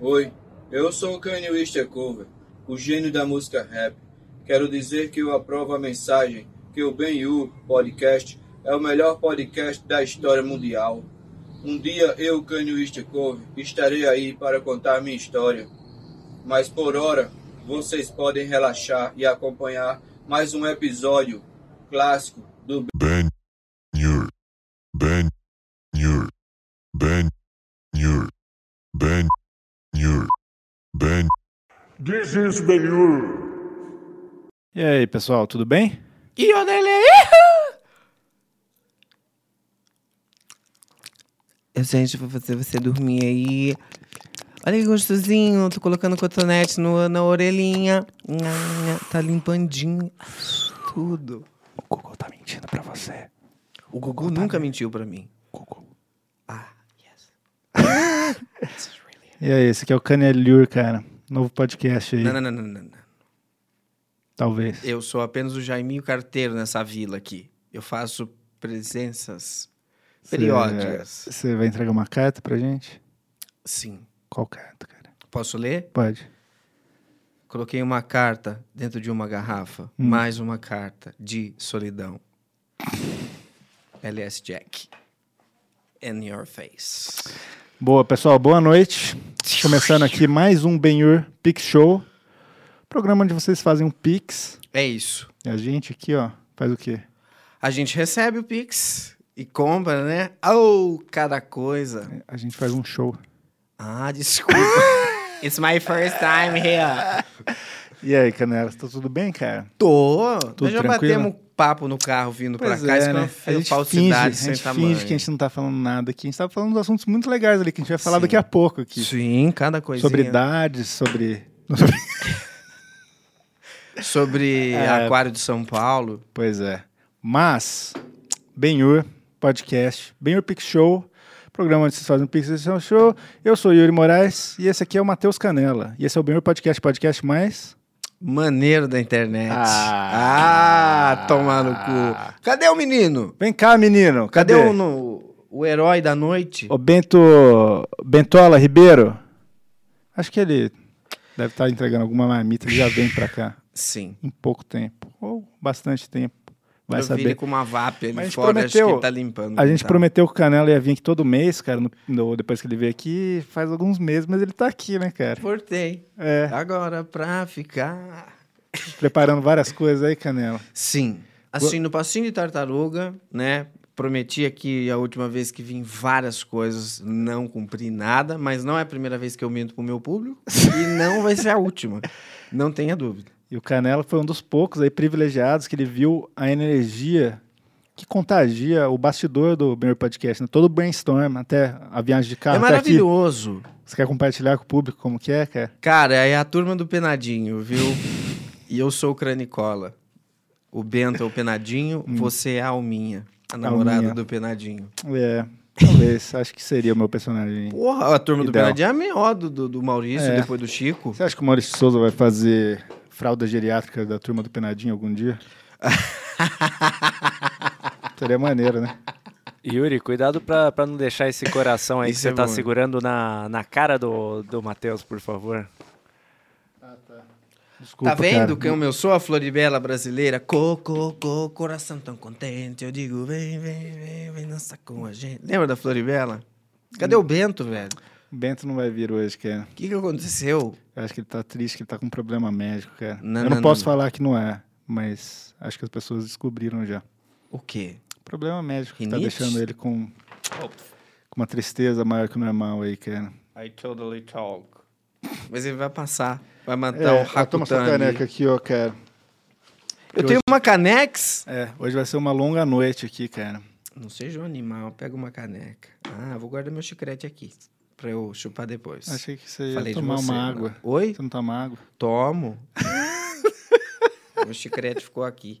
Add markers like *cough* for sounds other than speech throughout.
Oi, eu sou o Kanye West é Cover, o gênio da música rap. Quero dizer que eu aprovo a mensagem que o Ben U Podcast é o melhor podcast da história mundial. Um dia eu, Kanye West é Cover, estarei aí para contar minha história. Mas por hora, vocês podem relaxar e acompanhar mais um episódio clássico do Ben Nur. Ben Nur. Ben Nur. Ben Nur. Ben. This is Benhur. E aí, pessoal, tudo bem? E o é, dele Gente, vou fazer você dormir aí. Olha que gostosinho. Tô colocando cotonete no, na orelhinha. Nha, nha. Tá limpandinho. Tudo. O Google tá mentindo pra você. O Gugu nunca mentiu pra mim. Google. Ah, yes. This is really E aí, esse aqui é o Canelure, cara. Novo podcast aí, Não, não, não, não, não, não. talvez. Eu sou apenas o Jaiminho Carteiro nessa vila aqui. Eu faço presenças Cê- periódicas. Você vai entregar uma carta pra gente? Sim. Qual carta, cara? Posso ler? Pode. Coloquei uma carta dentro de uma garrafa. Hum. Mais uma carta de solidão. LS Jack. In your face. Boa, pessoal, boa noite. Começando aqui mais um Benhur Pix Show. Programa onde vocês fazem um Pix. É isso. E a gente aqui, ó, faz o quê? A gente recebe o Pix e compra, né? Ou cada coisa. A gente faz um show. *laughs* Ah, desculpa. It's my first time here. E aí, Canelas, tá tudo bem, cara? Tô. Nós já tranquilo? né? batemos um papo no carro vindo pra cá. isso é uma A gente finge, a falsidade sem gente tamanho. finge que a gente não tá falando nada aqui. A gente tá falando dos assuntos muito legais ali, que a gente vai falar Sim. daqui a pouco aqui. Sim, cada coisinha. Sobre idades, sobre. sobre- *laughs* Sobre É. Aquário de São Paulo. pois é. Mas, Benhur Podcast, Benhur Pix Show, programa onde vocês fazem o Pix vocês fazem o Show. Eu sou Yuri Moraes e esse aqui é o Matheus Canela. E esse é o Benhur Podcast, podcast mais. Maneiro da internet. Ah. Ah, tomar no cu. Cadê o menino? Vem cá, menino. Cadê, Cadê, o, no- o herói da noite? o Bento. Bentola Ribeiro? Acho que ele deve estar entregando alguma marmita, ele já vem pra cá. Sim. em pouco tempo, ou bastante tempo, vai Eu vi saber. ele com uma vap Mas a ali gente fora, acho que prometeu- ele tá limpando. A gente tá. prometeu que o Canela ia vir aqui todo mês, cara, no- no- depois que ele veio aqui, faz alguns meses, mas ele tá aqui, né, cara? Portei. É, Agora pra ficar. preparando várias coisas aí, Canela. Sim. Assim, no passinho de tartaruga, né? Prometi aqui a última vez que vim várias coisas, não cumpri nada, mas não é a primeira vez que eu minto pro *laughs* meu público e não vai ser a última. Não tenha dúvida. E o Canela foi um dos poucos aí privilegiados que ele viu a energia que contagia o bastidor do meu podcast, né? todo o brainstorm, até a viagem de carro é até Tá, aqui. maravilhoso. Você quer compartilhar com o público como que é, cara? Cara, é a turma do Penadinho, viu? e eu sou o Cranicola. O Bento é o Penadinho, você é a Alminha, a namorada Hum. Alminha. do Penadinho. É, *laughs* talvez, acho que seria o meu personagem. Porra, a turma do Ideal. Penadinho é a melhor do, do, do Maurício, É. depois do Chico. Você acha que o Maurício Souza vai fazer fralda geriátrica da turma do Penadinho algum *laughs* dia? Seria maneiro, né? Yuri, cuidado pra, pra não deixar esse coração aí que Isso você é tá bom. segurando na, na cara do, do Matheus, por favor. Desculpa, tá vendo cara. como eu sou a Floribela brasileira? Co, co, co, coração tão contente. Eu digo, vem, vem, vem, vem dançar com a gente. Lembra da Floribela? Cadê o Bento, velho? O Bento não vai vir hoje, cara. O que, que aconteceu? Eu acho que ele tá triste, que ele tá com um problema médico, cara. Não, Eu não, não, não, posso não. falar que não é, mas acho que as pessoas descobriram já. O quê? Problema médico que tá Rinite? deixando ele com, com uma tristeza maior que o normal aí, cara. I totally talk. Mas ele vai passar. Vai matar o é, toma essa Rakutani. caneca aqui, ó, cara. Eu tenho uma canex? É, hoje vai ser uma longa noite aqui, cara. Não seja um animal, pega uma caneca. Ah, vou guardar meu chiclete aqui. Pra eu chupar depois. Achei que você ia Falei de tomar você, uma né? água. Oi? Você não tá toma água? *laughs* Tomo. meu chiclete ficou aqui.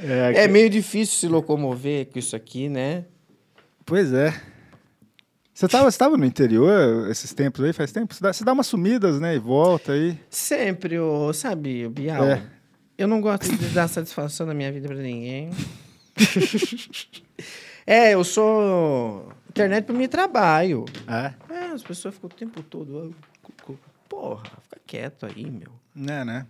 É, É meio difícil se locomover com isso aqui, né? Pois é. Você estava você tava no interior esses tempos aí, faz tempo? Você dá, você dá umas sumidas, né? E volta aí. Sempre, ô, sabe, ô, Bial? É. Eu não gosto de *laughs* dar satisfação na minha vida pra ninguém. é, eu sou Internet pra mim é trabalho. É? É, as pessoas ficam o tempo todo. ah, cu- cu- Porra, fica quieto aí, meu. Né, né?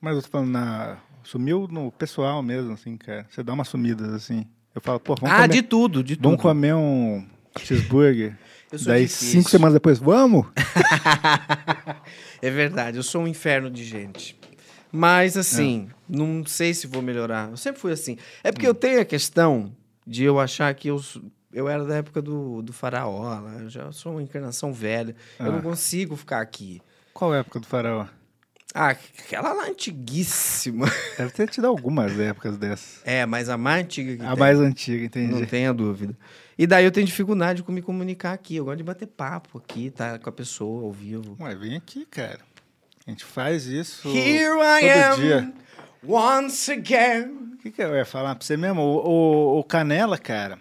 Mas eu tô falando na... Sumiu no pessoal mesmo, assim, cara. Você dá umas sumidas, assim. Eu falo, pô, vamos ah, comer... de tudo, de tudo. Vamos comer um cheeseburger. Eu sou Daí, difícil. cinco semanas depois, *laughs* vamos? É verdade, eu sou um inferno de gente. Mas assim, É. não sei se vou melhorar. Eu sempre fui assim. É porque eu tenho a questão de eu achar que eu, s- eu era da época do, do faraó, lá. eu já sou uma encarnação velha. Ah. Eu não consigo ficar aqui. Qual é a época do faraó? Ah, aquela lá antiguíssima. *laughs* Deve ter te dado algumas épocas dessas. É, mas a mais antiga que A tem. mais antiga, entendi. Não tenha dúvida. E daí eu tenho dificuldade com me comunicar aqui. Eu gosto de bater papo aqui, tá? Com a pessoa ao vivo. Ué, vem aqui, cara. A gente faz isso. Here I todo am, dia. once again. O que, que eu ia falar pra você mesmo? O, o- o Canela, cara.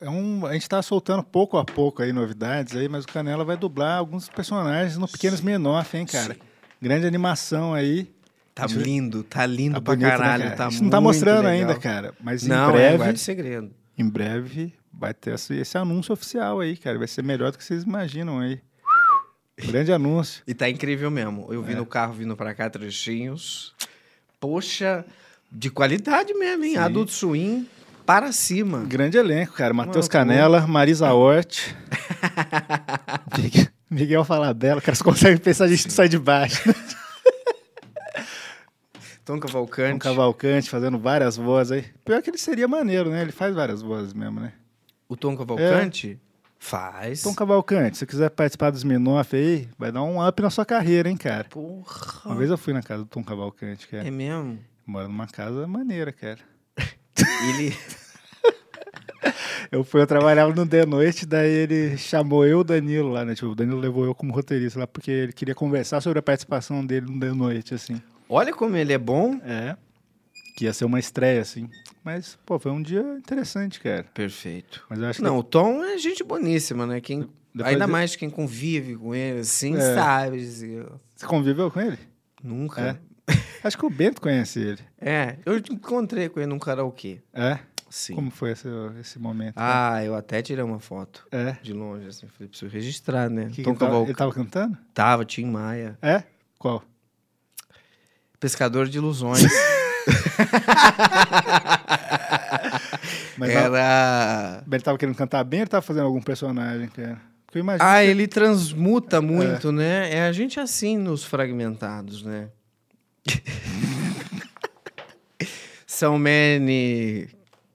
É um, a gente tá soltando pouco a pouco aí novidades aí, mas o Canela vai dublar alguns personagens no Pequenos Menoff, hein, cara? Sim. Grande animação aí. Tá Deixa eu- lindo, tá lindo Tá pra bonito, né, caralho. cara? Tá a gente não tá muito mostrando legal. ainda, cara. Mas Não, em é, breve, guarda segredo. em breve vai ter esse, esse anúncio oficial aí, cara. Vai ser melhor do que vocês imaginam aí. Grande anúncio. E tá incrível mesmo. Eu vi É. no carro vindo pra cá trechinhos. Poxa, de qualidade mesmo, hein? Sim. Adult Swim para cima. Grande elenco, cara. Matheus Mano, Canela, Marisa *laughs* Hort. Miguel- Miguel Falabella, cara, você consegue pensar, a gente não sai de *laughs* baixo. Tom Um Cavalcante. Cavalcante fazendo várias vozes aí. Pior que ele seria maneiro, né? Ele faz várias vozes mesmo, né? O Tom Cavalcante faz. Tom Cavalcante, se você quiser participar dos Minoff aí, vai dar um up na sua carreira, hein, cara. Uma Porra. vez eu fui na casa do Tom Cavalcante, cara. É mesmo? Mora numa casa maneira, cara. Ele. *laughs* Eu fui, eu trabalhava no The Noite, daí ele chamou eu e o Danilo lá, né? Tipo, o Danilo levou eu como roteirista lá, porque ele queria conversar sobre a participação dele no The Noite, assim. Olha como ele é bom. É. Que ia ser uma estreia, assim. Mas, pô, foi um dia interessante, cara. Perfeito. Mas eu acho Não, o Tom é gente boníssima, né? Quem... Depois Ainda de- mais quem convive com ele, assim, É. sabe. dizer, que. Você conviveu com ele? É? Nunca. Acho que o Bento conhece ele. É, eu encontrei com ele num karaokê. É? Sim. Como foi esse, esse momento? Ah, eu até tirei uma foto É. de longe, assim. Falei, preciso registrar, né? Que que Tom ele, tava, Cavalcante ele tá- tava cantando? tava, Tim Maia. É? Qual? Pescador de ilusões. *laughs* Mas tava- Era. ele tava querendo cantar bem ou ele tava fazendo algum personagem, cara? Porque eu imagino. Ah, ele transmuta muito, né? É a gente assim nos fragmentados, né? *laughs* So many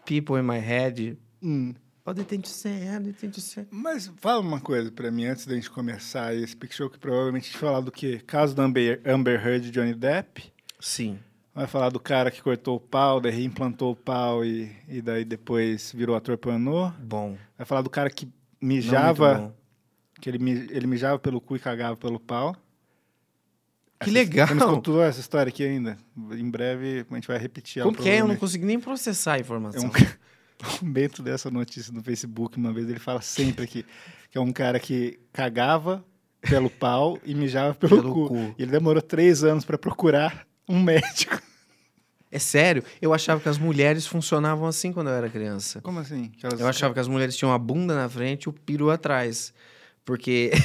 people in my head. Hum. Oh, they tend to say, ah, they tend to say. Mas fala uma coisa pra mim antes da gente começar esse Pick Show, que provavelmente a gente vai falar do quê? Caso da Amber, Amber Heard e Johnny Depp. Sim. Vai falar do cara que cortou o pau, daí reimplantou o pau e, e daí depois virou ator pornô. Bom. Vai falar do cara que Não muito mijava, bom. que ele, mi- ele mijava pelo cu e cagava pelo pau. Que Essa- legal. Você não escutou essa história aqui ainda? Em breve a gente vai repetir ela. Como que é? Eu não provavelmente. consegui nem processar a informação. né? É um *laughs* Bento deu essa notícia no Facebook uma vez, ele fala sempre que, que é um cara que cagava pelo pau e mijava pelo, Pelo cu. cu. E ele demorou três anos pra procurar um médico. É sério? Eu achava que as mulheres funcionavam assim quando eu era criança. Como assim? Que elas- Eu achava que as mulheres tinham a bunda na frente e o peru atrás. Porque. *laughs*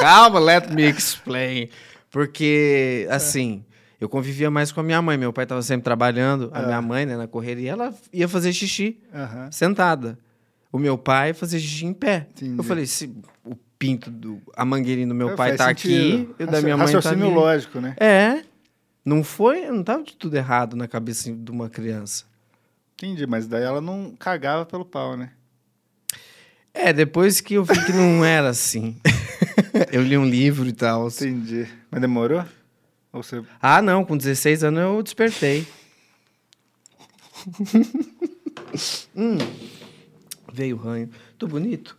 Calma, let me explain. Porque, assim, eu convivia mais com a minha mãe. Meu pai tava sempre trabalhando, a É. minha mãe, né, na correria, ela ia fazer xixi Aham. sentada. O meu pai fazia xixi em pé. Entendi. Eu falei, se o pinto, do, a mangueirinha do meu É, pai faz tá sentido. aqui, e o da Raci- minha mãe tá Raciocínio ali. lógico, né? É. Não foi, não tava de tudo errado na cabeça de uma criança. Entendi, mas daí ela não cagava pelo pau, né? É, depois que eu vi que não *laughs* era assim. eu li um livro e tal. assim. Entendi. Mas demorou? Ou você... Ah, não, com 16 anos *laughs* eu despertei. Hum, Veio o ranho. Tô bonito?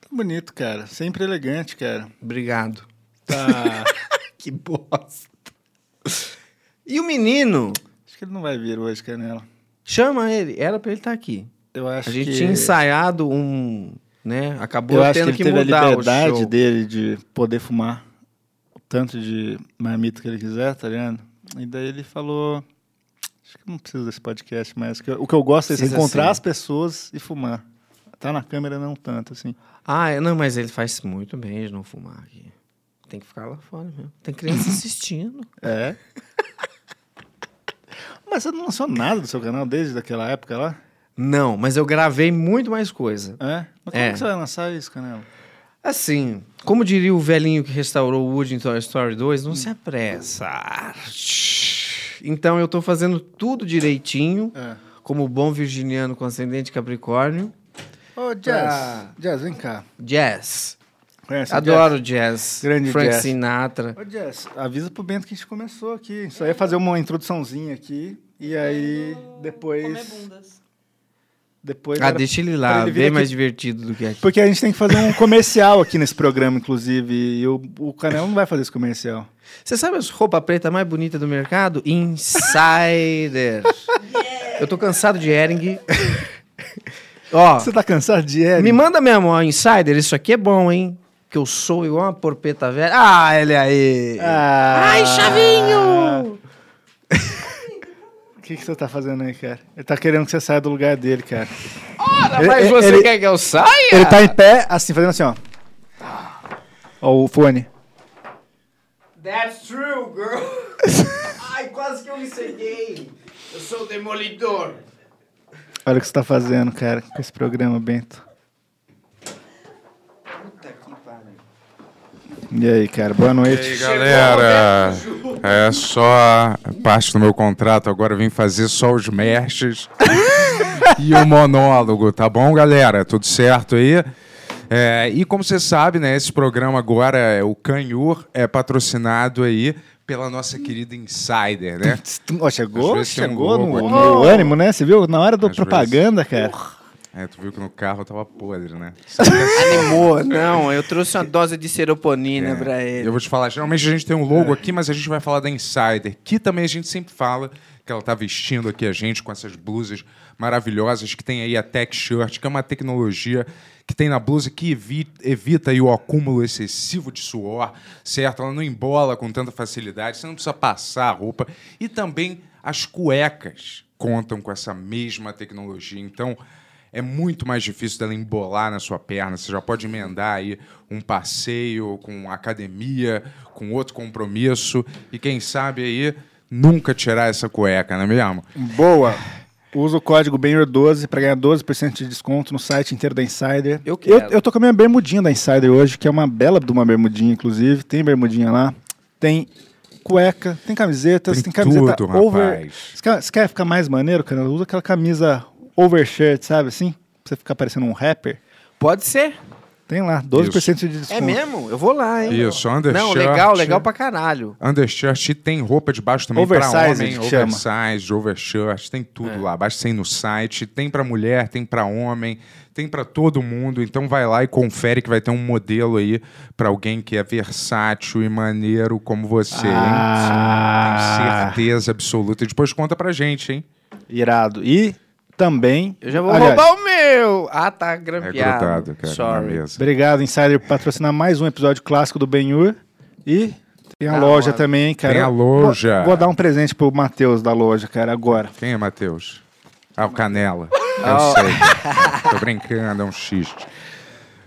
Tá bonito, cara. Sempre elegante, cara. Obrigado. Tá. *laughs* Que bosta. E o menino? acho que ele não vai vir hoje, Canela. Chama ele. Era pra ele estar aqui. Eu acho A gente que... tinha ensaiado um. Né? Acabou Eu acho que tendo ele teve a mudar o liberdade show. dele de poder fumar o tanto de marmita que ele quiser, tá ligado? E daí ele falou: Acho que não preciso desse podcast mais. que eu- O que eu gosto é isso, é Precisa encontrar sim. as pessoas e fumar. Tá na câmera não tanto, assim. Ah, é- não, mas ele faz muito bem de não fumar aqui. Tem que ficar lá fora mesmo. Tem *laughs* criança assistindo. É. Mas você não lançou nada do seu canal desde aquela época lá? Não, mas eu gravei muito mais coisa. É? Mas como É. que você vai lançar isso, Canelo? Assim, como diria o velhinho que restaurou o Woody em Toy Story 2, não Hum. se apressa. Então eu tô fazendo tudo direitinho, É. como bom virginiano com ascendente capricórnio. Ô, Jazz. Ah. Jazz, vem cá. Jazz. Conhece o Adoro jazz. Grande Frank é jazz. É. Sinatra. Ô, Jess, avisa pro Bento que a gente começou aqui. Só ia fazer uma introduçãozinha aqui. E aí, Comer depois. bundas. depois Ah, era- deixa ele lá, tá ele vir bem aqui. mais divertido do que aqui. Porque a gente tem que fazer um comercial aqui nesse programa, inclusive. E o, o Canelo não vai fazer esse comercial. Você sabe as roupas preta mais bonita do mercado? Insider. Eu tô cansado de Ering. *laughs* Ó, Você tá cansado de Eric? me manda mesmo, ó, Insider, isso aqui é bom, hein? Que eu sou igual uma porpeta velha. Ah, ele aí. Ah. Ai, Chavinho! O que, que você tá fazendo aí, cara? Ele tá querendo que você saia do lugar dele, cara. Cara, Ele- Ah, mas ele- você ele- quer que eu saia? Ele tá em pé, assim, fazendo assim, ó. Ó, o fone. That's true, *laughs* girl. Ai, quase que eu me ceguei. Eu sou o demolidor. Olha o que você tá fazendo, cara, com esse programa, Bento. Puta que pariu. E aí, cara, boa noite. Galera, é só parte do meu contrato. Agora eu vim fazer só os merches e o monólogo, tá bom, galera? Tudo certo aí? É, e como você sabe, né, esse programa agora, é o Canhur, é patrocinado aí pela nossa querida Insider, né? Ó, chegou, Às vezes tem um chegou no, logo no ânimo, né? Você viu? Na hora da Às vezes. propaganda, cara. É, tu viu que no carro eu tava podre, né? Animou, não, eu *laughs* trouxe uma dose de É, seroponina pra ele. Eu vou te falar, geralmente a gente tem um logo aqui, mas a gente vai falar da Insider, que também a gente sempre fala que ela tá vestindo aqui a gente com essas blusas maravilhosas que tem aí a Tech Shirt, que é uma tecnologia que tem na blusa que evi- evita aí o acúmulo excessivo de suor, certo? Ela não embola com tanta facilidade, você não precisa passar a roupa. E também as cuecas contam com essa mesma tecnologia. Então, é muito mais difícil dela embolar na sua perna. Você já pode emendar aí um passeio com academia, com outro compromisso. E quem sabe aí nunca tirar essa cueca, não é mesmo? Boa. Usa o código BENHOR12 pra ganhar 12% de desconto no site inteiro da Insider. Eu quero. Eu, tô com a minha bermudinha da Insider hoje, que é uma bela de uma bermudinha, inclusive. Tem bermudinha lá. Tem cueca, tem camisetas, tem, Tem camiseta tudo, over... rapaz. Você quer, você quer ficar mais maneiro, cara? Usa aquela camisa overshirt, sabe assim? Pra você ficar parecendo um rapper. Pode ser? Tem lá, 12% de É desconto. mesmo? Eu vou lá, hein? Isso, undershirt. Não, legal, legal pra caralho. Undershirt e tem roupa de baixo também para Oversized, homem, que chama. É. oversized, overshirt, tem tudo lá. Basta você ir no site, tem para mulher, tem para homem, tem para todo mundo. Então vai lá e confere que vai ter um modelo aí para alguém que é versátil e maneiro como você, Ah. hein? Tenho certeza absoluta. E depois conta pra gente, hein? Irado. E também... Eu já vou Aliás, roubar o meu. Ah, tá É grampeado. grudado, é cara, na Sorry. mesa. Obrigado, Insider, por patrocinar mais um episódio clássico do Benhur. E tem a Da loja hora. também, cara. Tem a Eu loja. Vou, vou dar um presente pro Matheus da loja, cara, agora. Quem é Matheus? Ah, *laughs* o Canela. Oh. Eu sei. Tô brincando, é um xiste.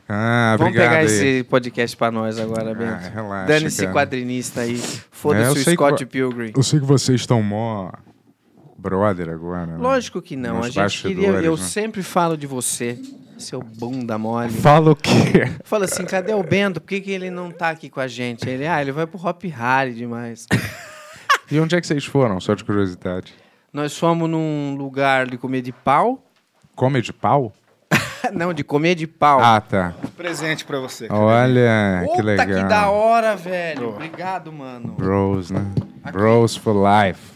Ah, Vamos obrigado pegar aí. Ah, esse podcast pra nós agora, Bento. relaxa, Dane-se cara. quadrinista aí. É, eu Foda-se sei o que Scott vo- Pilgrim. Eu sei que vocês estão mó brother agora. né? Lógico que não. Nos A gente queria... bastidores, Eu né? sempre falo de você, seu bunda mole. Fala o quê? *laughs* Fala assim, cadê o Bento? Por que, que ele não tá aqui com a gente? Ele, ah, ele vai pro Hop Harry demais. E onde é que vocês foram? Só de curiosidade. Nós fomos num lugar de comer de pau. *laughs* Come de pau? não, de comer de pau. Ah, tá. Um Presente pra você. Olha, que Puta legal. que da hora, velho. Obrigado, mano. Bros, né? Bros for life.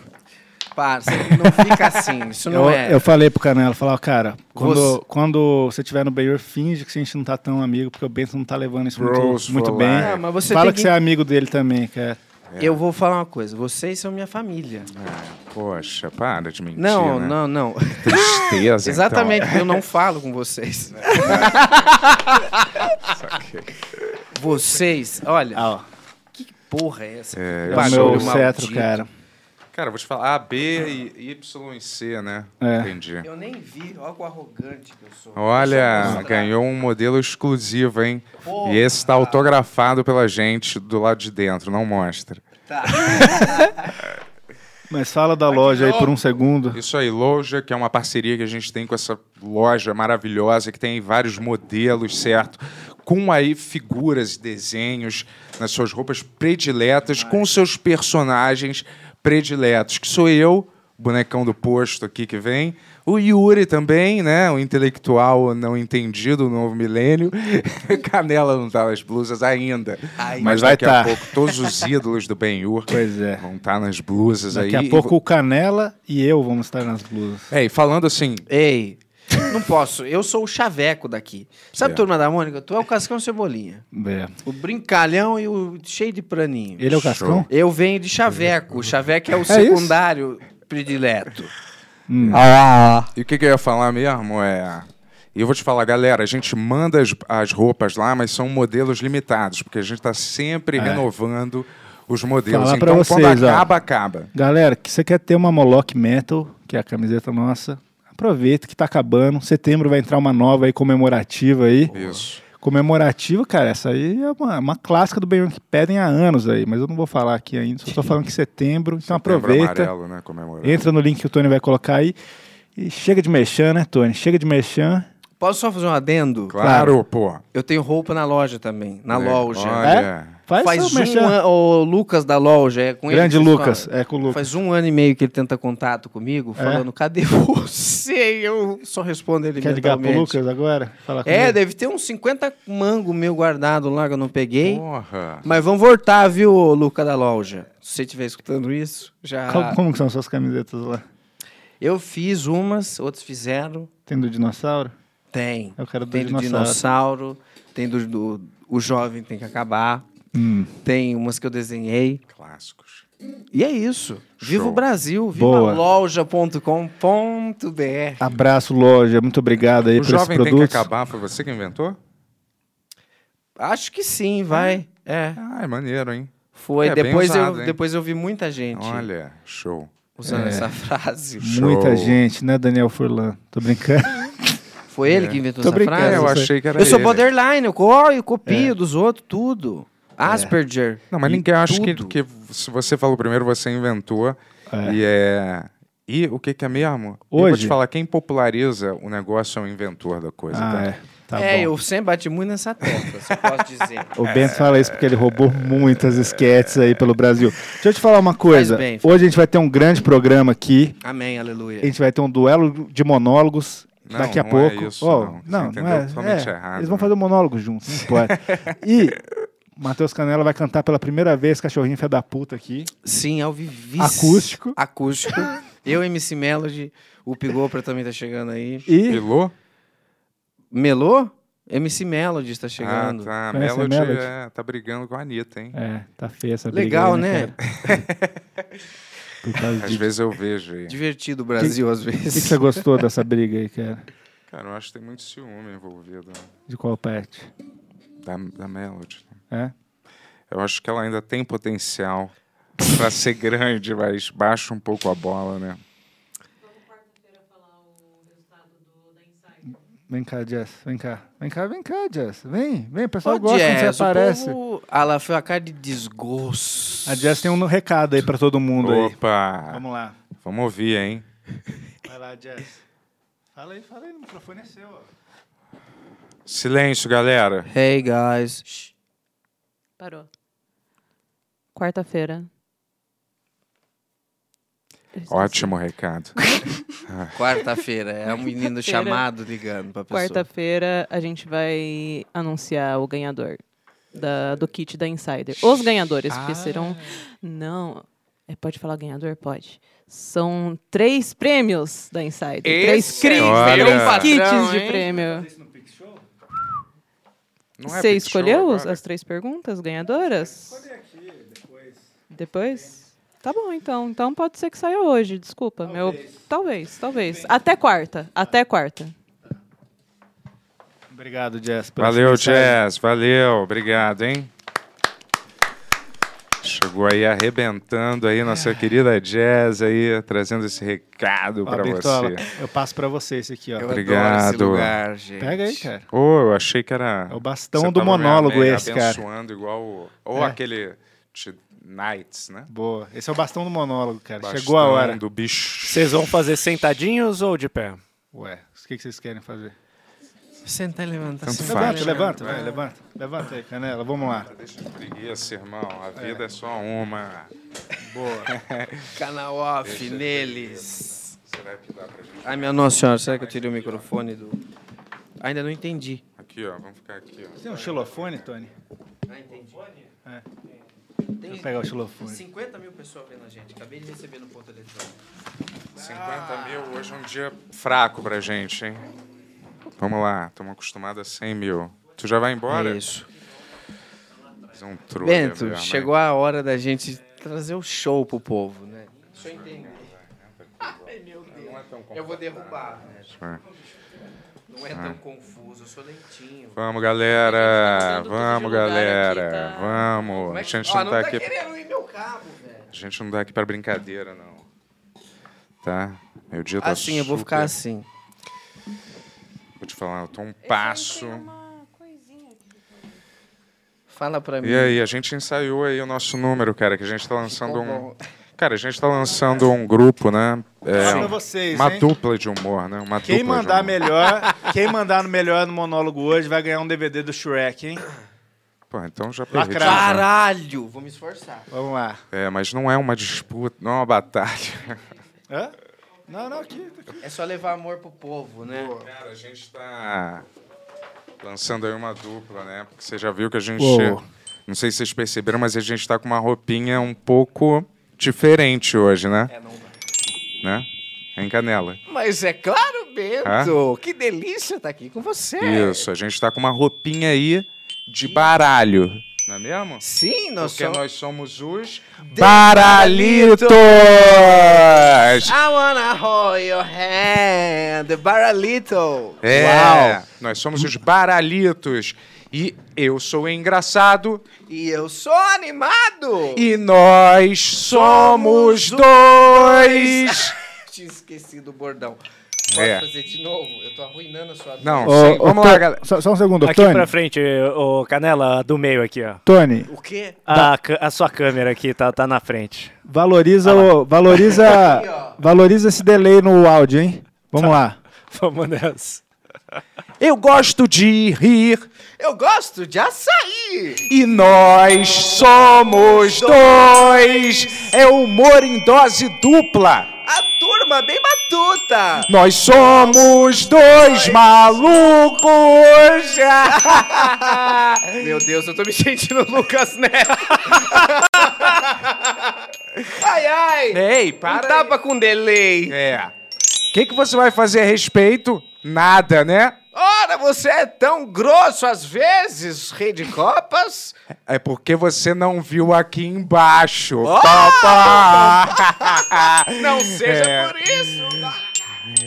Parça, não fica assim. Isso não *laughs* Eu, é. eu falei pro Canelo, falava, cara, quando Você- você, quando você tiver no Benhur, finge que a gente não tá tão amigo, porque o Bento não tá levando isso Bros muito, muito for bem. life. Ah, mas você Fala tem que que- você é amigo dele também, é cara. Eu vou falar uma coisa. Vocês são minha família. Poxa, para de mentir, Não, né? não, então, não. Tristeza, *laughs* Exatamente, eu não falo com vocês. Vocês, olha, Ah, ó. que porra é essa? É, É o Bagulho é meu cetro, maldito. cara. Cara, eu vou te falar A, B, e Y e C, né? É. Entendi. Eu nem vi, olha o arrogante que eu sou. Deixa eu Olha, mostrar. ganhou um modelo exclusivo, hein? Porra. E esse tá autografado pela gente do lado de dentro, não mostra. Tá. *laughs* Mas fala da loja aí por um segundo. Isso aí, Loja, que é uma parceria que a gente tem com essa loja maravilhosa, que tem vários modelos, certo? Com aí figuras, desenhos nas suas roupas prediletas, com seus personagens prediletos, que sou eu, bonecão do posto aqui que vem. O Yuri também, né? O intelectual não entendido, o novo milênio. *laughs* Canela não tá nas blusas ainda. Ainda. Mas Vai daqui a tá. pouco todos os ídolos do Ben-Hur Pois é. vão estar nas blusas Daqui aí. a pouco o Canela e eu vamos estar nas blusas. É, e falando assim, Ei, não posso. Eu sou o chaveco daqui. Sabe, Certo. turma da Mônica? Tu é o Cascão Cebolinha. É. O brincalhão e o cheio de praninho. Ele é o Cascão? Eu venho de chaveco. O chaveco é o isso? secundário predileto. E o que, que eu ia falar mesmo é. E eu vou te falar, galera, a gente manda as, as roupas lá, mas são modelos limitados, porque a gente está sempre renovando os modelos. É. Falar pra então, vocês, quando ó. acaba, acaba. Galera, que você quer ter uma Moloch Metal, que é a camiseta nossa, aproveita que tá acabando. Setembro vai entrar uma nova aí comemorativa aí. Isso. Comemorativa, cara, essa aí é uma, uma clássica do Benhur que pedem há anos aí, mas eu não vou falar aqui ainda, só tô falando que setembro, então Setembro aproveita. Amarelo, né, comemorando. Entra no link que o Tony vai colocar aí. E chega de mexer, né, Tony? Chega de mexer. Posso só fazer um adendo? Claro, pô. Eu tenho roupa na loja também. Na loja. Olha. É, Faz, Faz seu um merchan. ano, o Lucas da loja, é com ele Grande que vocês Lucas, falam. é com o Lucas. É. Faz um ano e meio que ele tenta contato comigo, falando, cadê *laughs* você? E Eu só respondo ele Quer ligar pro mentalmente. Lucas agora? Falar com É, ele? deve ter uns 50 mango meu guardado lá que eu não peguei. Porra. Mas vamos voltar, viu, ô Luca da loja? Se você estiver escutando isso, já. Como, como que são suas camisetas lá? Eu fiz umas, outros fizeram. Tem do dinossauro? Tem. Eu quero do tem do dinossauro, tem do, do- O Jovem Tem Que Acabar. Hum. Tem umas que eu desenhei. Clássicos. E é isso. Viva Show. o Brasil, viva Boa. loja.com.br. Abraço, loja. Muito obrigado aí O por esses jovem tem que produtos. acabar, foi você que inventou? Acho que sim, vai. É. Ah, é maneiro, hein? Foi. É, bem depois, usado, eu, hein? depois eu vi muita gente Olha, É. show. usando essa *laughs* frase. Muita Show. gente, né, Daniel Furlan? Tô brincando. Foi ele que inventou Tô essa brincando, frase? É, eu isso achei que era Eu sou ele. É. borderline, eu co- eu copio dos outros tudo. Asperger. Não, mas e ninguém acha que, tudo. que se você falou primeiro, você inventou. E é. E o que, que é mesmo? Eu vou Hoje? te falar, quem populariza o negócio é o inventor da coisa. Ah, tá? é. Tá é, bom. eu sempre bati muito nessa tecla, se eu posso *laughs* dizer. O Bento fala isso porque ele roubou muitas esquetes aí pelo Brasil. Deixa eu te falar uma coisa. bem. Hoje a gente vai ter um grande programa aqui. Amém, aleluia. A gente vai ter um duelo de monólogos Não, daqui a não é pouco. isso, Ó, não. Você não, não entendeu é, totalmente é. errado, Eles vão né? fazer um monólogo juntos, não *laughs* pode. e Matheus Canela vai cantar pela primeira vez Cachorrinho Fé da Puta aqui. Sim, ao vivíssimo. Acústico. Acústico. Eu, MC Melody, o Pigopra também tá chegando aí. E Pilô? Melô? MC Melody está Ah, chegando. tá. A Conhece a Melody, Melody? é, tá brigando com a Anitta, hein? É, tá feia essa briga Legal, aí, né? cara? *laughs* Por causa Às disso. vezes eu vejo aí. Divertido o Brasil, às O que que vezes. você gostou dessa briga aí, cara? Cara, eu acho que tem muito ciúme envolvido né? De qual parte? da, da Melody. É? Eu acho que ela ainda tem potencial pra ser *laughs* grande, mas baixa um pouco a bola, né? Vem cá, Jess. Vem cá. Vem cá, vem cá, Jess. Vem, vem. O pessoal Ô, gosta quando Jess, você aparece. O povo... Ah, lá foi a cara de desgosto. A Jess tem um recado aí pra todo mundo aí. Opa! Vamos lá. Vamos ouvir, hein? Vai lá, Jess. Fala aí, fala aí. O microfone é seu, ó. Silêncio, galera. um Hey, guys. Shh. Parou. Quarta-feira. Ótimo recado. Quarta-feira. É um menino Quarta-feira. chamado ligando pra pessoa. Quarta-feira a gente vai anunciar o ganhador da- do kit da Insider. Os ganhadores, porque Ah. serão. Não. é, Pode falar ganhador? Pode. São três prêmios da Insider. três Esse é kits, o meu três patrão, kits de hein? prêmio. Não é Você Big Show escolheu os- agora? as três perguntas ganhadoras? Escolhi aqui, depois. Depois? Tá bom, então. Então pode ser que saia hoje, desculpa. Meu... Talvez, talvez. Até quarta. Até quarta. Obrigado, Jess. pela sua Valeu, mensagem. Jazz. Valeu. Obrigado, hein? Chegou chegou aí arrebentando aí, nossa É. querida Jazz aí, trazendo esse recado Ó, pra Bertola, você. Eu passo pra você esse aqui, ó. Eu adoro esse Obrigado. lugar, gente. Pega aí, cara. Ô, eu achei que era... É o bastão Você tá do tava me- monólogo me esse, cara. abençoando igual... o- Ou É. aquele T- Knights, né? Boa. Esse é o bastão do monólogo, cara. Bastão Chegou a hora. do bicho. Vocês vão fazer sentadinhos ou de pé? Ué, o que que vocês querem fazer? Sentar e levantar. Tanto sentar e Levanta, Faz, levanta, vai, levanta. Levanta aí, Canela, vamos lá. Deixa de preguiça, irmão. A vida é, só uma. Canal off neles. Será que dá pra gente... Ai, minha nossa senhora, será que eu tirei o microfone do... Ainda não entendi. Aqui, ó. Vamos ficar aqui, ó. Tem um xilofone, Tony? Ah, entendi. É. Deixa eu Tem pegar o xilofone. 50 mil pessoas vendo a gente. Acabei de receber no ponto eletrônico. 50 mil hoje é um dia fraco pra gente, hein? Vamos lá. Estamos acostumados a 100 mil. Tu já vai embora? É isso. Fazer um trulha, Bento, velho, mas- chegou a hora da gente trazer o show pro povo, né? Deixa eu entender. Ai, meu Deus. Eu vou derrubar, né? É. Não é Ah. tão confuso, eu sou lentinho. Vamos, Tá galera. mudando Vamos, de lugar galera. aqui, tá? Vamos. Como A é que- gente Ó, não tá tá aqui... querendo ir meu cabo, velho. A gente não tá aqui pra brincadeira, não. Tá? Meu dia tá Assim, eu vou super- ficar assim. Vou te falar, eu tô um passo... Fala pra Tá mim. E aí, a gente ensaiou aí o nosso número, cara, que a gente tá lançando Ficou um. bom. Cara, a gente tá lançando um grupo, né? É, Fala pra um- vocês, uma hein? dupla de humor, né? Uma Quem dupla mandar de humor. melhor, quem mandar no melhor no monólogo hoje vai ganhar um DVD do Shrek, hein? Pô, então já perdi. Lacrar. já. Caralho! Vou me esforçar. Vamos lá. É, mas não é uma disputa, não é uma batalha. *laughs* Hã? Não, não, aqui. É só levar amor pro povo, né? Cara, a gente tá lançando aí uma dupla, né? Porque você já viu que a gente. Uou. Não sei se vocês perceberam, mas a gente tá com uma roupinha um pouco diferente hoje, né? É, não vai. Né? Em canela. Mas é claro, Bento! Que delícia estar aqui com você! Isso, a gente tá com uma roupinha aí de baralho. Não é mesmo? Sim, nós Porque somos... nós somos os Baralitos! Ah, I wanna hold your hand, Baralito! É, nós somos os Baralitos. E eu sou engraçado E eu sou animado! e nós somos Somos dois. Tinha esquecido o bordão. Pode É. fazer de novo? Eu tô arruinando a sua... Não, Ô, sim, ô, vamos lá, Tony, galera. Só, só um segundo, Aqui Tony. pra frente, ô Canela, do meio aqui, ó. Tony, O quê? A, ca- a sua câmera aqui tá, tá na frente. valoriza, Tá o, *laughs* valoriza, Aqui, ó. valoriza esse delay no áudio, hein? Vamos Tá. lá. Vamos nessa. Eu gosto de rir Eu gosto de açaí! e nós somos dois. É humor em dose dupla. A turma bem matuta! Nós somos dois *laughs* malucos! Meu Deus, eu tô me sentindo Lucas Neto. *laughs* ai, ai. Ei, Um para! tapa com delay. É. O que, que você vai fazer a respeito? Nada, né? Ora, você é tão grosso às vezes, rei de copas. É porque você não viu aqui embaixo. Pá, pá. Não seja É. por isso.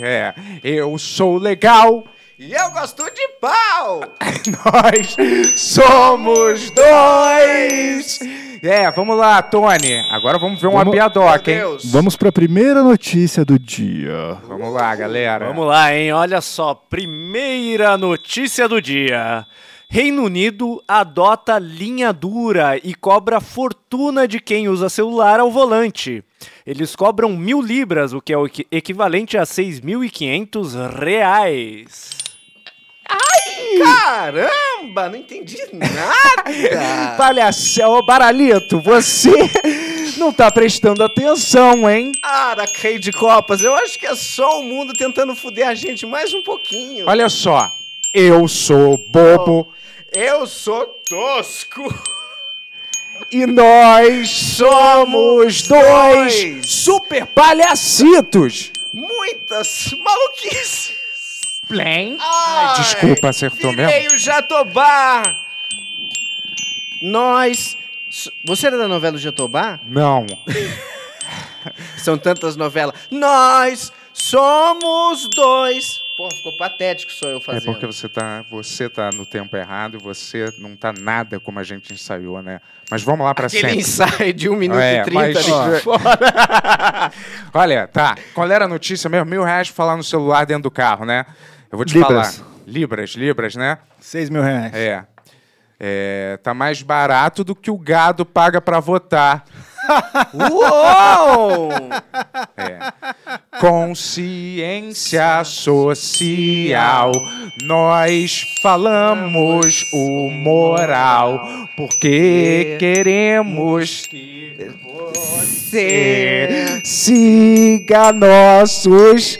É. Eu sou legal. E eu gosto de pau. *laughs* Nós somos dois. É, vamos lá, Tony. Agora vamos ver uma Vamos- piadoca, hein? Deus. Vamos pra primeira notícia do dia. Vamos lá, É. galera. Vamos lá, hein? Olha só, primeira notícia do dia. Reino Unido adota linha dura e cobra fortuna de quem usa celular ao volante. Eles cobram mil libras, o que é o equi- equivalente a 6.500 reais. Caramba, não entendi nada. Palhaça, ô Baralito, você não tá prestando atenção, hein? Cara, rei de copas, eu acho que é só o mundo tentando fuder a gente mais um pouquinho. Olha só, eu sou bobo Eu sou tosco. e nós somos dois Dois. super palhacitos. Muitas maluquices. Plém. Ai, Desculpa, acertou mesmo? Virei o Jatobá! Nós. Você era da novela O Jatobá? Não. São tantas novelas. Nós somos dois Porra, ficou patético só eu É fazendo. porque você tá, você tá no tempo errado e você não tá nada como a gente ensaiou, né? Mas vamos lá pra Aquele sempre. ensaio de 1 minuto É, e 30 mas- ali ó. *laughs* fora. Olha, tá. Qual era a notícia mesmo? Mil reais pra falar no celular dentro do carro, né? Eu vou te Libras. falar. Libras, libras, né? 6 mil reais. É. É, tá mais barato do que o gado paga pra votar. Uou! É. Consciência social, nós falamos o moral, porque queremos que você siga nossos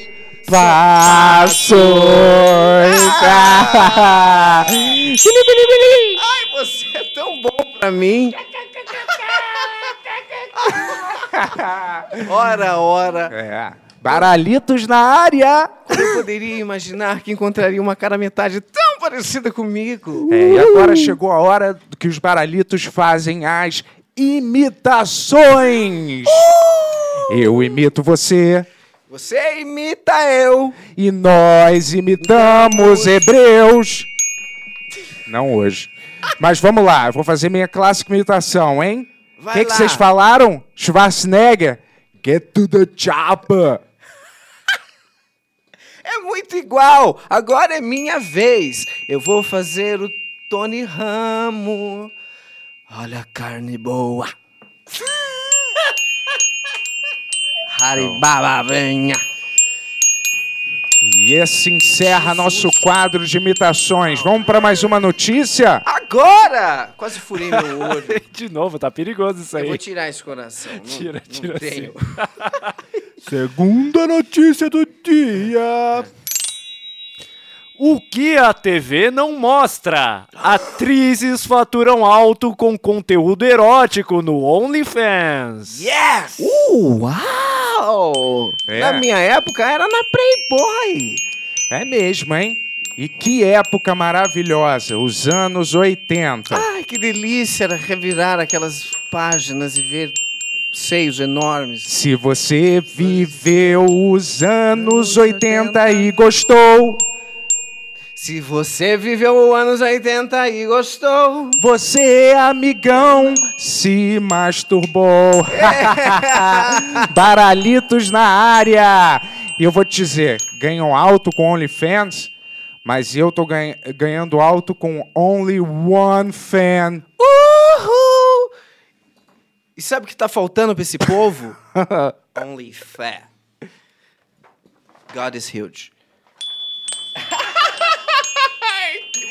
passos. Ai, você é tão bom pra mim. *laughs* ora, ora. É. Baralitos na área. Eu poderia imaginar que encontraria uma cara metade tão parecida comigo. É, e agora chegou a hora que os baralitos fazem as imitações. Eu imito você Você imita eu. e nós imitamos hebreus. Não hoje. Mas vamos lá, eu vou fazer minha clássica imitação, hein? O Vai que que lá. vocês falaram? Schwarzenegger? Get to the chopper. É muito igual. Agora é minha vez. Eu vou fazer o Tony Ramo. Olha a carne *laughs* boa. Haribaba, venha. E esse encerra nosso quadro de imitações. Vamos para mais uma notícia? Agora! Quase furei meu *laughs* olho. De novo, tá perigoso isso Eu vou aí. tirar esse coração. Não, Tira, não tira tenho. Segunda notícia do dia. O que a TV não mostra? Atrizes faturam alto com conteúdo erótico no OnlyFans. Yes! Uau! É. Na minha época era na Playboy. É mesmo, hein? E que época maravilhosa, os anos 80. Ai, que delícia era revirar aquelas páginas e ver seios enormes. Se você viveu os anos 80 e gostou, Se você viveu os anos 80 e gostou. você, é amigão, se masturbou. Baralitos na área. E eu vou te dizer, ganham alto com OnlyFans, mas eu tô ganha- ganhando alto com Only One Fan. Uhul! E sabe o que tá faltando pra esse *laughs* povo? Only fé. God is huge.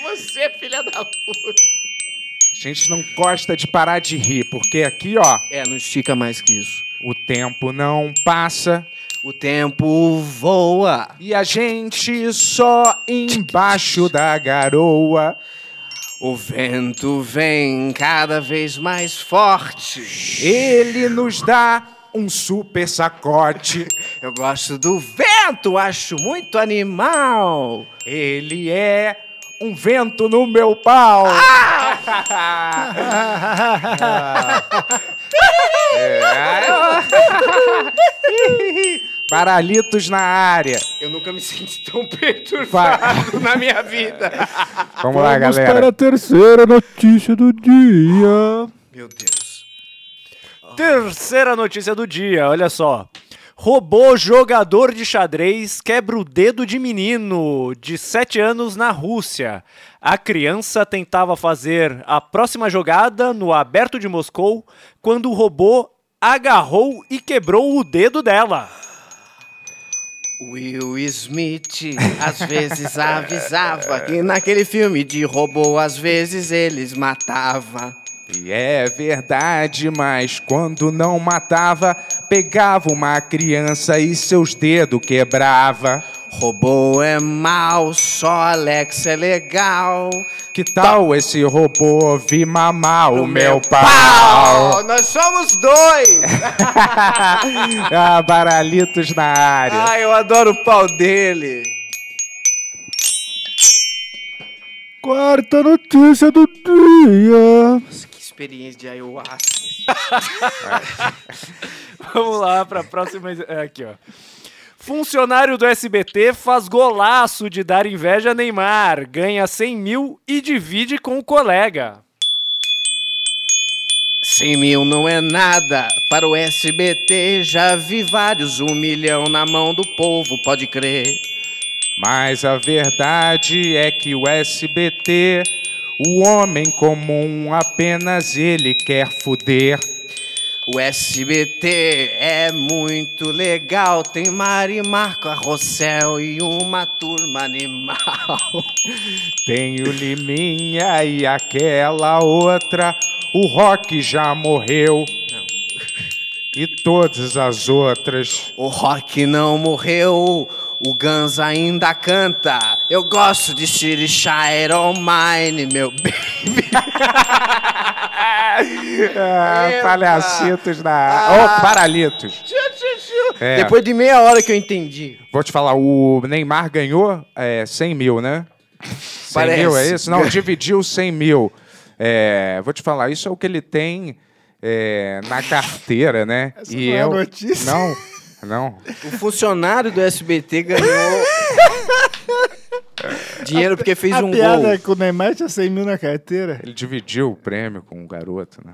Você, filha da puta. A gente não gosta de parar de rir, porque aqui, ó, É, não estica mais que isso. O tempo não passa O tempo voa. e a gente só embaixo da garoa. O vento vem cada vez mais forte. Ele nos dá um super sacote. Eu gosto do vento, acho muito animal. Ele é um vento no meu pau. *laughs* É. Paralitos na área. Eu nunca me *laughs* senti tão perturbado *laughs* Vai. na minha vida. Vamos lá, Vamos galera. para a terceira notícia do dia. Meu Deus. Terceira notícia do dia, olha só. Robô jogador de xadrez quebra o dedo de menino de 7 anos na Rússia. A criança tentava fazer a próxima jogada no Aberto de Moscou quando o robô agarrou e quebrou o dedo dela. *laughs* Will Smith às vezes avisava que naquele filme de robô às vezes eles matava. E é verdade, mas quando não matava, pegava uma criança e seus dedos quebrava. Robô é mal, só Alex é legal. Que tal esse robô vir mamar o meu *laughs* pau? Pau! Nós somos dois! ah, baralitos na área. Ah, eu adoro o pau dele. Quarta notícia do dia. Nossa, que experiência de ayahuasca. Vamos lá para a próxima. é, Aqui, ó. Funcionário do SBT faz golaço de dar inveja a Neymar, ganha 100 mil e divide com o colega. 100 mil não é nada para o SBT. Já vi vários, um milhão na mão do povo, pode crer. Mas a verdade é que o SBT, o homem comum, apenas ele quer fuder. O SBT é muito legal. Tem Mari, Marco, Rossel e uma turma animal. *laughs* Tem o Liminha e aquela outra. O Rock já morreu. E todas *laughs* as outras. O rock não morreu, o Guns ainda canta. Eu gosto de Sirichar Iron Mine, *laughs* meu baby. Ah, Epa! palhacitos na. Ou Ah. paralitos. É. Depois de meia hora que eu entendi. Vou te falar, o Neymar ganhou é, 100 mil, né? 100 Parece. mil, é isso? Não, dividiu 100 mil. É, vou te falar, isso é o que ele tem é, na carteira, né? Essa não é a notícia. Não, não. O funcionário do *laughs* SBT ganhou dinheiro porque fez a um piada gol. é que o Neymar tinha 100 mil na carteira. Ele dividiu o prêmio com um garoto, né?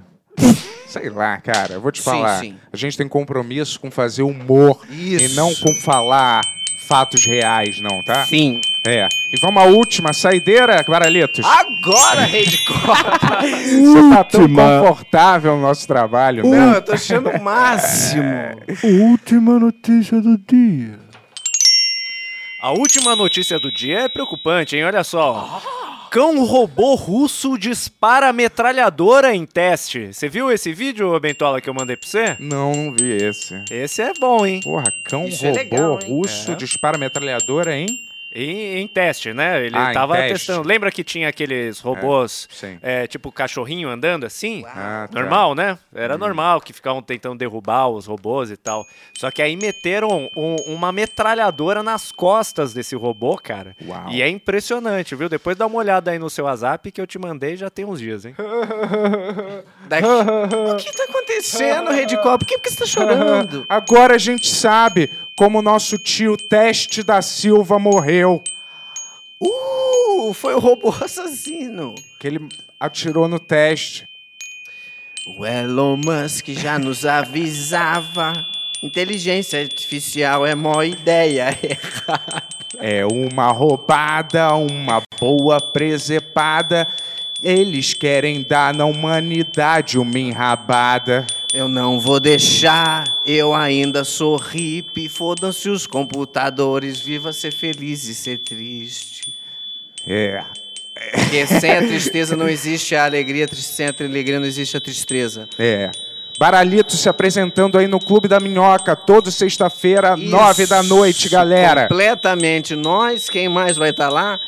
Sei lá, cara, eu vou te Sim, falar. sim. A gente tem compromisso com fazer humor e Isso. não com falar fatos reais, não, tá? Sim. É. E vamos à última saideira, Baralitos. Agora, Rei de *laughs* Copa! Você tá tão Última. confortável no nosso trabalho, né? Não, eu tô achando o máximo. Última notícia do dia. A última notícia do dia é preocupante, hein? Olha só. Cão robô russo dispara metralhadora em teste. Você viu esse vídeo, ô Bentola, que eu mandei pra você? Não, não vi esse. Esse é bom, hein? Porra, cão Isso é robô legal, hein? russo dispara metralhadora, hein? Em, em teste, né? Ele Ah, em tava teste. testando. Lembra que tinha aqueles robôs, sim. é, tipo cachorrinho andando assim? Ah, tá. *laughs* Normal, né? Era normal que ficavam tentando derrubar os robôs e tal. Só que aí meteram um- uma metralhadora nas costas desse robô, cara. Uau. E é impressionante, viu? Depois dá uma olhada aí no seu WhatsApp que eu te mandei já tem uns dias, hein? Daqui- O que tá *laughs* acontecendo, Rei de Copa? Por que, por que você tá chorando? Agora a gente sabe como o nosso tio Teste da Silva morreu. Uh, foi o robô assassino. Que ele atirou no teste. O Elon Musk já nos avisava. Inteligência artificial é mó ideia. *laughs* É uma roubada, uma boa presepada. Eles querem dar na humanidade uma enrabada. Eu não vou deixar, eu ainda sou hippie. Fodam-se os computadores, viva ser feliz e ser triste. É. Porque sem a tristeza não existe a alegria, tri- sem a tri- alegria não existe a tristeza. É. Baralito se apresentando aí no Clube da Minhoca, toda sexta-feira, Isso, nove da noite, galera. Completamente nós, quem mais vai estar lá?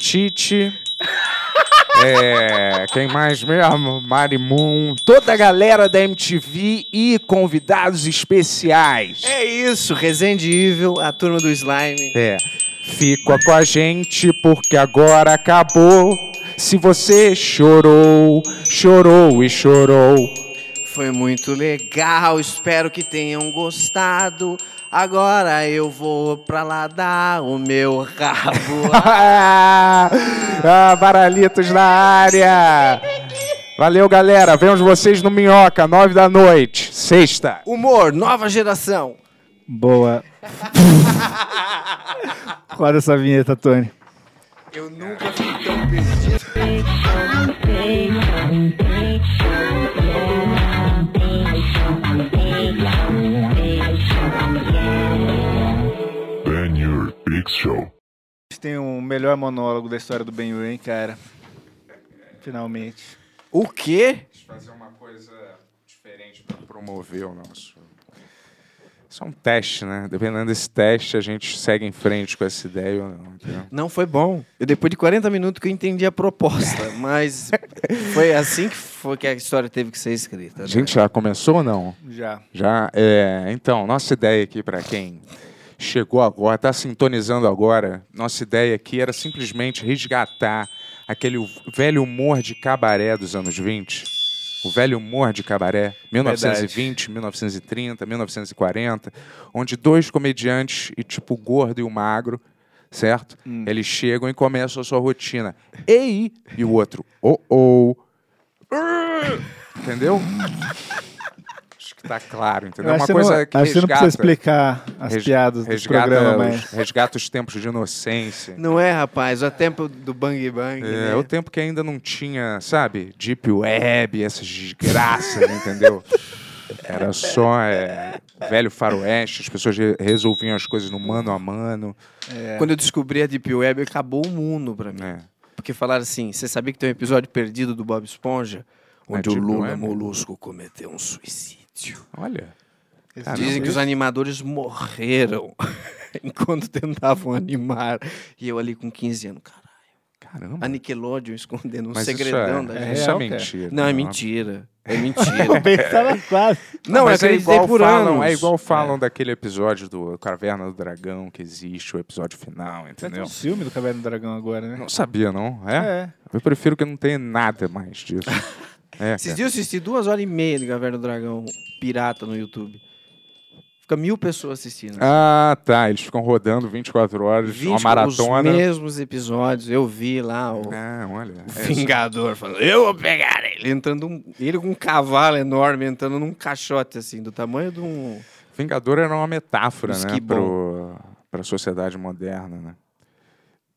Tite. *laughs* é, quem mais mesmo? Marimun. Toda a galera da MTV e convidados especiais. É isso, Resendível, a turma do slime. É. Fica com a gente porque agora acabou. Se você chorou, chorou e chorou. *laughs* Foi muito legal, espero que tenham gostado. Agora eu vou pra lá dar o meu rabo. ah, baralhitos na área. Valeu, galera. Vemos vocês no Minhoca, nove da noite, sexta. *laughs* Humor, nova geração. Boa. Roda essa vinheta, Tony. Eu nunca fui tão perdido. Ben Your Big Show. A gente tem o melhor monólogo da história do Ben hein, cara. Finalmente. O quê? Fazer uma coisa diferente para promover o nosso. Isso é um teste, né? Dependendo desse teste, a gente segue em frente com essa ideia ou não. entendeu? Não foi bom. Eu, depois de 40 minutos que eu entendi a *laughs* proposta, mas foi assim que foi que a história teve que ser escrita. A né? gente já começou ou não? Já. Já, é, então, nossa ideia aqui para quem chegou agora, está sintonizando agora, nossa ideia aqui era simplesmente resgatar aquele velho humor de cabaré dos anos 20. O velho humor de cabaré, 1920, 1930, 1940, onde dois comediantes, e tipo o gordo e o magro, certo? Eles chegam e começam a sua rotina. Ei! E o outro, oh, oh. Ah! Entendeu? Acho que tá claro, entendeu? Eu Uma acho que coisa não, que acho que você não precisa resgata- explicar as res- piadas do resgata programa, os- mas... Resgata os tempos de inocência. Não é, rapaz? O tempo do Bang Bang. É, né? o tempo que ainda não tinha, sabe, Deep Web, essas desgraças, né, entendeu? Era só é, velho faroeste, as pessoas re- resolviam as coisas no mano a mano. Quando eu descobri a Deep Web, acabou o mundo pra mim. Né? Porque falaram assim: você sabia que tem um episódio perdido do Bob Esponja? Onde é o Deep Lula Web? Molusco cometeu um suicídio. Olha. Caramba. Ah, Dizem que os animadores morreram *laughs* enquanto tentavam animar. E eu ali com 15 anos, caralho. Caramba. A Nickelodeon escondendo um Mas isso segredão é, da é, gente. isso é real, cara? mentira. Não, é mentira. *laughs* É mentira. Bem, tava quase. Não, mas eu é acreditei igual por falam, anos. é igual falam daquele episódio do Caverna do Dragão que existe, o episódio final, Vai ter entendeu? um filme do Caverna do Dragão agora, né? Não sabia, não? É? É. Eu prefiro que não tenha nada mais *laughs* disso. É, Esses cara. dias eu assisti duas horas e meia de Caverna do Dragão pirata no YouTube. Fica mil pessoas assistindo. Ah, tá. Eles ficam rodando 24 horas, 20 uma maratona. Os mesmos episódios. Eu vi lá o Ah, olha. É, Vingador falando, eu vou pegar ele. Entrando um- ele com um cavalo enorme, entrando num caixote, assim, do tamanho de um... Vingador era uma metáfora, Mas né? que bom. Pro, pra sociedade moderna, né?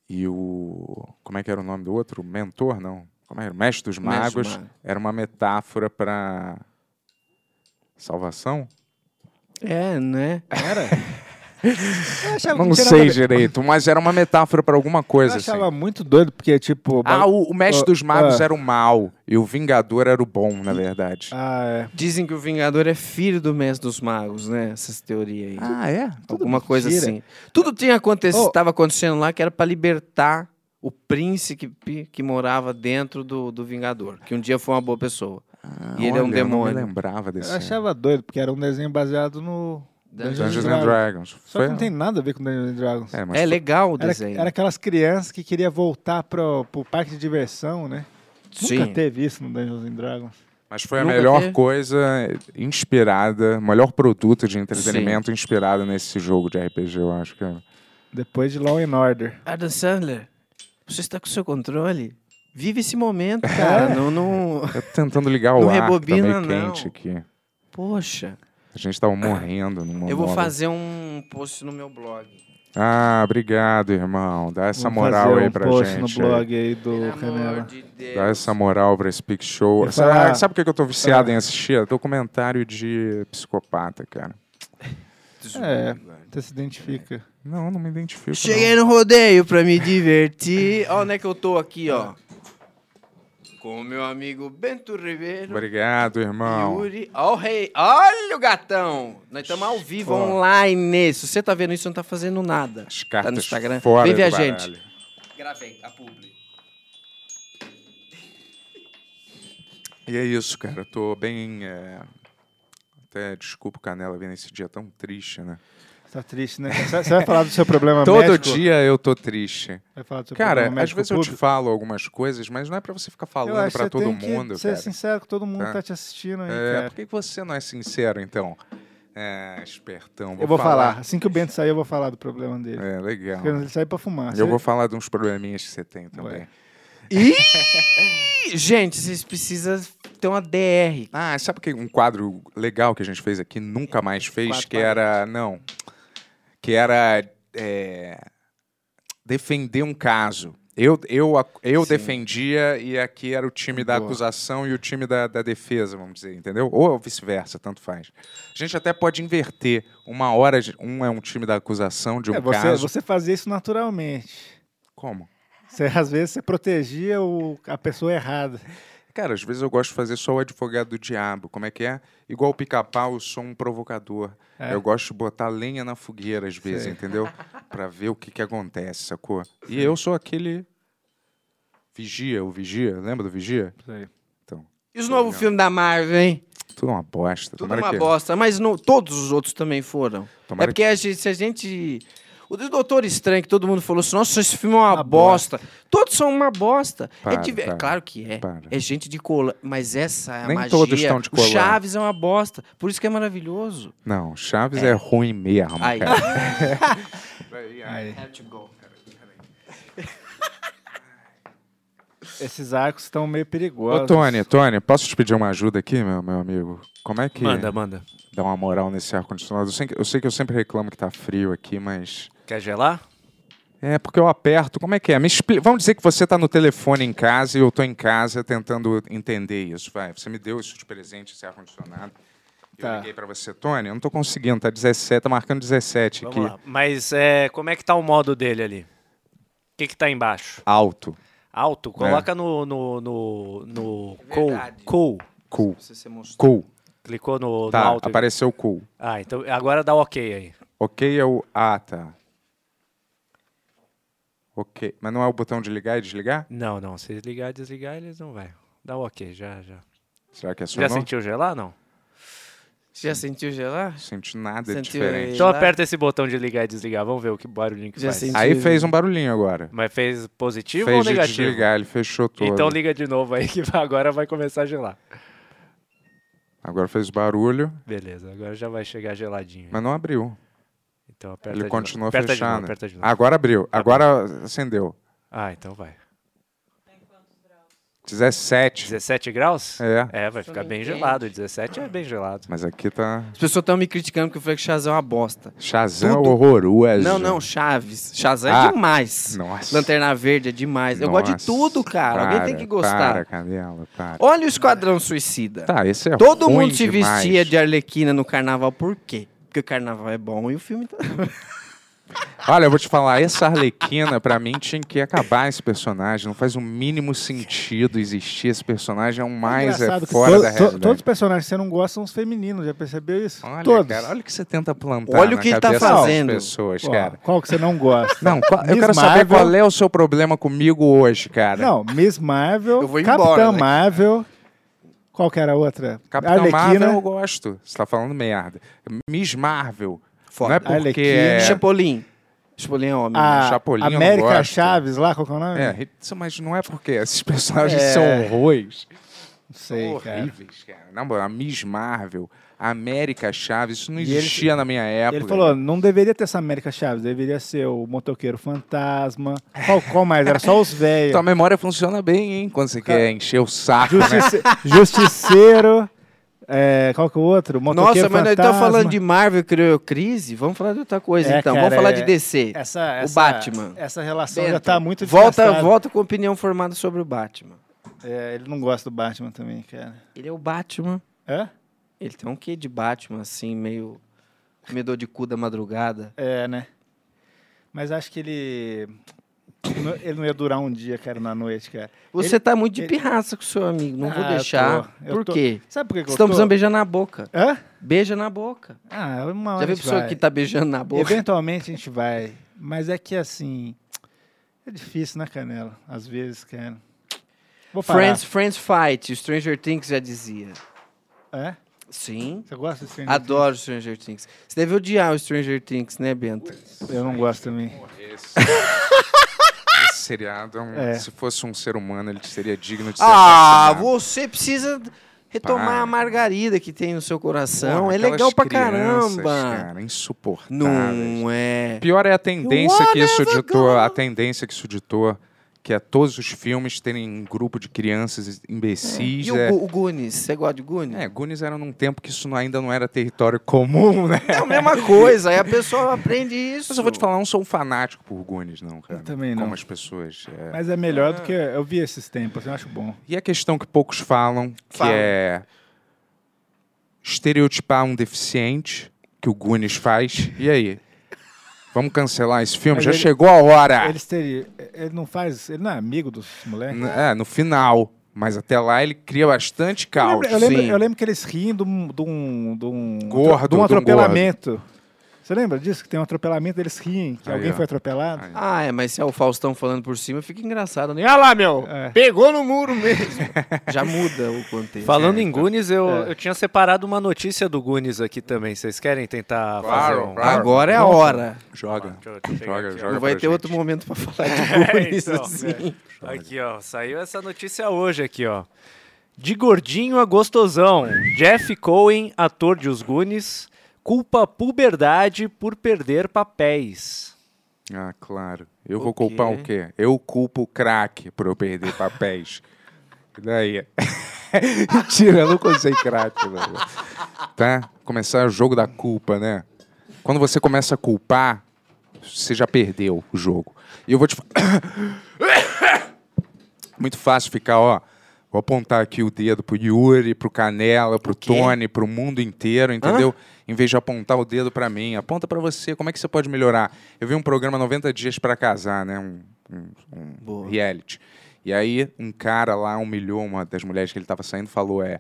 E o. Como é que era o nome do outro? Mentor, não. Como é era? Mestre dos Mestre Magos. dos Magos. Era uma metáfora pra. Salvação? É, né? Eu achava que Não tinha sei nada a ver. direito, mas era uma metáfora pra alguma Eu coisa, assim. achava muito doido, porque, tipo... Ah, o, o Mestre dos Magos Ah. era o mal e o Vingador era o bom, na verdade. Ah, é. Dizem que o Vingador é filho do Mestre dos Magos, né? Essas teorias aí. Ah, é? Alguma coisa mentira. assim. Tudo tinha acontecido, Oh. estava acontecendo lá que era para libertar o príncipe que, que morava dentro do, do Vingador, que um dia foi uma boa pessoa. E ele é um Ah, Olha, eu demônio. não me lembrava desse. Eu achava doido, porque era um desenho baseado no... Dungeons Dungeons and Dragons. Só que não tem nada a ver com Dungeons and Dragons. um É, mas É foi- legal o Era, desenho. era aquelas crianças que queriam voltar pro, pro parque de diversão, né? Nunca Sim. teve isso no Dungeons and Dragons. mas foi a Nunca melhor teve. coisa inspirada, o melhor produto de entretenimento inspirado nesse jogo de RPG, eu acho que. é. Depois de Law and Order. Adam Sandler, você está com o seu controle? Vive esse *laughs* momento, cara. não, não... Eu tô tentando ligar o Não ar, tá rebobina, meio não. quente aqui. Poxa, A gente tava morrendo no eu vou monólogo. fazer um post no meu blog. Ah, obrigado, irmão. Dá essa Vamos moral fazer aí um pra post gente. é. no aí. blog aí do Pelo amor Canela. de Dá Deus. essa moral pra esse Pic Show. Eu Sabe, falar- sabe por que eu tô viciado ah. em assistir? É Documentário de psicopata, cara. É, você se identifica. Não, não me identifico. Cheguei no rodeio pra me divertir. Ó, onde é que eu tô aqui, ó? Com o meu amigo Bento não. Ribeiro. Obrigado, irmão. Yuri. Ó, o rei. Olha o gatão. Nós estamos ao vivo, online. Se você tá vendo isso, não tá fazendo nada. As Tá cartas no Instagram. fora Vem ver a do gente. baralho. Gravei a publi. E é isso, cara. Eu tô bem. é, Até desculpa o Canela vendo esse dia tão triste, né? Você tá triste, né? Você você vai falar do seu problema Todo médico? dia eu tô triste. Vai falar do seu Cara, problema às médico vezes eu te público? falo algumas coisas, mas não é pra você ficar Eu falando acho que pra você todo tem que mundo, ser cara. sincero que todo mundo Tá? tá, te assistindo aí, É, por cara. que que você não é sincero, então? É, espertão. eu vou falar. Assim que o Bento sair, eu vou falar do problema dele. É, legal. Porque ele sai pra fumar. Eu Você- vou falar de uns probleminhas que você tem também. *laughs* Gente, vocês precisam ter uma DR. Ah, sabe que um quadro legal que a gente fez aqui, nunca mais fez, Quatro que era. Não. Que era. é, defender um caso. Eu, eu, ac- eu Sim. defendia e aqui era o time da Boa. acusação e o time da, da defesa, vamos dizer, entendeu? Ou vice-versa, tanto faz. A gente até pode inverter. Uma hora de- um é um time da acusação de um É, você, caso. você fazia isso naturalmente. Como? Você, às vezes você protegia o- a pessoa errada. Cara, às vezes eu gosto de fazer só o advogado do diabo. Como é que é? Igual o pica-pau, eu sou um provocador. É. Eu gosto de botar lenha na fogueira, às vezes, Sei. *laughs* entendeu? Pra ver o que, que acontece, sacou? E eu sou aquele. Vigia, o Vigia. Lembra do Vigia? Então. E os novos filmes da Marvel, hein? Tudo uma bosta. Tudo Tomara uma É que- é. bosta. Mas não, todos os outros também foram. Tomara é porque a gente- se a gente. O do Doutor Estranho, que todo mundo falou assim, nossa, esse filme é uma, bosta. Todos são uma bosta. Para, é, diver- para, claro que é. para. É gente de cola. Mas essa é a Nem magia. todos estão de O colã. Chaves é uma bosta. Por isso que é maravilhoso. Não, Chaves é, ruim mesmo, Aí. cara. é? *laughs* Esses arcos estão meio perigosos. Ô, Tony, Tony, posso te pedir uma ajuda aqui, meu, meu amigo? Como é que Manda, manda. dá uma moral nesse ar-condicionado? Eu, sei que- eu sei que eu sempre reclamo que tá frio aqui, mas... Quer gelar? É, porque eu aperto. Como é que é? Me expli- Vamos dizer que você tá no telefone em casa e eu tô em casa tentando entender isso. Vai, você me deu isso de presente, esse ar-condicionado. Tá. Eu liguei pra você, Tony, eu não tô conseguindo, tá 17, tá marcando 17 Vamos aqui. lá. Mas é, como é que tá o modo dele ali? O que que tá embaixo? Alto. Alto? É. Coloca no... no, no, no cool. verdade. Cool. Cool. Você se mostrou. Cool. Clicou no, no Tá, alto. apareceu cool. Ah, então agora dá ok aí. Ok é o... Ah, tá. Ok. Mas não é o botão de ligar e desligar? Não, não. Se ligar e desligar, eles não vai. Dá o ok, já, já. Será que é Já só não? sentiu gelar, não? Você já sentiu gelar? Senti nada Sentiu diferente. Então Gelar. aperta esse botão de ligar e desligar. Vamos ver o que barulhinho que Já faz. senti. Aí fez um barulhinho agora. Mas fez positivo fez ou de negativo? desligar, ele fechou todo. Então liga de novo aí *laughs* que agora vai começar a gelar. Agora fez barulho, Beleza, agora já vai chegar geladinho. aí. mas não abriu. Então aperta de novo. Ele continua aperta fechado. De novo, aperta de novo. Agora abriu. Agora acendeu. Ah, então vai. 17. 17 graus? É. É, vai ficar bem gelado. 17 é bem gelado. Mas aqui tá. As pessoas estão me criticando porque eu falei que Shazam é uma bosta. Chazão Tudo- horroroso. é Não, não, Chaves. Shazam Ah. é demais. Nossa. Lanterna Verde é demais. Eu gosto de Nossa. tudo, cara. Alguém tem Para, que gostar. Para, Canela, para. Olha o Esquadrão Suicida. Tá, esse é Todo ruim mundo se demais. vestia de Arlequina no carnaval, por quê? Porque o carnaval é bom e o filme tá. Olha, eu vou te falar, essa Arlequina, pra mim, tinha que acabar esse personagem. Não faz o mínimo sentido existir esse personagem. É um mais é Engraçado que fora to- da to- realidade. Todos os personagens que você não gosta são os femininos, já percebeu isso? Olha, todos. cara, olha o que você tenta plantar Olha o na que ele tá cabeça das fazendo. pessoas, Ó, cara. Qual que você não gosta? *laughs* Não, qual- eu Miss quero saber Marvel- qual é o seu problema comigo hoje, cara. Não, Miss Marvel, Eu vou Capitã embora, né? Marvel. Qual que era a outra? Capitão Arlequina. Marvel eu gosto. Você tá falando merda. Miss Marvel. Foda. Não é porque... Arlequina. é- Chapolin. Chapolin é homem. né? a Chapolin eu não América gosto. Chaves lá, qual que é o nome? É, isso, mas não é porque esses personagens são ruins. Não É, sei, cara. horríveis, cara. Na moral, a Miss Marvel, a América Chaves, isso não existia na minha época. Ele falou, não deveria ter essa América Chaves, deveria ser o motoqueiro fantasma. Qual, qual mais? Era só os velhos. Tá, Tua memória funciona bem, hein? Quando você quer encher o saco, *laughs* né? Justice- Justiceiro. é, qual que é o outro? Nossa, Motoqueiro mas nós fantasma. estamos falando de Marvel criou crise. Vamos falar de outra coisa, É, então. cara, Vamos falar é- de DC. essa, o essa- Batman. Essa relação já Bento, tá muito volta, desgastada. volta com opinião formada sobre o Batman. É, ele não gosta do Batman também, cara. Ele é o Batman. Hã? Ele tem um quê de Batman, assim, meio comedor de cu da madrugada. É, né? Mas acho que ele. não- Ele não ia durar um dia, cara, na noite, cara. Você tá muito de ele- pirraça com o seu amigo, não vou Ah, eu deixar. tô- eu Por tô- quê? Sabe por que, que eu Estão tô? precisando beijar na boca. Hã? Beija na boca. Ah, uma hora Já a viu gente pessoa vai. que tá beijando na boca? Eventualmente a gente vai. Mas é que assim. É difícil, né, Canela? Às vezes, cara. Vou parar. Friends, Friends Fight, Stranger Things já dizia. É? Sim. Você gosta de Stranger Adoro Stranger Things. Você deve odiar o Stranger Things, né, Bento? Things? Eu não gosto também. Esse, esse seriado, é um- É. se fosse um ser humano, ele seria digno de ser Ah, assassinado. você precisa retomar Para. a margarida que tem no seu coração. Porra, é aquelas legal pra crianças, caramba. Cara, insuportáveis. Não é. Pior é a tendência que isso ditou, a tendência que isso ditou, que é todos os filmes terem um grupo de crianças imbecis. E o, é, Gu- o Goonies? Você gosta de Goonies? é, Goonies era num tempo que isso não- ainda não era território comum, né? *laughs* É a mesma coisa, aí a pessoa aprende isso. Mas eu vou te falar, eu não sou um fanático por Goonies, não, cara. Eu também não. Como as pessoas. é. Mas é melhor do que. Eu vi esses tempos, eu acho bom. E a questão que poucos falam, que Fala. é estereotipar um deficiente, que o Goonies faz. E aí? Vamos cancelar esse filme? Mas Já ele- chegou a hora! Eles teriam. Ele não faz. Ele não é amigo dos moleques. N- É, no final. Mas até lá ele cria bastante Eu caos. lembro, eu, lembro, sim. eu lembro que eles riem de um, de um, de um, Gordo, de um de um atropelamento. Você lembra disso? Que tem um atropelamento, eles riem, que Aí, alguém ó. foi atropelado. Aí. Ah, é, mas se é o Faustão falando por cima, fica engraçado, né? Ah lá, meu! É. Pegou no muro *laughs* mesmo! Já muda o contexto. É, tá. Falando em Goonies, eu, eu tinha separado uma notícia do Goonies aqui também. Vocês querem tentar fazer Claro, um... claro. Agora é a hora. Joga. Deixa eu- deixa eu pegar Joga, aqui, ó. joga. Não vai pra ter gente. outro momento pra falar *laughs* de É, Goonies então, assim. é. Aqui, ó. Saiu essa notícia hoje aqui, ó. De gordinho a gostosão. Jeff Cohen, ator de Os Goonies, culpa a puberdade por perder papéis. Ah, claro. Eu O vou culpar quê? o quê? Eu culpo o crack por eu perder papéis. E Daí. *laughs* Mentira, eu nunca usei crack, velho. Tá? Começar o jogo da culpa, né? Quando você começa a culpar, você já perdeu o jogo. E eu vou te fa- Muito fácil ficar, ó. Vou apontar aqui o dedo pro Yuri, pro Canela, pro Tony, pro mundo inteiro, entendeu? Em vez de apontar o dedo pra mim, aponta pra você. Como é que você pode melhorar? Eu vi um programa 90 dias pra casar, né? Um, um- um Boa. reality. E aí um cara lá humilhou uma das mulheres que ele tava saindo, falou é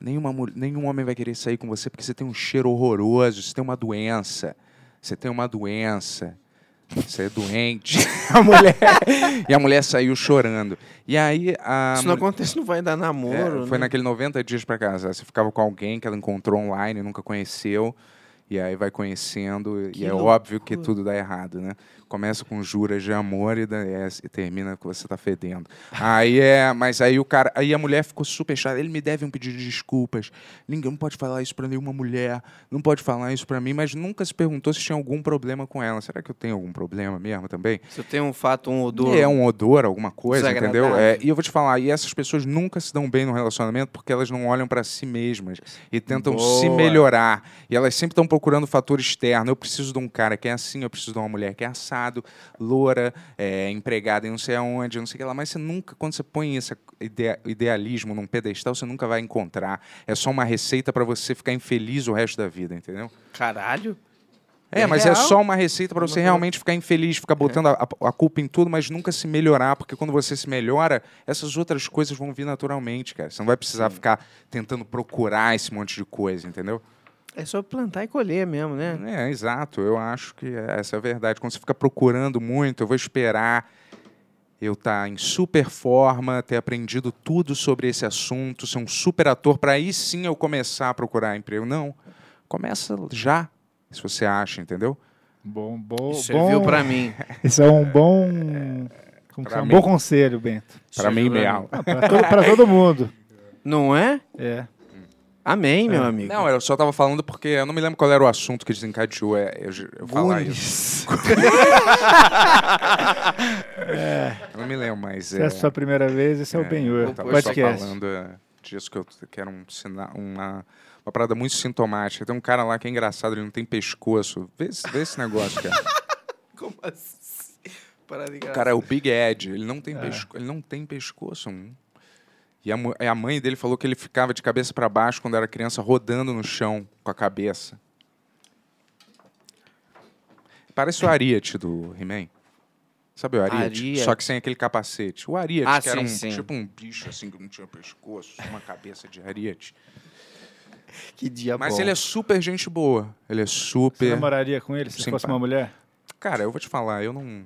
nenhuma mu- nenhum homem vai querer sair com você porque você tem um cheiro horroroso, você tem uma doença. Você tem uma doença. Você é doente. *laughs* a mulher e a mulher saiu chorando. E aí a Isso não mul- acontece, não vai dar é, namoro. foi né? naquele 90 dias pra casar. Você ficava com alguém que ela encontrou online, nunca conheceu. E aí vai conhecendo, Que e é loucura. óbvio que tudo dá errado, né? Começa com juras de amor e, da- é, e termina que você tá fedendo. Aí é, mas aí o cara, aí a mulher ficou super chata. Ele me deve um pedido de desculpas. Ninguém não pode falar isso pra nenhuma mulher, não pode falar isso pra mim, mas nunca se perguntou se tinha algum problema com ela. Será que eu tenho algum problema mesmo também? Se eu tenho um fato, um odor. É um odor, alguma coisa, Desagradável. entendeu? É, e eu vou te falar, e essas pessoas nunca se dão bem no relacionamento porque elas não olham pra si mesmas e tentam se Boa. melhorar. E elas sempre estão procurando fator externo. Eu preciso de um cara que é assim, eu preciso de uma mulher que é assado, loura, é, empregada em não sei aonde, não sei o que lá. Mas você nunca, quando você põe esse ide- idealismo num pedestal, você nunca vai encontrar. É só uma receita pra você ficar infeliz o resto da vida, entendeu? Caralho. É, mas é só uma receita pra você realmente ficar infeliz, ficar botando a, a culpa em tudo, mas nunca se melhorar, porque quando você se melhora, essas outras coisas vão vir naturalmente, cara. Você não vai precisar ficar tentando procurar esse monte de coisa, entendeu? É só plantar e colher mesmo, né? É, exato. Eu acho que é- essa é a verdade. Quando você fica procurando muito, eu vou esperar eu estar em super forma, ter aprendido tudo sobre esse assunto, ser um super ator, para aí sim eu começar a procurar emprego. Não. Começa já, se você acha, entendeu? Bom, bom, é Isso bom. Serviu pra mim. Isso é um bom. Como que Pra chama? Um mim. bom conselho, Bento. Para mim, Serviu pra ideal. *laughs* Ah, pra, todo, pra todo mundo. Não é? É. Amém, meu amigo. É. Não, eu só tava falando porque eu não me lembro qual era o assunto que desencadeou é, eu, eu falar *laughs* isso. Goonies. Eu não me lembro, mas Se é é, a sua primeira vez, esse é, o eu Benhur tava Podcast. só falando é, disso que eu que era um sina- uma, uma parada muito sintomática. Tem um cara lá que é engraçado, ele não tem pescoço. Vê, esse- vê esse negócio, cara. Como assim? Parada O engraçada. cara é o Big Ed, ele não tem, É. pesco- ele não tem pescoço. hum. E a, mu- e a mãe dele falou que ele ficava de cabeça pra baixo quando era criança, rodando no chão com a cabeça. Parece o Ariete do He-Man. Sabe o Ariete? Ariete. Só que sem aquele capacete. O Ariete, Ah, que era sim, um, sim. tipo um bicho assim que não tinha pescoço, uma cabeça de Ariete. Que dia Mas bom. ele é super gente boa. Ele é Você super. namoraria com ele se Sim, fosse pá. uma mulher? Cara, eu vou te falar, eu não.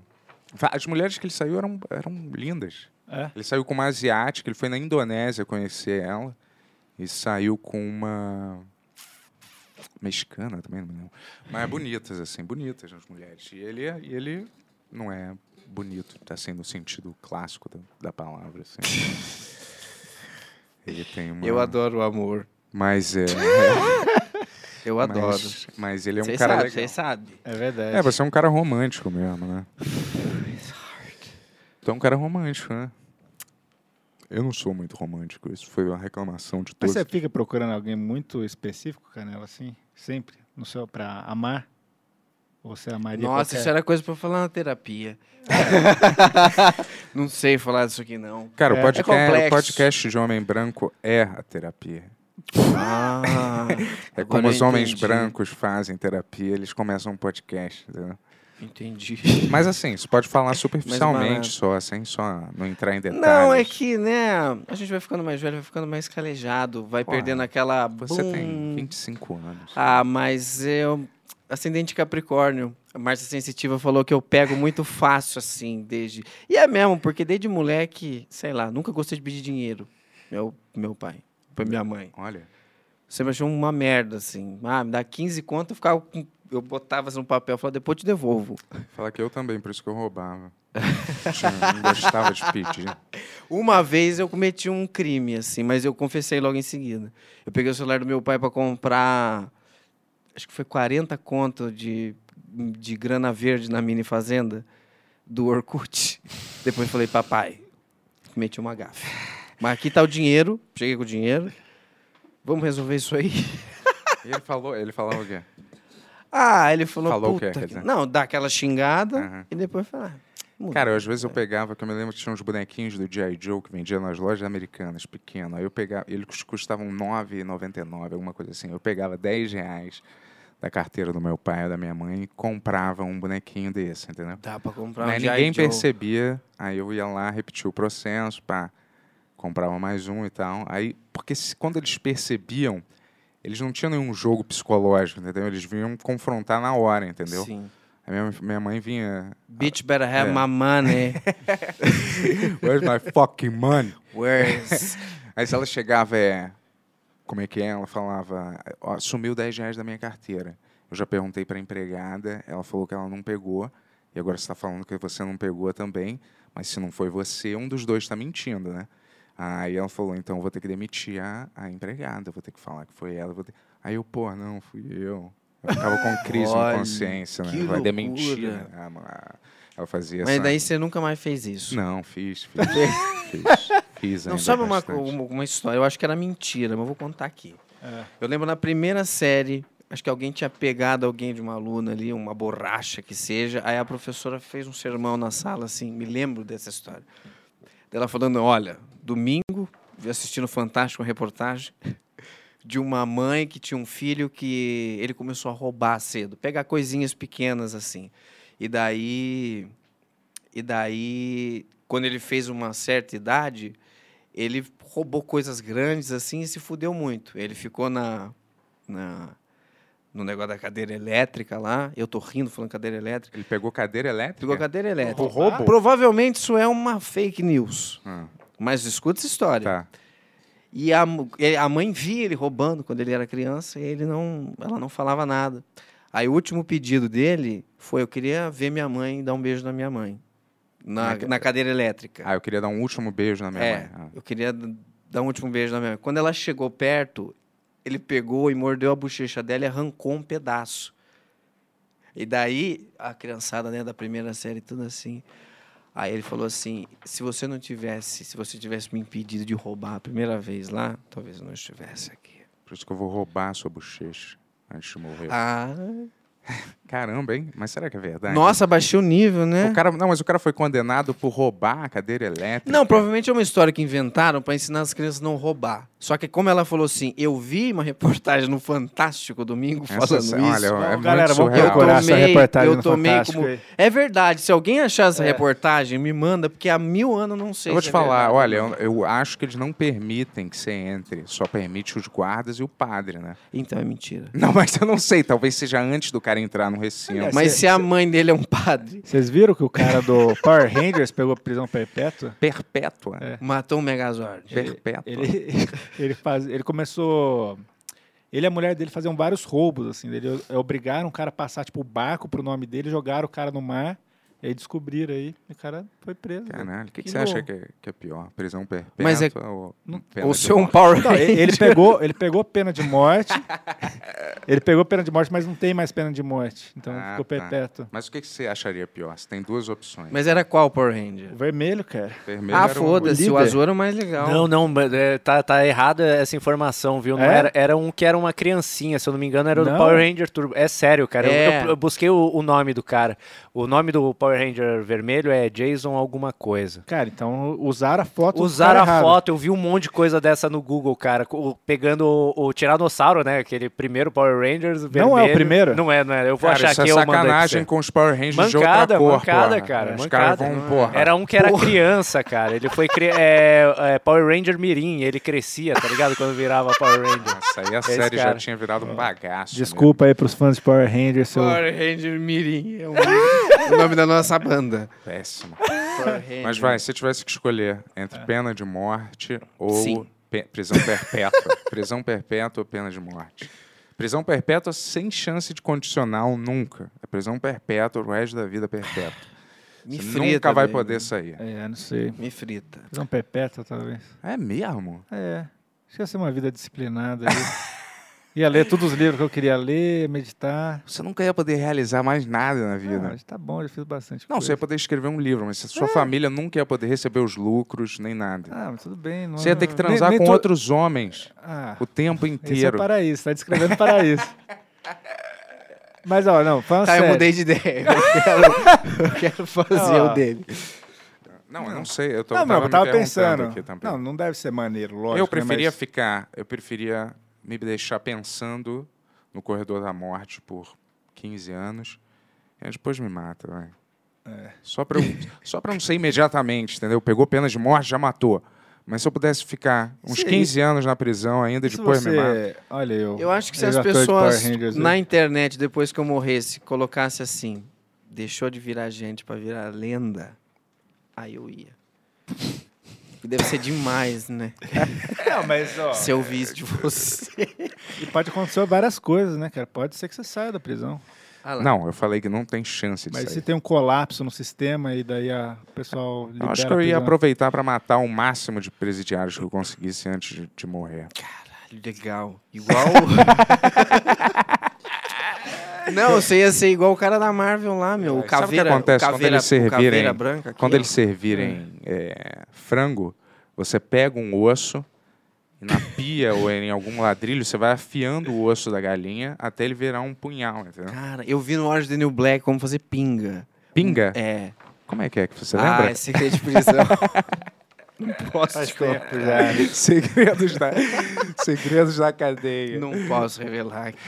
As mulheres que ele saiu eram, eram lindas. É? Ele saiu com uma asiática, ele foi na Indonésia conhecer ela. E saiu com uma. Mexicana também, não lembro. Mas bonitas, assim, bonitas as mulheres. E ele, é, e ele não é bonito, tá assim, no sentido clássico da, da palavra, assim. ele tem uma. Eu adoro o amor. *laughs* Mas é. Eu mas- adoro. Mas, ele é um Vocês cara sabem, legal. vocês sabem. É verdade. É, você é um cara romântico *sighs* mesmo, né? Tu é um cara romântico, né? Eu não sou muito romântico. Isso foi uma reclamação de Mas todos. você é- fica procurando alguém muito específico, Canela, assim? Sempre? No seu, pra amar? Ou você amaria Nossa, é. qualquer... isso era coisa pra falar na terapia. É. *laughs* não sei falar disso aqui, não. Cara, o, podcast, é complexo. o podcast de homem branco é a terapia. *laughs* Ah, É agora como eu os homens entendi. brancos fazem terapia, eles começam um podcast. entendeu? Entendi. *laughs* Mas assim, você pode falar superficialmente barato. só, sem só não entrar em detalhes. É, Não, é que, né, a gente vai ficando mais velho, vai ficando mais calejado, vai Porra, perdendo aquela... Você bum. tem 25 anos. Ah, mas eu... ascendente Capricórnio. A Márcia Sensitiva falou que eu pego muito fácil, assim, desde. E é mesmo, porque desde moleque, sei lá, nunca gostei de pedir dinheiro. Meu, meu pai, pra minha mãe. Olha. Você me achou uma merda, assim. Ah, me dá 15 conto, eu ficava com- Eu botava assim, no papel, falava, depois eu te devolvo. Fala que eu também, por isso que eu roubava. *laughs* Eu não gostava de pedir. Uma vez eu cometi um crime, assim, mas eu confessei logo em seguida. Eu peguei o celular do meu pai para comprar, acho que foi 40 conto de, de grana verde na mini fazenda do Orkut. *laughs* Depois falei, papai, cometi uma gafe. Mas aqui tá o dinheiro, cheguei com o dinheiro, vamos resolver isso aí. E ele falou, ele falava o quê? Ah, ele falou, Falou o puta, quê, quer que- dizer? não, dá aquela xingada Aham. e depois falar. Ah, Cara, às vezes eu pegava, que eu me lembro que tinha uns bonequinhos do G.I. Joe que vendia nas lojas americanas, pequeno. Aí eu pegava, eles cus- custavam R$ 9,99, alguma coisa assim. Eu pegava 10 reais da carteira do meu pai ou da minha mãe e comprava um bonequinho desse, entendeu? dá pra comprar um Né, G.I. Ninguém Joe. percebia. Aí eu ia lá, repetia o processo, pá, comprava mais um e tal. Aí, porque se- quando eles percebiam, eles não tinham nenhum jogo psicológico, entendeu? Eles vinham confrontar na hora, entendeu? Sim. Aí minha, minha mãe vinha. Bitch better É. have my *laughs* money. Where's my fucking money? Where's... Aí se ela chegava, é. Como é que é? Ela falava, ó, sumiu 10 reais da minha carteira. Eu já perguntei para empregada, ela falou que ela não pegou. E agora você está falando que você não pegou também. Mas se não foi você, um dos dois está mentindo, né? Aí ela falou, então eu vou ter que demitir a, a empregada, vou ter que falar que foi ela. Vou ter... Aí eu, pô, não, fui eu. Eu ficava com crise Olha, de consciência, né? que Vai loucura. demitir. né? Ah, mano, ah, Ela fazia Mas essa... daí você nunca mais fez isso. Não, *laughs* fiz, fiz. fiz, fiz Não, ainda sabe uma, co- bastante. É. uma, uma história? Eu acho que era mentira, mas eu vou contar aqui. Eu lembro na primeira série, acho que alguém tinha pegado alguém de uma aluna ali, uma borracha que seja, aí a professora fez um sermão na sala, assim, me lembro dessa história. Ela falando, olha, domingo, vi assistindo Fantástico, uma reportagem, de uma mãe que tinha um filho que ele começou a roubar cedo, pegar coisinhas pequenas, assim. E daí... E daí, quando ele fez uma certa idade, ele roubou coisas grandes assim e se fudeu muito. Ele ficou na, na no negócio da cadeira elétrica lá. Eu tô rindo falando cadeira elétrica. Ele pegou cadeira elétrica? Pegou a cadeira elétrica. O roubo? Provavelmente isso é uma fake news. Ah, Mas escuta essa história. tá. E a, mu- ele- a mãe via ele roubando quando ele era criança e ele não, ela não falava nada. Aí o último pedido dele foi: eu queria ver minha mãe e dar um beijo na minha mãe. Na, Na ca- na cadeira elétrica. Ah, eu queria dar um último beijo na minha é, mãe. ah. eu queria d- dar um último beijo na minha mãe. Quando ela chegou perto, ele pegou e mordeu a bochecha dela e arrancou um pedaço. E daí, a criançada né, da primeira série, tudo assim. Aí ele falou assim: se você não tivesse, se você tivesse me impedido de roubar a primeira vez lá, talvez eu não estivesse aqui. Ah, por isso que eu vou roubar a sua bochecha antes de morrer. Ah, Caramba, hein? Mas será que é verdade? nossa, baixei o nível, né? O cara, não, mas o cara foi condenado por roubar a cadeira elétrica. Não, provavelmente é uma história que inventaram para ensinar as crianças a não roubar. Só que como ela falou assim, eu vi uma reportagem no Fantástico domingo Essa falando se- isso. Olha, é Bom, galera, vamos muito surreal. procurar essa tomei- reportagem eu no tomei Fantástico como- aí. É verdade, se alguém achar essa reportagem, me manda, porque há mil anos eu não sei. Eu vou se te é falar, verdade. olha, eu, eu acho que eles não permitem que você entre. Só permite os guardas e o padre, né? Então é mentira. Não, mas eu não sei. Talvez seja antes do cara entrar no recinto. Aliás, Mas cê- se a mãe dele é um padre, Vocês viram que o cara do Power Rangers pegou prisão perpétua? Perpétua. É. matou um Megazord. Perpétua. Ele, *laughs* *laughs* ele, faz, ele começou. Ele e a mulher dele faziam vários roubos, assim. Ele, é, obrigaram o cara a passar, tipo, o barco pro nome dele, jogaram o cara no mar, e aí descobriram aí, e o cara foi preso. Caralho, o que, que Que você acha louco. que é, que é pior? Prisão perpétua Mas é- ou pena Ou de ser um morte? Power Não, ele, Ranger. ele pegou, ele pegou pena de *laughs* morte. ele pegou pena de morte, mas não tem mais pena de morte. Então Ah, ficou tá. perpétuo. Mas o que, que você acharia pior? Você tem duas opções. é- Mas era qual o Power Ranger? O vermelho, cara. Vermelho Ah, era um o- foda-se, líder. o azul era o mais legal. Não, não, mas, é, tá, tá errada essa informação, viu? Não É? era, era um que era uma criancinha, se eu não me engano, era do Não. Power Ranger Turbo. É sério, cara. eu- É. Eu, eu busquei o, o nome do cara. O nome do Power Power Ranger vermelho é Jason alguma coisa. Cara, então usar a foto. do Usar cara a errado. foto, eu vi um monte de coisa dessa no Google, cara. co- Pegando o, o Tiranossauro, né? Aquele primeiro Power Rangers vermelho. Não é o primeiro? Não é, não é. Eu vou Cara, achar isso é que eu mando aqui pra sacanagem você. com os Power Rangers de outra Mancada, cor, mancada, porra. cara. Os mancada. caras vão, porra. Era um que era criança, cara. Ele foi cri- é, é, Power Ranger Mirim, ele crescia, tá ligado? Quando virava Power Ranger. Nossa, aí a Esse série já cara. tinha virado um bagaço. Desculpa aí pros fãs de Power Rangers. Seu... Power Ranger Mirim é o nome- o nome da nossa banda. meu. né? Péssimo. Mas vai, se tivesse que escolher É. entre pena de morte ou Sim. pe- prisão *laughs* perpétua. prisão perpétua ou pena de morte. Prisão perpétua sem chance de condicional nunca. É prisão perpétua, o resto da vida perpétua. Me Você frita, nunca vai velho. poder sair. É, não sei. Me frita. Prisão perpétua, talvez. É mesmo? É. Acho que ia ser uma vida disciplinada. ali. ia ler todos os livros que eu queria ler, meditar. Você nunca ia poder realizar mais nada na vida. Ah, tá bom, já fiz bastante né? Não, você coisa. ia poder escrever um livro, mas sua família nunca ia poder receber os lucros, nem nada. É. Ah, mas tudo bem. Não... Você ia ter que transar Nem- nem tu- com outros homens Ah, o tempo esse é o inteiro. paraíso. Tá descrevendo o *laughs* paraíso. Mas, ó, não, falando Tá, sério. eu mudei de ideia. Eu quero, eu quero fazer Ó. o dele. Não, eu não sei. Eu tô, Não, tava não, eu me tava perguntando pensando. aqui também. Não, não deve ser maneiro, lógico. eu né, preferia mas- ficar, eu preferia me deixar pensando no corredor da morte por 15 anos. E aí depois me mata, vai. É. Só *laughs* pra, eu, só pra não ser imediatamente, entendeu? Pegou pena de morte, já matou. Mas se eu pudesse ficar uns Sim. 15 anos na prisão ainda, Se depois me mata. você... Olha, eu. Eu acho que se eu as ator de pessoas Power Rangers, na né? eu- internet, depois que eu morresse, colocasse assim, deixou de virar gente pra virar lenda, aí eu ia. Que Deve ser demais, né? Não, mas, ó. Se eu visse de *laughs* você. E pode acontecer várias coisas, né, cara? Pode ser que você saia da prisão. Ah lá. Não, eu falei que não tem chance de é- Mas sair. se tem um colapso no sistema e daí a o pessoal Eu libera né? acho que a eu ia prisão. aproveitar para matar o máximo de presidiários que eu conseguisse antes de, de morrer. Caralho, "Ah, legal. Igual. *laughs* Não, você ia ser igual o cara da Marvel lá, meu. O Sabe o que caveira, acontece o quando caveira, eles servirem- o caveira branca. aqui, Hum. Quando ó. eles servirem é, frango, você pega um osso e na pia ou em algum ladrilho, você vai afiando o osso da galinha até ele virar um punhal, entendeu? Cara, eu vi no Orange the New Black como fazer pinga. Pinga? É. Como é que é que você Ah, lembra? é segredo de *laughs* prisão. Não posso te contar. Segredos da *laughs* Segredos da cadeia. Não posso revelar aqui.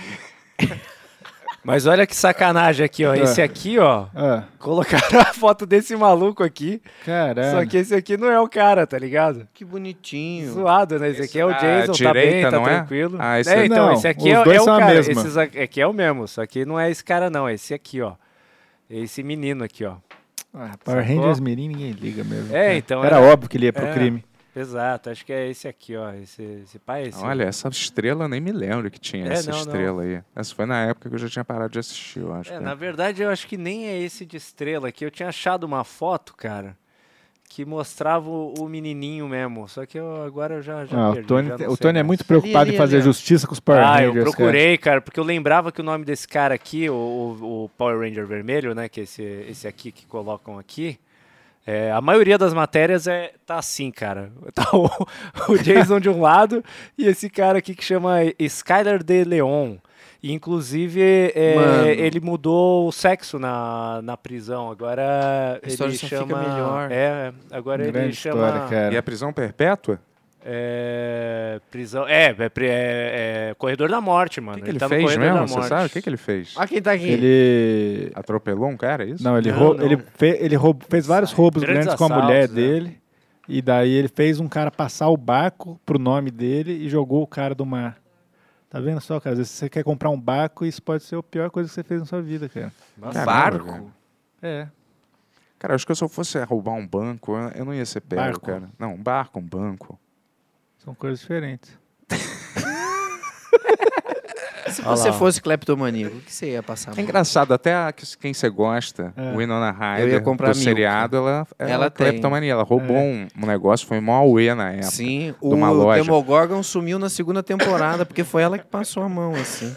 Mas olha que sacanagem aqui, É. ó. Esse aqui, ó. Ah, Colocaram a foto desse maluco aqui. caralho. Só que esse aqui não é o cara, tá ligado? Que bonitinho. Zoado, né? Esse aqui é o da Jason, tá bem, Ah, direita, tá não é? tranquilo. Ah, esse é, é- então, Não, esse aqui os é, dois é o são a cara. mesma. Esses a- aqui é o mesmo, só que não é esse cara, não. é Esse aqui, ó. Esse menino aqui, ó. Ah, Power Sacou? Rangers Mirim ninguém liga mesmo. É, então, Era era- óbvio que ele ia pro é. crime. Exato, acho que é esse aqui, ó. Esse, esse pai é esse. Olha, essa estrela eu nem me lembro que tinha É, essa não, não. estrela aí. Essa foi na época que eu já tinha parado de assistir, eu acho. É, né? na verdade, eu acho que nem é esse de estrela aqui. Eu tinha achado uma foto, cara, que mostrava o, o menininho mesmo. Só que eu, agora eu já, já Ah, o perdi, Tony, já não o sei Tony é mais. muito preocupado Ali, ali, em fazer ali, ó. é- justiça com os Power Ah, Rangers. eu cara. procurei, cara. porque eu lembrava que o nome desse cara aqui, o, o- o Power Ranger vermelho, né, que é esse, esse aqui que colocam aqui, é, a maioria das matérias é tá assim, cara. *laughs* Tá o, o Jason *laughs* de um lado e esse cara aqui que chama Skyler de Leon. E, inclusive, é, Mano. ele mudou o sexo na, na prisão. Agora história ele só chama. fica melhor. É, agora ele Grande chama. história, cara. E a prisão perpétua? É. Prisão. É, é, pri- é, é Corredor da Morte, O mano. que, que ele, tá no fez Corredor da mesmo? Você Morte. sabe o que, que ele fez? Olha quem tá é aqui. Ele. Atropelou um cara, é isso? Não, ele, Não, rou- não. ele, fe- ele roubou- fez vários roubos Grandes grandes com a assaltos, mulher né? dele. E daí ele fez um cara passar o barco pro nome dele e jogou o cara do mar. Tá vendo só, cara? Às vezes você quer comprar um barco, isso pode ser a pior coisa que você fez na sua vida, cara. Um Caramba, barco? velho. É. Cara, acho que se eu fosse roubar um banco, eu- eu não ia ser pego, Barco. cara. Não, um barco, um banco. São coisas diferentes. Se Olha você lá, ó. fosse cleptomaníaco, o que você ia passar? É mano? engraçado, até a que- quem você gosta, É. o Winona Eu Ryder, ia comprar É. do Milka. seriado, ela, ela, Ela é tem. cleptomania. Ela roubou um, um negócio, foi mó auê na época. Sim, uma o loja. Demogorgon sumiu na segunda temporada, porque foi ela que passou a mão, *laughs* assim.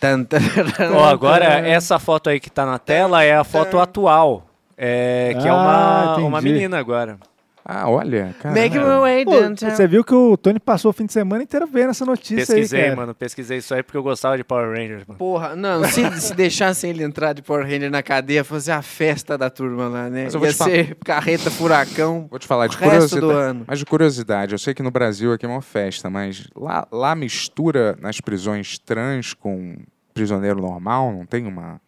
Tan, tan, tan, Ó, agora, tan. essa foto aí que tá na tela é a foto atual. É, que é Ah, uma, entendi. uma menina agora. Ah, olha, cara. Make my way Pô, downtown. você viu que o Tony passou o fim de semana inteiro vendo essa notícia Pesquisei, aí, cara. mano. Pesquisei isso aí porque eu gostava de Power Rangers, mano. Porra, não, se, se deixassem ele entrar de Power Ranger na cadeia, fazer a festa da turma lá, né? Mas eu vou Ia te falar- ser carreta furacão. Vou te falar de O resto do curiosidade. ano. Mas de curiosidade, eu sei que no Brasil aqui é uma festa, mas lá, lá mistura nas prisões trans com prisioneiro normal, não tem uma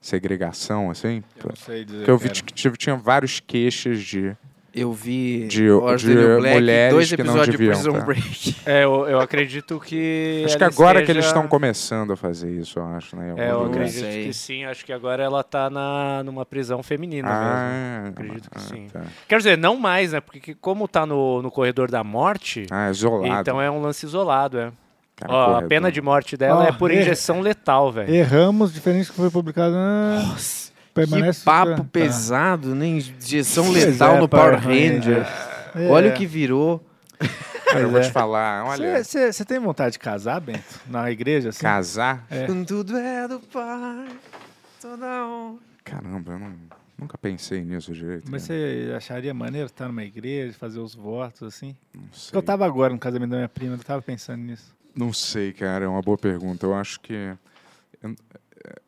segregação assim? sei dizer, Porque eu vi que tive- tinha vários queixas de. Eu vi De- Orange is the de New Black, mulheres dois que não episódios de deviam, Prison tá? Break. É, eu, eu acredito que. Acho que ela agora que esteja- eles estão começando a fazer isso, eu acho, né? É, eu Não Algum lugar. acredito sei. que sim. Acho que agora ela tá na, numa prisão feminina mesmo. Ah, Acredito que ah, sim. tá. Quer dizer, não mais, né? Porque que- como tá no, no corredor da morte, Ah, isolado. então é um lance isolado, é. Cara, Ó, a corredor. pena de morte dela Ó, é por é. injeção letal, é. velho. Erramos, diferente do que foi publicado. Ah, Oh, Nossa, permanece. que papo Tá. pesado, né? Injeção Pois letal é, no Power Power Ranger. Ranger. Olha o que virou. Cara, eu vou É. Pois é. te falar, é olha, assim. Você tem vontade de casar, Bento? Na igreja, assim? casar. Tudo é do pai, toda honra. Caramba, eu não- nunca pensei nisso direito. Mas Mas você acharia maneiro estar numa igreja, fazer os votos, assim? não, sei. Eu tava agora no casamento da minha prima, eu tava pensando nisso. não sei, cara, é uma boa pergunta. Eu acho que. Eu,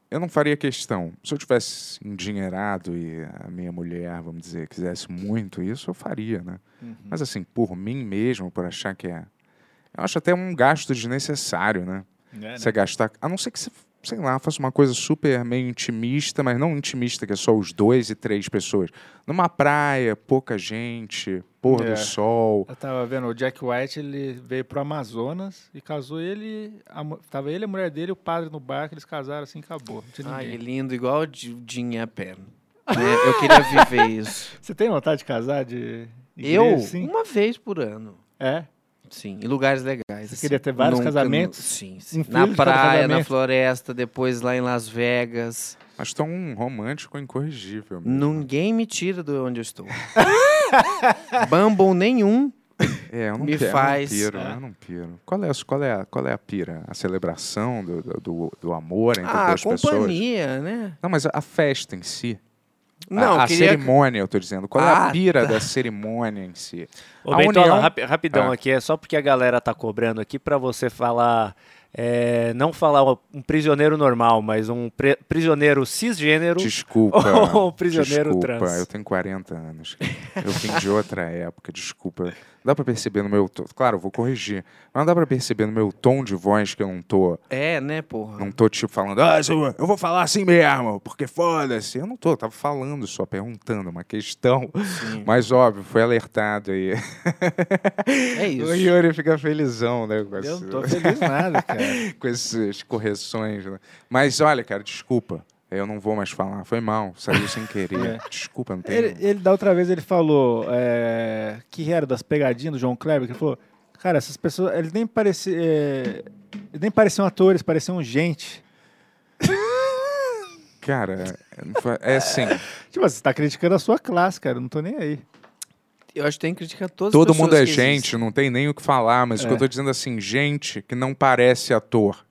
eu não faria questão. Se eu tivesse endinheirado e a minha mulher, vamos dizer, quisesse muito isso, eu faria, né? Uhum. Mas assim, por mim mesmo, por achar que é. Eu acho até um gasto desnecessário, né? É, Você gastar. A não ser que você, sei lá, faça uma coisa super meio intimista, mas não intimista, que é só os dois e três pessoas. Numa praia, pouca gente, pôr É. do sol. Eu tava vendo, o Jack White, ele veio pro Amazonas e casou ele, a mu- tava ele, a mulher dele, o padre no barco, eles casaram assim, acabou. Não tinha Ai, ninguém. lindo, igual o Di- Dinha a perna. Né? Eu queria *laughs* viver isso. Você tem vontade de casar de igreja, Eu, Hum. Sim? uma vez por ano. É? Sim, em lugares legais. assim. queria ter vários casamentos? Sim, Um sim. filho Na de cada praia, na casamento? floresta, depois lá em Las Vegas. Mas tão um romântico incorrigível. mesmo. Ninguém me tira de onde *laughs* eu estou. Bumble nenhum. É, eu não, Me quero, faz, eu não piro, eu não piro. Qual é, a- qual, é, a- qual é a pira? A celebração do, do- do, do amor entre Ah, duas pessoas? companhia, né? Não, mas a- a festa em si. A- Não, a, eu queria... cerimônia, eu tô dizendo. Qual é a Ah, pira da cerimônia em si? Ô, A Bentola, união- rapi- rapidão Ah. aqui, é só porque a galera tá cobrando aqui pra você falar. é, não falar um prisioneiro normal, mas um pre- prisioneiro cisgênero. É, Desculpa. Ou prisioneiro desculpa, trans. Eu tenho 40 anos. Eu vim de outra época, desculpa. Dá pra perceber no meu tom. Claro, eu vou corrigir. Mas não dá pra perceber no meu tom de voz que eu não tô. É, né, porra? Não tô tipo falando, ah, eu eu vou falar assim mesmo, porque foda-se. Eu não tô, eu tava falando só, perguntando uma questão. Sim. Mas óbvio, foi alertado aí. É isso. O Yuri fica felizão, né? Com, Eu esse- não tô *laughs* feliz nada, cara. *laughs* com essas correções. né? Mas olha, cara, desculpa. Eu não vou mais falar. Foi mal, saiu sem querer. É. Desculpa, não tem. Ele, ele, da outra vez, ele falou é, que era das pegadinhas do João Kleber, que ele falou, cara, essas pessoas, eles nem pareciam, é, eles nem pareciam atores, pareciam gente. Cara, não foi- é assim. Tipo, você tá criticando a sua classe, cara, eu não tô nem aí. Eu acho que tem que criticar todas as Todo pessoas mundo é que gente, existem. não tem nem o que falar, mas o que eu tô dizendo é assim, gente que não parece ator.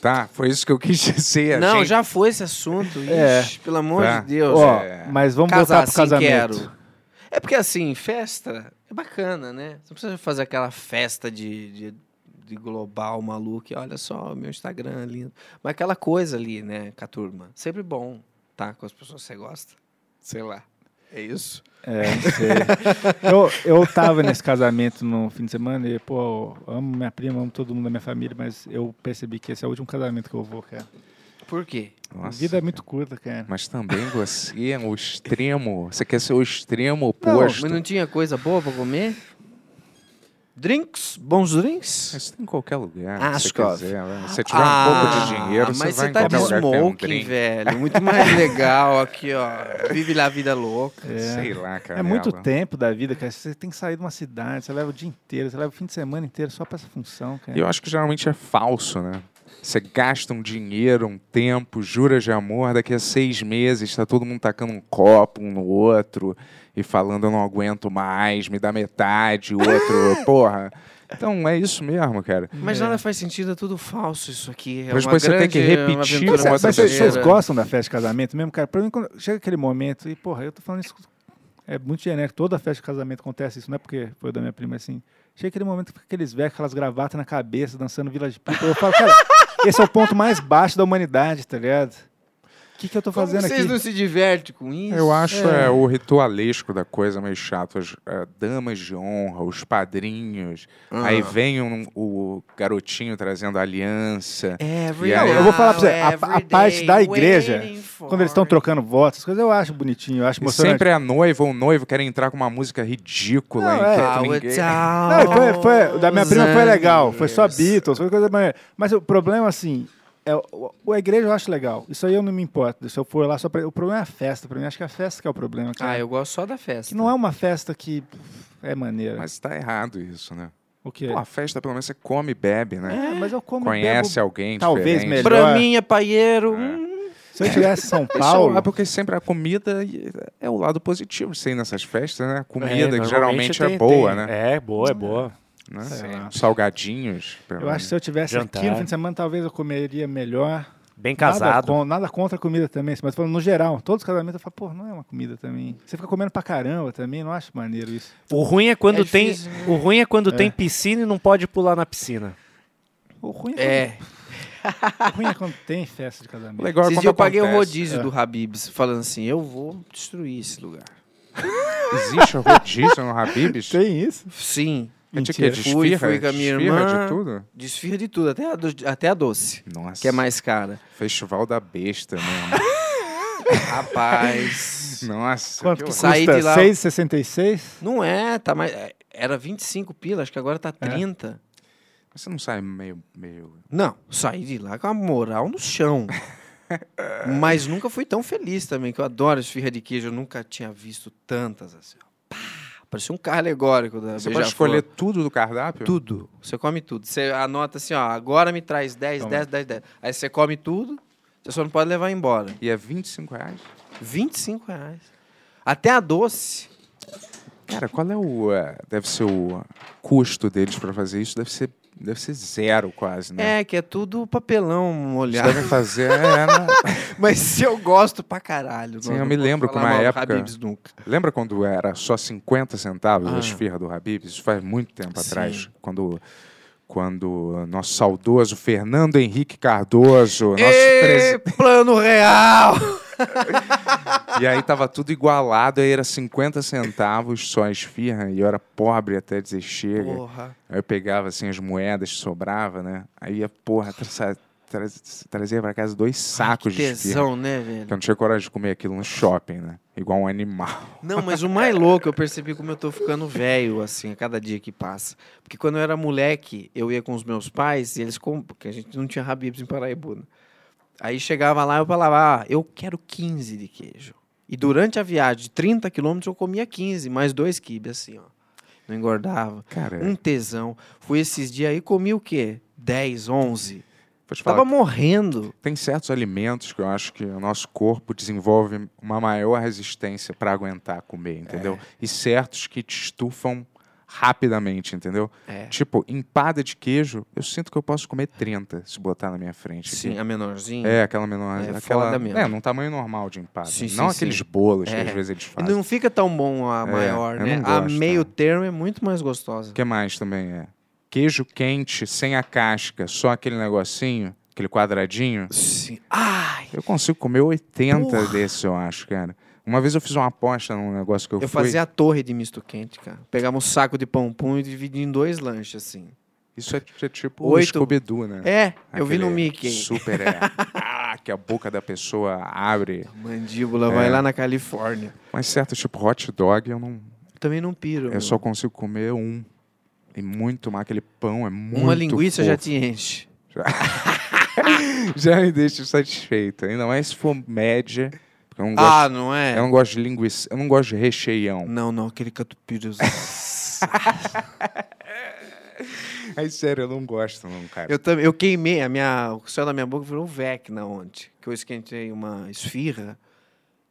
Tá? Foi isso que eu quis *laughs* dizer. Não, é gente. já foi esse assunto. É. Ixi, pelo amor Tá. de Deus. Ó, é. mas vamos Casar voltar pro assim casamento. quero. É porque assim, festa é bacana, né? Você não precisa fazer aquela festa de, de, de global maluco. e Olha só o meu Instagram é lindo. Mas aquela coisa ali, né, com a turma. Sempre bom tá com as pessoas que você gosta. Sei lá. É isso? É, não sei. eu, eu tava nesse casamento no fim de semana e, pô, eu amo minha prima, amo todo mundo da minha família, mas eu percebi que esse é o último casamento que eu vou, cara. Por quê? A Nossa, vida é muito curta, cara. Mas também você é o extremo. Você quer ser o extremo Não, oposto. Mas não tinha coisa boa pra comer? Drinks? Bons drinks? Isso tem tá em qualquer lugar. se você Ah, Ascov. Ah, quiser, né? Se você tiver um pouco de dinheiro, você mas vai em tá de qualquer lugar que tem um smoking, drink. velho. Muito *laughs* mais legal aqui, ó. Vive lá a vida louca. Sei lá, cara. É muito tempo da vida, cara. Você tem que sair de uma cidade, você leva o dia inteiro, você leva o fim de semana inteiro só pra essa função, cara. E eu acho que geralmente é falso, né? Você gasta um dinheiro, um tempo, juras de amor, daqui a seis meses tá todo mundo tacando um copo um no outro e falando eu não aguento mais, me dá metade, o outro, *laughs* porra. Então é isso mesmo, cara. Mas nada faz sentido, é tudo falso isso aqui. É Mas uma depois você tem que grande- uma repetir aventura com outra Mas vocês- passageira. vocês gostam da festa de casamento mesmo, cara? Pra mim, quando chega aquele momento, e porra, eu tô falando isso É muito genérico. Toda festa de casamento acontece isso, não é porque foi da minha prima assim. Chega aquele momento que fica aqueles velhos, com aquelas gravatas na cabeça, dançando Village People. Eu falo, cara, esse é o ponto mais baixo da humanidade, tá ligado? O que, que eu tô Como fazendo vocês aqui? não se divertem com isso? Eu acho é. o ritualesco da coisa meio chato. As é, damas de honra, os padrinhos. Aí Ah. vem um- o garotinho trazendo a aliança. Every E aí- Eu vou falar pra você, a, every a parte day da igreja, waiting for- quando eles estão trocando votos, essas coisas eu acho bonitinho, eu acho E emocionante. sempre a noiva ou o noivo querem entrar com uma música ridícula. Não, em é. que Our ninguém- Não, e foi, foi, o da minha prima foi thousand legal, foi só years. Beatles, foi coisa maneira. Mas o problema, assim, é, o, o- a igreja eu acho legal. Isso aí eu não me importo. Se eu for lá só pra. O problema é a festa, pra mim. Acho que a festa que é o problema. cara. Ah, eu gosto só da festa. Que não é uma festa que pff, é maneira. Mas tá errado isso, né? o É. quê? Pô, a festa pelo menos você come e bebe, né? É, mas eu como e Conhece bebo- alguém Talvez diferente. melhor. Braminha, paieiro. hum. Se eu tivesse em São Isso é Paulo. lá porque sempre a comida é o lado positivo de sair nessas festas, né? A comida que normalmente geralmente é tem- boa, tem- né? É, boa, é boa. Né? Sei lá. Salgadinhos. pelo Eu acho que menos. se eu tivesse aqui no Jantar. fim de semana, talvez eu comeria melhor. Bem Nada, casado. con- nada contra a comida também, mas falando no geral, todos os casamentos eu falo, pô, não é uma comida também. Você fica comendo pra caramba também, não acho maneiro isso. O ruim é quando É tem, difícil, o ruim é quando tem piscina e não pode pular na piscina. O ruim é, É. quando, o ruim é quando tem festa de casamento. O legal é Esses dias quando eu paguei um o acontece. rodízio do Habibs, falando assim, eu vou destruir esse lugar. Existe um rodízio no Habib's? Tem isso? Sim. É de Mentira. quê? Fui, Desfirra? fui com a minha Desfirra irmã. de tudo? Desfia de tudo, até a, do- até a doce, Nossa. que é mais cara. Festival da besta mesmo. Rapaz. Nossa. Quanto que que horror. Saí custa? de lá- 6,66? não é, tá mais... Era 25 pila, acho que agora tá 30. Você não sai meio... meio... Não, saí de lá com a moral no chão. Mas nunca fui tão feliz também, que eu adoro esfirra de queijo. Eu nunca tinha visto tantas assim. ó. Pá, parecia um carro alegórico da Você Beija-Flor. pode escolher tudo do cardápio? tudo. Você come tudo. Você anota assim, ó, agora me traz 10, Toma. 10, 10, 10. Aí você come tudo, você só não pode levar embora. E é 25 reais? 25 reais. Até a doce. Cara, qual é o... eh, deve ser o custo deles pra fazer isso? Deve ser, deve ser zero quase, né? É, que é tudo papelão Eles molhado. *laughs* devem fazer... é, na- Mas se eu gosto pra caralho. Sim, não- eu não me posso lembro que falar uma mal do época- Habib's nunca. *laughs* Lembra quando era só 50 centavos Ah. a esfirra do Habib? Isso faz muito tempo Sim. atrás. Quando, quando nosso saudoso Fernando Henrique Cardoso, nosso presi- plano real! E aí tava tudo igualado, aí era 50 centavos só a esfirra, e eu era pobre até dizer chega. Porra. Aí eu pegava assim as moedas que sobrava, né? Aí ia, porra, traça- tra- trazia pra casa dois sacos que de esfirra. tesão, né, velho? Que eu não tinha coragem de comer aquilo no shopping, né? Igual um animal. *laughs* Não, mas o mais louco, eu percebi como eu tô ficando velho, assim, a cada dia que passa. Porque quando eu era moleque, eu ia com os meus pais e eles com porque a gente não tinha Habibs em Paraibuna. Aí chegava lá e eu falava, ah, eu quero 15 de queijo. E durante a viagem de 30 quilômetros eu comia 15, mais dois quibes, assim, ó. Não engordava. Cara, Um tesão. Fui esses dias aí e comi o quê? 10, 11. vou te falar, Tava morrendo. Tem certos alimentos que eu acho que o nosso corpo desenvolve uma maior resistência para aguentar É. comer, entendeu? E certos que te estufam rapidamente, entendeu? É. Tipo, empada de queijo, eu sinto que eu posso comer 30 se botar na minha frente. aqui. Sim, a menorzinha. É, aquela menor. É, aquela, foda mesmo. É, num tamanho normal de empada. Sim, sim, não sim. aqueles bolos que É. às vezes eles E fazem. Não fica tão bom a É, maior, eu né? não a gosto, meio não. termo é muito mais gostosa. O que mais também é? Queijo quente, sem a casca, só aquele negocinho, aquele quadradinho. Sim. Ai! Eu consigo comer 80 Porra. desses, eu acho, cara. Uma vez eu fiz uma aposta num negócio que eu, Eu, fui. fazia a torre de misto quente, cara. Pegava um saco de pão pum e dividia em dois lanches, assim. Isso é, t- é tipo Oito. o Scooby-Doo, né? É, eu vi Aquele no Mickey. *laughs* Super é. ah, que a boca da pessoa abre. Mandíbula, É. vai lá na Califórnia. Mas certo, tipo hot dog, eu não. Eu também não piro. meu. Eu só consigo comer um. E muito mais. Aquele pão é muito. Uma linguiça já fofo. te enche. Já me deixa satisfeito. Ainda mais se for média. Porque eu não gosto. Ah, não é? Hum. Eu não gosto de linguiça. Eu não É. gosto de recheião. Não, não, aquele *laughs* catupiry. Mas sério, eu não gosto, não, cara. eu, também, eu queimei, a minha, o céu da minha boca virou na ontem. Que eu esquentei uma esfirra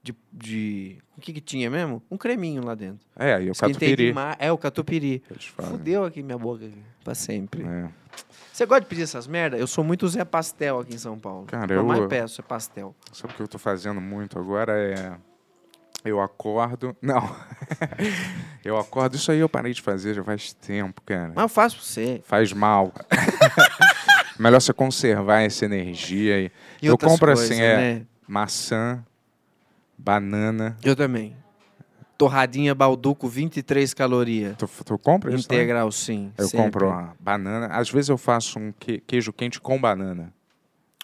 de. de o que que tinha mesmo? Um creminho lá dentro. É, e o Esquentei catupiry. demais. É, o catupiry. que eles fazem. Fudeu aqui minha boca aqui, pra sempre. É. Você gosta de pedir essas merda? Eu sou muito Zé Pastel aqui em São Paulo. Cara, O que eu eu- mais peço é pastel. Sabe o que eu tô fazendo muito agora? É. Eu acordo. *laughs* Não. Eu acordo, isso aí eu parei de fazer já faz tempo, cara. Mas eu faço pra você. Faz mal. *laughs* Melhor você conservar essa energia aí. E eu outras compro coisas, assim, é né? maçã, banana. Eu também. Torradinha Balduco, 23 calorias. Tu, tu compra isso? também? Integral, sim. Eu sempre. compro uma banana. Às vezes eu faço um que- queijo quente com banana.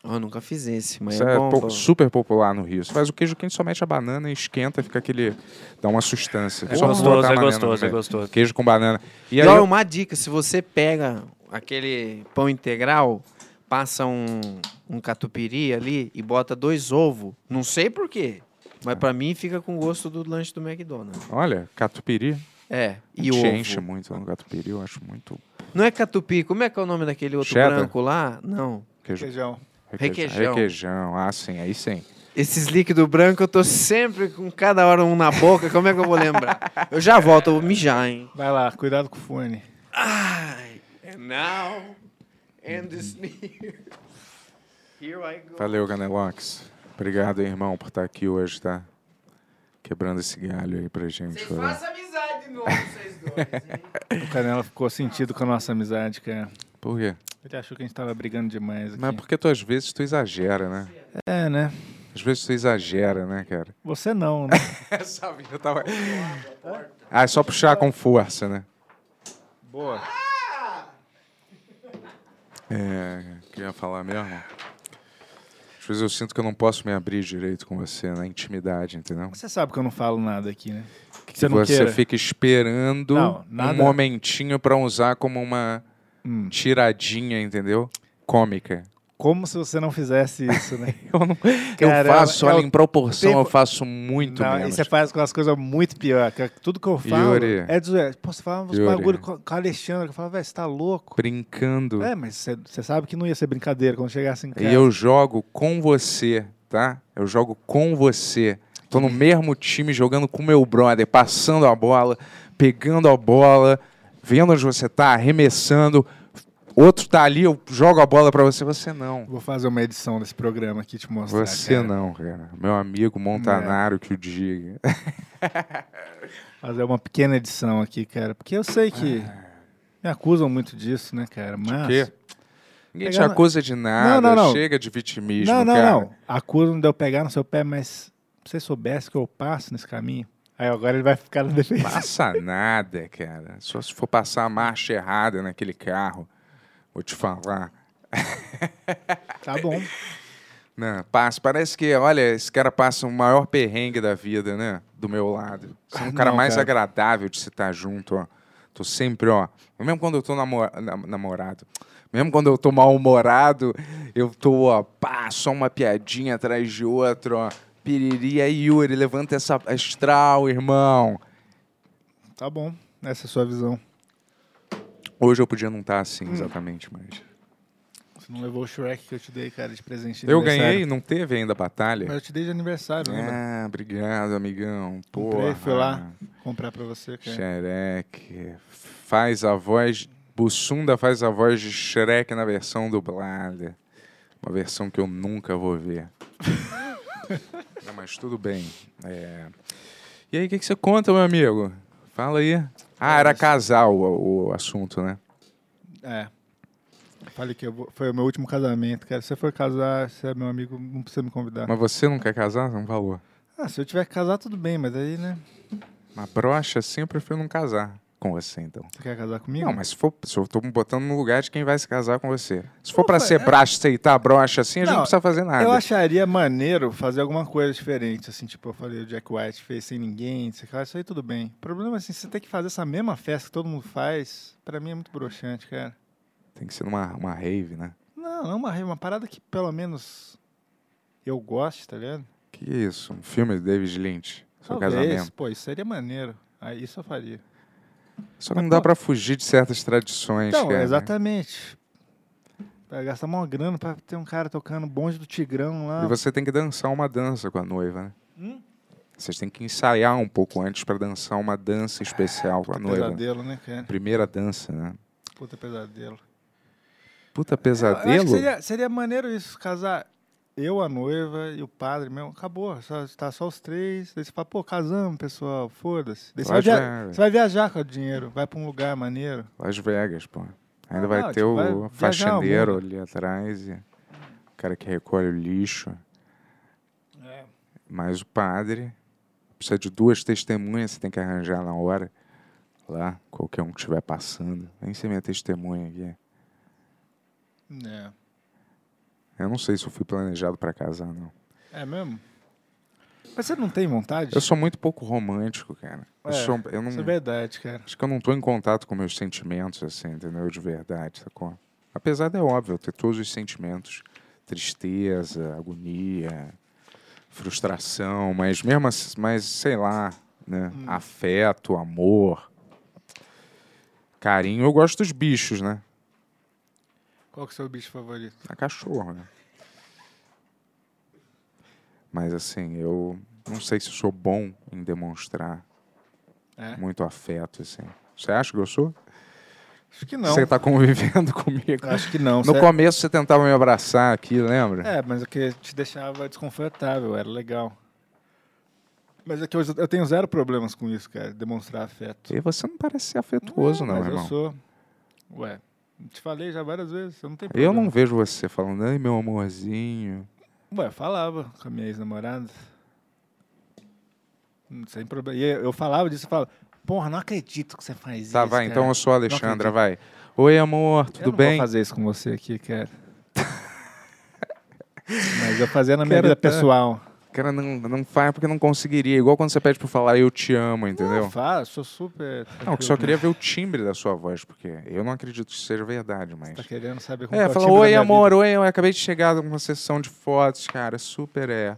Eu nunca fiz esse, mas Isso é, é bom. po- pô. super popular no Rio. Você faz o queijo quente, só mete a banana e esquenta, fica aquele. dá uma sustância. É Só não gostoso, botar é banana no gostoso, é meio. gostoso. Queijo com banana. E E aí olha, eu- uma dica, se você pega aquele pão integral, passa um, um catupiry ali e bota dois ovos, não sei por quê, mas É. pra mim fica com gosto do lanche do McDonald's. Olha, catupiry. É, e E ovo. enche muito no catupiry, eu acho muito. Não é catupiry, como é que é o nome daquele outro Cheddar? branco lá? Não. Queijo. Feijão. Requeijão. Requeijão, ah, sim, aí sim. Esses líquidos brancos eu tô sempre com cada hora um na boca, como é que eu vou lembrar? Eu já volto, eu vou mijar, hein? Vai lá, cuidado com o fone. Ai, and now, and this Here I go. Valeu, Ganelox. Obrigado, irmão, por estar aqui hoje, tá? Quebrando esse galho aí pra gente. Vocês valeu. façam amizade de novo, vocês dois. hein? O Canela ficou sentido com a nossa amizade, cara. Por quê? Ele achou que a gente tava brigando demais aqui. Mas porque tu às vezes tu exagera, né? É, né? Às vezes tu exagera, né, cara? Você não, né? *laughs* Essa vida tá tava. Ah, é só puxar com força, né? Boa. É. Queria falar mesmo? Às vezes eu sinto que eu não posso me abrir direito com você na intimidade, entendeu? Você sabe que eu não falo nada aqui, né? Que você não você queira. fica esperando Não, um nada. Hum. momentinho pra usar como uma tiradinha, entendeu? Cômica. Como se você não fizesse isso, né? Eu, não, Cara, eu faço, é o- olha, em proporção tempo- eu faço *laughs* muito não, é E menos. você faz com as coisas muito pior. que Tudo que eu falo Yuri. é de zoeira. Pô, você fala uns Yuri. bagulho com com a Alexandra. que Eu falo, velho, você tá louco? Brincando. É, mas você- você sabe que não ia ser brincadeira quando chegasse em casa. E eu jogo com você, tá? Eu jogo com você. Tô no mesmo time jogando com meu brother, passando a bola, pegando a bola, vendo onde você tá, arremessando. Outro tá ali, eu jogo a bola pra você, você não. Vou fazer uma edição desse programa aqui te mostrar. Você cara. não, cara. Meu amigo Montanaro que o diga. É. Fazer uma pequena edição aqui, cara. Porque eu sei que me acusam muito disso, né, cara? Mas. Ah. quê? *laughs* Ninguém te Pegar na- acusa de nada, Não, não, não. chega de vitimismo, Não, não, cara. não. Acusam de eu pegar no seu pé, mas se você soubesse que eu passo nesse caminho. Aí agora ele vai ficar na defesa. *laughs* *laughs* Passa nada, cara. Só se for passar a marcha errada naquele carro. Vou te falar. Tá bom. Não, Né? passa. Parece que, olha, esse cara passa o maior perrengue da vida, né? Do meu lado. Você é um Ah, cara não, mais cara. agradável de se estar junto, ó. Tô sempre, ó. Mesmo quando eu tô namo- na- namorado. Mesmo quando eu tô mal-humorado, eu tô, ó, pá, só uma piadinha atrás de outra, ó. Piriri, aí, Yuri, levanta essa astral, irmão. Tá bom. Essa é a sua visão. Hoje eu podia não estar Hum. assim exatamente, mas. Você não levou o Shrek que eu te dei, cara, de presente. de Eu aniversário. ganhei, não teve ainda a batalha. Mas eu te dei de aniversário, né? lembra? Ah, obrigado, amigão. Pô. Comprei, fui lá É. comprar pra você, cara. Xereque. Faz a voz. Bussunda faz a voz de Shrek na versão dublada. Uma versão que eu nunca *laughs* vou ver. Não, mas tudo bem. É. E aí, o que, que você conta, meu amigo? Fala aí. Ah, era casal o, o assunto, né? É. Falei que eu vou- foi o meu último casamento, cara. Se você for casar, você é meu amigo, não precisa me convidar. Mas você não quer casar? Não falou. Ah, se eu tiver que casar, tudo bem, mas aí, né? Uma brocha assim, eu prefiro não casar com você, então. Você quer casar comigo? Não, mas se, for, se eu tô me botando no lugar de quem vai se casar com você. Se for pra foi- é. ser pra aceitar a brocha assim, a gente Não, não precisa fazer nada. Eu acharia maneiro fazer alguma coisa diferente, assim, tipo, eu falei, o Jack White fez sem ninguém, não sei o que lá, isso aí tudo bem. O problema é assim, você tem que fazer essa mesma festa que todo mundo faz, pra mim é muito broxante, cara. Tem que ser numa uma rave, né? Não, não uma, uma parada que pelo menos eu gosto, tá ligado? Que isso? Um filme do David Lynch. Seu Talvez, casamento. pô, isso seria maneiro. Aí isso eu faria. Só que Mas não dá qual- pra fugir de certas tradições, Então, cara. exatamente. Vai gastar mó grana pra ter um cara tocando bonde do Tigrão lá. E você tem que dançar uma dança com a noiva, né? Hum? Vocês têm que ensaiar um pouco antes pra dançar uma dança especial com a noiva. né? Pesadelo, né, cara? Primeira dança, né? Puta pesadelo. Eu Puta acho que pesadelo? seria, seria maneiro isso, casar. eu, a noiva e o padre mesmo. Acabou, só, tá só os três. Daí você fala, pô, casamos, pessoal, foda-se. Daí Você vai, Pode via- ver, velho. você vai viajar com o dinheiro, vai pra um lugar maneiro. Las Vegas, pô. Ainda Ah, vai não, ter tipo, o vai viajar o faxineiro ali atrás e o cara que recolhe o lixo. É. Mas o padre precisa de duas testemunhas, você tem que arranjar na hora. Lá, qualquer um que estiver passando. Nem sei minha testemunha aqui. É. Eu não sei se eu fui planejado pra casar, não. É mesmo? Mas você não tem vontade? Eu sou muito pouco romântico, cara. Eu, É, sou, um, eu não, Isso é verdade, cara. Acho que eu não tô em contato com meus sentimentos, assim, entendeu? De verdade, sacou? Apesar de, é óbvio, eu ter todos os sentimentos. Tristeza, agonia, frustração, mas mesmo assim, mas sei lá, né? Afeto, amor, carinho. Eu gosto dos bichos, né? Qual que é o seu bicho favorito? A cachorro, né? Mas assim, eu não sei se eu sou bom em demonstrar É? muito afeto, assim. Você acha que eu sou? Acho que não. Você tá convivendo *laughs* comigo. Acho que não. No Cê- começo você tentava me abraçar aqui, lembra? É, mas o que te deixava desconfortável, era legal. Mas é que hoje eu tenho zero problemas com isso, cara, demonstrar afeto. E você não parece ser afetuoso, não, É, mas irmão. eu sou. Ué, te falei já várias vezes, eu não tenho Eu problema. não vejo você falando, ai, meu amorzinho. Ué, eu falava com a minha ex-namorada. Hum, Sem problema. E eu eu falava disso, eu falava, porra, não acredito que você faz isso. Tá, vai, cara. então eu sou a Alexandra, vai. Oi, amor, né? Eu tudo não bem? vou fazer isso com você aqui, cara. *laughs* mas eu fazia na minha Cara, vida tá- pessoal. Cara, não, não faz porque não conseguiria. Igual quando você pede pra eu falar, eu te amo, entendeu? Eu faço, sou super. Não, eu tranquilo, só queria ver o timbre da sua voz, porque eu não acredito que isso seja verdade, mas. Tá querendo saber como É, que o fala, time da oi minha amor, vida. oi, eu acabei de chegar de uma sessão de fotos, cara, super é.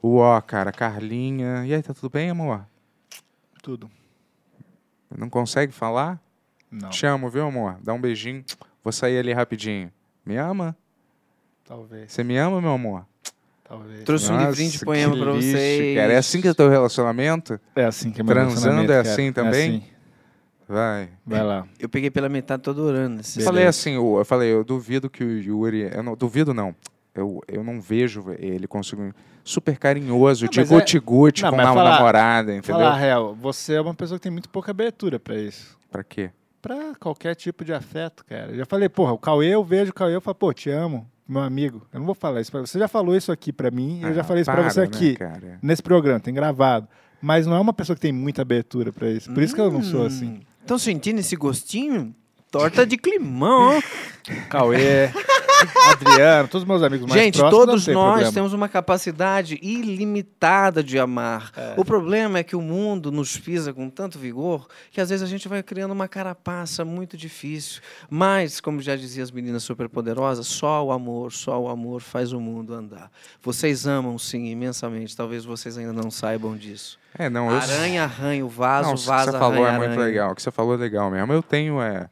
Uó, cara, Carlinha. E aí, tá tudo bem, amor? Tudo. Não consegue falar? Não, Te amo, viu, amor? Dá um beijinho. Vou sair ali rapidinho. Me ama? talvez, Você me ama, meu amor? talvez. *laughs* é? Trouxe um livrinho de Nossa, poema que pra lixo, vocês. Cara, é assim que é teu relacionamento? É assim que é meu Transando relacionamento, é cara. assim também? assim. Vai. Vai lá. Eu peguei pela metade, tô adorando. esse- Eu Falei assim, eu eu falei, eu duvido que o Yuri. Eu não, duvido não. Eu, eu não vejo ele conseguindo. Super carinhoso, Não, de mas é- guti-guti Não, com mas uma falar- namorada, entendeu? Falar a real, você é uma pessoa que tem muito pouca abertura pra isso. Pra quê? Pra qualquer tipo de afeto, cara. Eu já falei, porra, o Cauê, eu vejo o Cauê, eu falo, pô, te amo, meu amigo. Eu não vou falar isso pra você. já falou isso aqui pra mim, eu já Ah, falei isso pra para, você né, aqui, cara? nesse programa, tem gravado. Mas não é uma pessoa que tem muita abertura pra isso. Por isso que eu não sou assim. Estão Hum. sentindo esse gostinho? Torta de climão. ó. Cauê, Hum. Adriano, todos meus amigos mais Gente, próximos, todos não tem nós problema. temos uma capacidade ilimitada de amar. O problema é que o mundo nos pisa com tanto vigor que às vezes a gente vai criando uma carapaça muito difícil. Mas, como já dizia as meninas superpoderosas, só o amor, só o amor faz o mundo andar. Vocês amam, sim, imensamente. Talvez vocês ainda não saibam disso. É, não, eu... Aranha arranha o vaso, Não, o que vaso você falou arranha é muito aranha. legal. O que você falou é legal mesmo. Eu tenho é,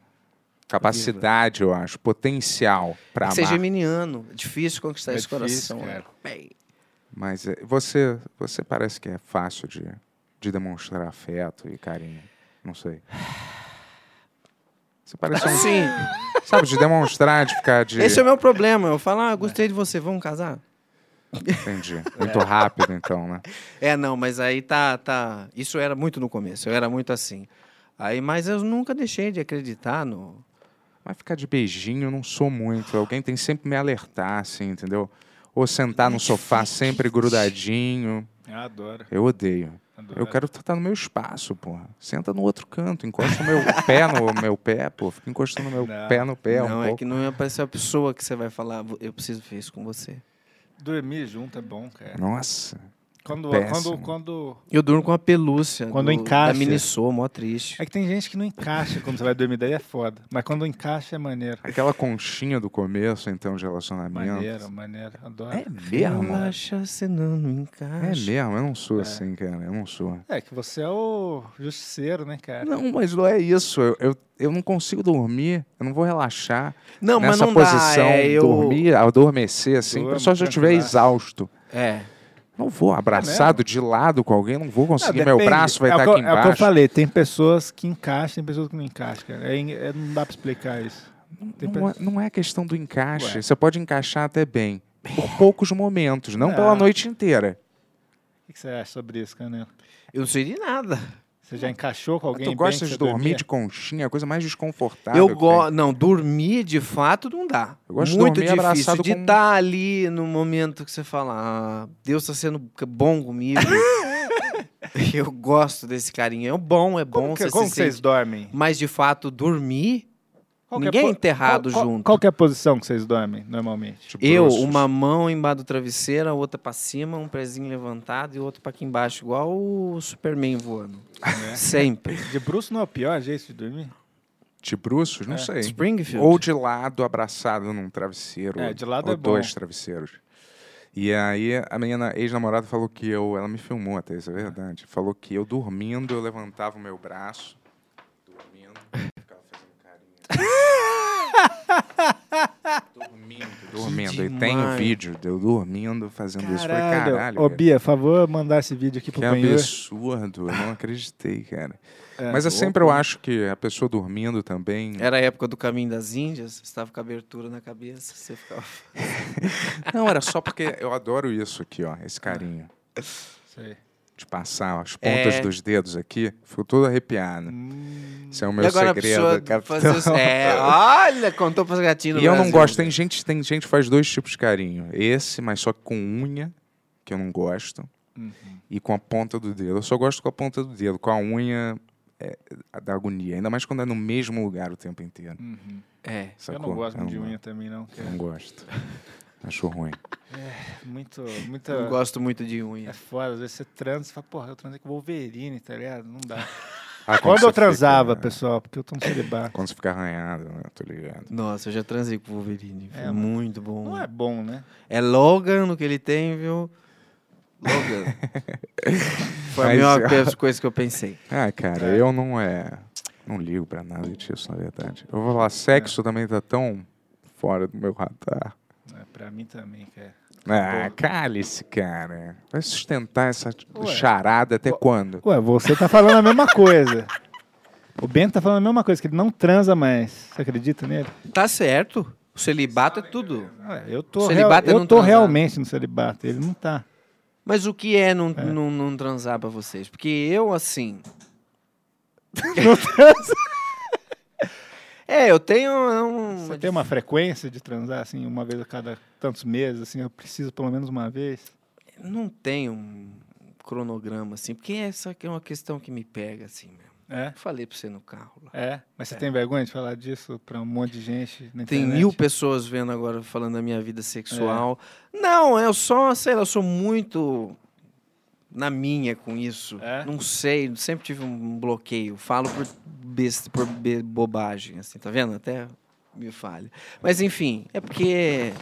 capacidade, eu acho, potencial pra Tem amar. que ser geminiano. É Difícil conquistar É esse difícil, coração. né? cara. Bem, Mas é, você, você parece que é fácil de, de demonstrar afeto e carinho. Não sei. Você parece um. Assim, Sabe, de demonstrar, de ficar de. esse é o meu problema. Eu falo, ah, gostei de você, vamos casar? Entendi. Muito rápido, então, né? É, não, mas aí tá, tá. Isso era muito no começo, eu era muito assim. Aí, mas eu nunca deixei de acreditar no. Mas ficar de beijinho eu não sou muito. Alguém tem que sempre me alertar, assim, entendeu? Ou sentar no sofá sempre grudadinho. Eu adoro, Eu odeio. adoro. né? Eu quero estar no meu espaço, porra. Senta no outro canto, encosta o meu pé no *laughs* meu pé, pô. Fica encostando meu Não. pé no pé não, um é pouco. que não ia aparecer a pessoa que você vai falar, "Vo- eu preciso ver isso com você. Dormir junto é bom, cara. Nossa. Quando, Péssimo. quando, quando... Eu durmo com a pelúcia. Quando do, encaixa. Da Minissô, mó triste. É que tem gente que não encaixa quando você vai dormir, daí é foda. Mas quando encaixa é maneiro. Aquela conchinha do começo, então, de relacionamento. Maneiro, maneiro, adoro. É É, mesmo? Relaxa, senão não É encaixa. mesmo, eu não sou assim, cara. Eu não sou. que você é o justiceiro, né, cara? Não, mas não é isso. Eu, eu, eu não consigo dormir, eu não vou relaxar. Não, mas Nessa não posição, dá. É, eu... dormir, adormecer, assim, Durmo, só se eu estiver tranquilaço. exausto. É. Não vou abraçado de lado com alguém, não vou conseguir. meu depende. braço vai é o estar que eu- aqui É o que eu embaixo. falei, tem pessoas que encaixam, tem pessoas que não encaixam, cara. É in- é- não dá pra explicar isso. Tem Não é, pessoas- não é questão do encaixe. Ué. Você pode encaixar até bem, por poucos momentos, não pela noite inteira. O que você acha sobre isso, Canela? Eu não sei de nada. Você já encaixou com alguém tu bem gosta que de você dormir dormia? de conchinha, é a coisa mais desconfortável. Eu que gosto. Não, dormir de fato não dá. Eu gosto de Muito dormir difícil abraçado de com- estar ali no momento que você fala, ah, Deus tá sendo c- bom *laughs* comigo. eu gosto desse carinho. É bom, é bom. Como, que, você como se que vocês sente. dormem? Mas de fato, dormir, Qual que ninguém é po- enterrado qual- qual- junto. Qual que é a posição que vocês dormem normalmente? tem. De Eu, bruços. uma mão embaixo do travesseiro, a outra pra cima, um pezinho levantado e outro pra aqui embaixo, igual o Superman voando. né? É. Sempre. De bruxo não é o pior jeito de dormir? De bruços? É. Não sei. Springfield. Ou de lado, abraçado num travesseiro. É, de lado ou é bom. dois travesseiros. E aí, a minha na- ex-namorada falou que eu... Ela me filmou até, isso é verdade. Falou que eu dormindo, eu levantava o meu braço. Dormindo. Ficava fazendo carinho. dormindo, dormindo. E tem o demais. vídeo de eu dormindo, fazendo isso. Eu Falei, caralho, Ah, Ô, cara, Bia, favor, mandar esse vídeo aqui pro que banheiro. absurdo. Eu não acreditei, cara. É, Mas é sempre eu acho que a pessoa dormindo também... Era a época do Caminho das Índias, você estava com a abertura na cabeça, você ficava... Não, era só porque eu adoro isso aqui, ó. Esse carinho. Sei. De passar as pontas É. dos dedos aqui. Fico todo arrepiado. Hum. Isso é o meu e agora a segredo. pessoa capitão. fazia os- *laughs* É, olha, contou pras gatinhas E eu não gosto. Tem gente, tem gente que faz dois tipos de carinho. Esse, mas só com unha, que eu não gosto. Uhum. E com a ponta do dedo. Eu só gosto com a ponta do dedo. Com a unha é, da agonia. Ainda mais quando é no mesmo lugar o tempo inteiro. É. uhum. Eu Sacou? não gosto muito de não- unha também, não. que *laughs* Não gosto. Acho ruim. é muito, muito... Eu não gosto muito de unha. É foda, às vezes você transa e fala, porra, eu transei com Wolverine, tá ligado? Não dá. Ah, *laughs* Quando você eu transava, fica- pessoal, porque eu tô no celibato. Quando você fica arranhado, né? Tô ligado. Nossa, eu já transei com o Wolverine. É, foi muito bom. Não é bom, né? É Logan o que ele tem, viu? *laughs* Logan. Foi a Mas, *laughs* melhor ó. pe- coisa que eu pensei. Ah, cara, eu não é. Não ligo pra nada disso, na verdade. Eu vou falar, sexo também tá tão fora do meu radar. É, pra mim também, cara. Ah, cale-se, cara. Vai sustentar essa charada até quando? Ué, você tá falando a mesma coisa. O Bento tá falando a mesma coisa, que ele não transa mais. Você acredita nele? Tá certo. O celibato é tudo. Ué, eu tô, Celibato é real- eu não tô transar. realmente no celibato, ele não tá. Mas o que é não, não, não transar pra vocês? Porque eu, assim. *laughs* é, eu tenho. um- Você tem uma frequência de transar, assim, uma vez a cada tantos meses, assim, eu preciso pelo menos uma vez? Não tenho um cronograma, assim. Porque essa aqui é uma questão que me pega, assim mesmo. É? Eu falei pra você no carro lá. É? Mas você tem vergonha de falar disso pra um monte de gente na Tem internet? mil pessoas vendo agora falando da minha vida sexual. Não, eu só, sei lá, eu sou muito na minha com isso. É? Não sei, sempre tive um bloqueio. Falo por, besta, por be- bobagem, assim, tá vendo? Até me falha. Mas enfim, é porque.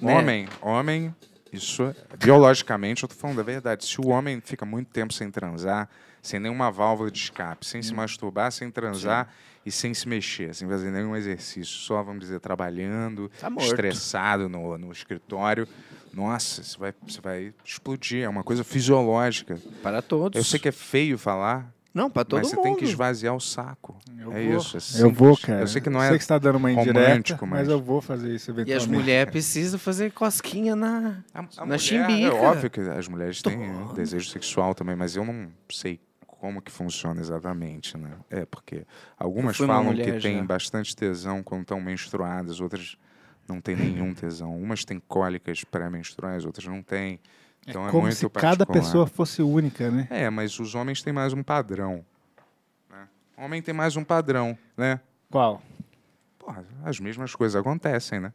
né? Homem, homem, isso é- biologicamente, eu tô falando da verdade. Se o homem fica muito tempo sem transar, sem nenhuma válvula de escape, sem se Hum. masturbar, sem transar e sem se mexer, sem fazer nenhum exercício, só, vamos dizer, trabalhando, Tá morto. estressado no, no escritório, nossa, você vai, você vai explodir. É uma coisa fisiológica. Para todos. Eu sei que é feio falar, Não, para todo mas você mundo. tem que esvaziar o saco. é isso. é Eu simples. vou, cara. Eu sei que não é. Sei que você tá dando uma indireta, romântico, mas mas- eu vou fazer isso E as eventualmente. mulheres precisam fazer cosquinha na. A- a Na mulher, É chimbica. óbvio que as mulheres têm né, Todo. desejo sexual também, mas eu não sei como que funciona exatamente, né? É porque algumas Eu fui uma falam mulher que têm já. bastante tesão quando estão menstruadas, outras não têm nenhum tesão. Umas têm cólicas pré-menstruais, outras não têm. Então é, Como muito se cada particular. pessoa fosse única, né? É, mas os homens têm mais um padrão. né? Homem tem mais um padrão, né? Qual? Porra, as mesmas coisas acontecem, né?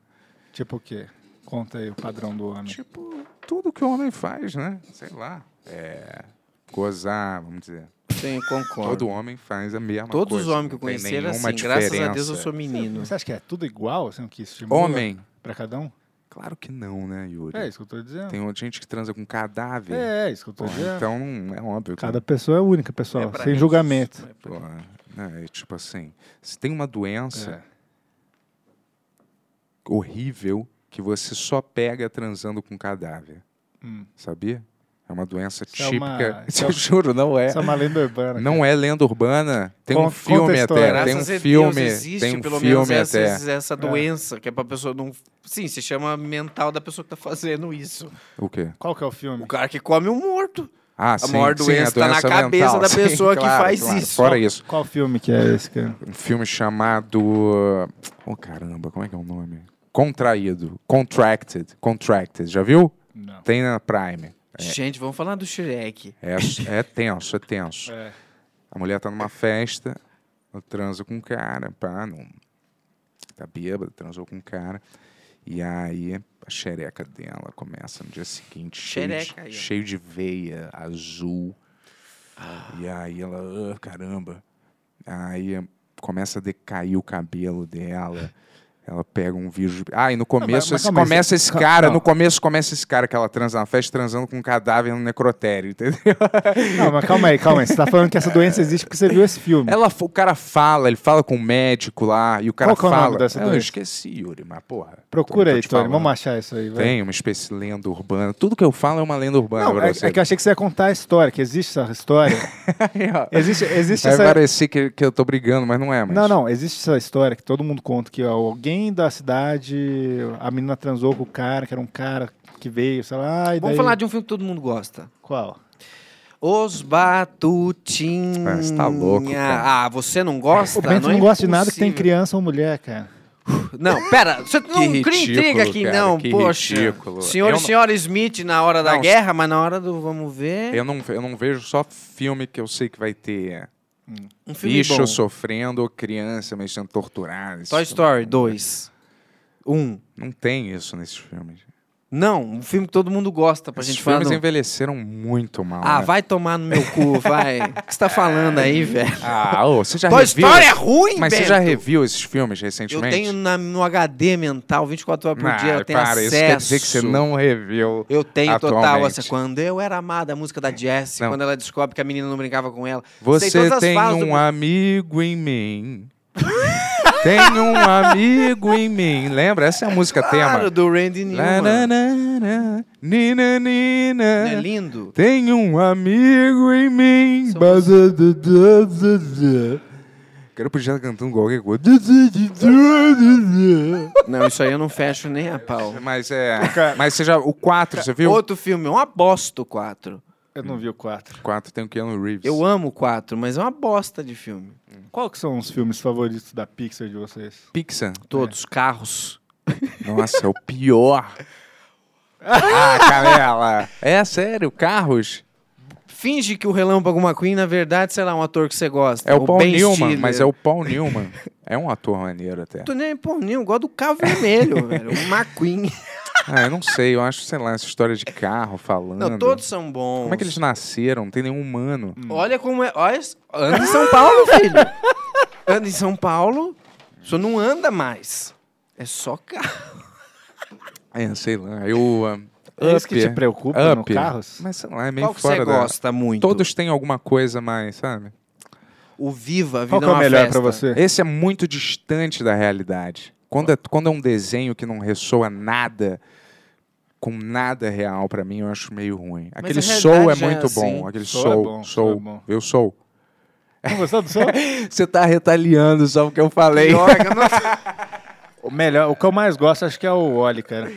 Tipo o quê? Conta aí o padrão do homem. Tipo, tudo que o homem faz, né? Sei lá. É. Gozar, vamos dizer. Sim, concordo. Todo homem faz a mesma Todos coisa. os homens que eu não tem conheci eram nenhuma assim. Graças a diferença. Deus eu sou menino. Você acha que é tudo igual, assim, o que estimula Homem? pra cada um? Claro que não, né, Yuri? É isso que eu tô dizendo. Tem outra gente que transa com cadáver. É, é isso que eu tô Porra, dizendo. então não é óbvio. que- Cada pessoa é única, pessoal, sem julgamento. Porra, né, é tipo assim, se tem uma doença É. horrível que você só pega transando com cadáver. Sabia? É uma doença Isso é uma- típica. isso é *laughs* Eu uma- juro, não é. Isso é uma lenda urbana. Não é lenda urbana. Tem Con- um filme conta a história. até. Tem um Graças a filme. Deus existe Tem um pelo filme menos até. Essa, essa doença, que é pra pessoa não... Sim, se chama mental da pessoa que tá fazendo isso. O quê? Qual que é o filme? O cara que come um morto. Ah, A maior a doença tá na cabeça da pessoa que claro, faz claro. isso. Fora isso. Qual filme que *laughs* é esse, cara? Um filme chamado. Oh, caramba, como é que é o nome? Contraído. Contracted. Contracted. Já viu? Não. Tem na Prime. Gente, vamos falar do Shrek. É, é tenso, é tenso. É. A mulher tá numa festa, ela transa com um cara, pá, não. Tá bêbada, transou com um cara. E aí a xereca dela começa no dia seguinte, cheio Xereca aí, de, ó. cheio de veia azul. Ah. E aí ela, "Ah, caramba. Aí começa a decair o cabelo dela. Ela pega um vírus. Ah, e no começo mas esse- calma aí, começa você- esse cara. não. No começo começa esse cara que ela transa na festa, transando com um cadáver no necrotério, entendeu? Não, mas calma aí, calma aí. Você tá falando que essa doença existe porque você viu esse filme. Ela, o cara fala, ele fala com o médico lá, e o cara Qual que é o fala. Ah, nome dessa eu doença? esqueci, Yuri, mas porra. Procura tô- tô aí, te Tony. falando. Vamos achar isso aí, vai. Tem uma espécie de lenda urbana. Tudo que eu falo é uma lenda urbana. Não, pra é, você. *laughs* é que eu achei que você ia contar a história, que existe essa história. Existe, existe Vai essa. parecer que, que eu tô brigando, mas não é, mas. Não, não, existe essa história que todo mundo conta que ó, alguém da cidade, a menina transou com o cara, que era um cara que veio, sei lá, e Vamos daí- falar de um filme que todo mundo gosta. qual? Os Batutinhas. Ah, você tá louco, cara. Ah, você não gosta? O Bento não, é gosta de nada que tem impossível. criança ou mulher, cara. Não, pera, você Que não cria ridículo, intriga aqui, cara, não, que poxa. ridículo. Senhor Eu e não- senhora Smith na hora da Não, guerra, mas na hora do vamos ver. Eu não, eu não vejo só filme que eu sei que vai ter é, Um filme bicho bom. sofrendo ou criança mas sendo torturada. Toy Isso- Story 2. 1. Um. é Não tem isso nesses filmes. Não, um filme que todo mundo gosta pra Esses gente falar. filmes não. envelheceram muito mal. Ah, né? vai tomar no meu cu, *laughs* vai. O que você tá falando aí, velho? Ah, ô, você já Toy reviu? Story é ruim, Mas Bento. você já reviu esses filmes Eu recentemente? tenho na- no HD mental 24 horas por Ah, dia, eu tenho para, acesso. isso quer dizer que você não reviu. Eu tenho total atualmente. essa. Quando eu era amada, a música da Jessie, Não. quando ela descobre que a menina não brincava com ela. Sei todas Você as tem fases do- um amigo em mim. tem um amigo em mim. Lembra? Essa é a música Claro, tema. do Randy Lá, Newman. na, na, na, nina, Não É nina. lindo. é um Tem um amigo em mim. é São Ba- da- da- da- da- da. Quero podia estar cantando qualquer coisa. Da- da- da- da- da. Não, isso aí eu não fecho nem a pau. Mas é. Mas você já. O 4, você viu? Outro filme, é uma bosta o 4. Eu Hum. não vi o 4. 4 tem o Keanu Reeves. Eu amo o 4, mas é uma bosta de filme. Qual que são os filmes favoritos da Pixar de vocês? Pixar. Todos, carros. Nossa, é o pior. ah, Canela. É sério, carros. Finge que o Relâmpago McQueen, na verdade, sei lá, é um ator que você gosta. É o Paul Ben Newman, Stiller. mas é o Paul Newman. É um ator maneiro até. Tô nem por nenhum, eu gosto do carro *laughs* vermelho, velho. O McQueen. Ah, eu não sei, eu acho, sei lá, essa história de carro falando. Não, todos são bons. Como é que eles nasceram? Não tem nenhum humano. Olha como é. Olha, anda em São *laughs* Paulo, filho. Anda em São Paulo, só não anda mais. É só carro. É, sei lá, eu... ah, É isso que Up, te preocupa no Up. carros? Mas sei lá, é meio Qual que fora você da- gosta muito? Todos têm alguma coisa mais, sabe? O Viva, a vida Qual que é é o uma melhor festa. pra você? Esse é muito distante da realidade. Quando é, quando é um desenho que não ressoa nada com nada real pra mim, eu acho meio ruim. Aquele a soul é realidade já é muito bom. assim. Aquele Soul soul, é soul, bom, soul é bom. eu sou. Não gostou do som? Você tá retaliando só porque eu falei. é *laughs* o melhor, o que eu mais gosto acho que é o Oli, cara.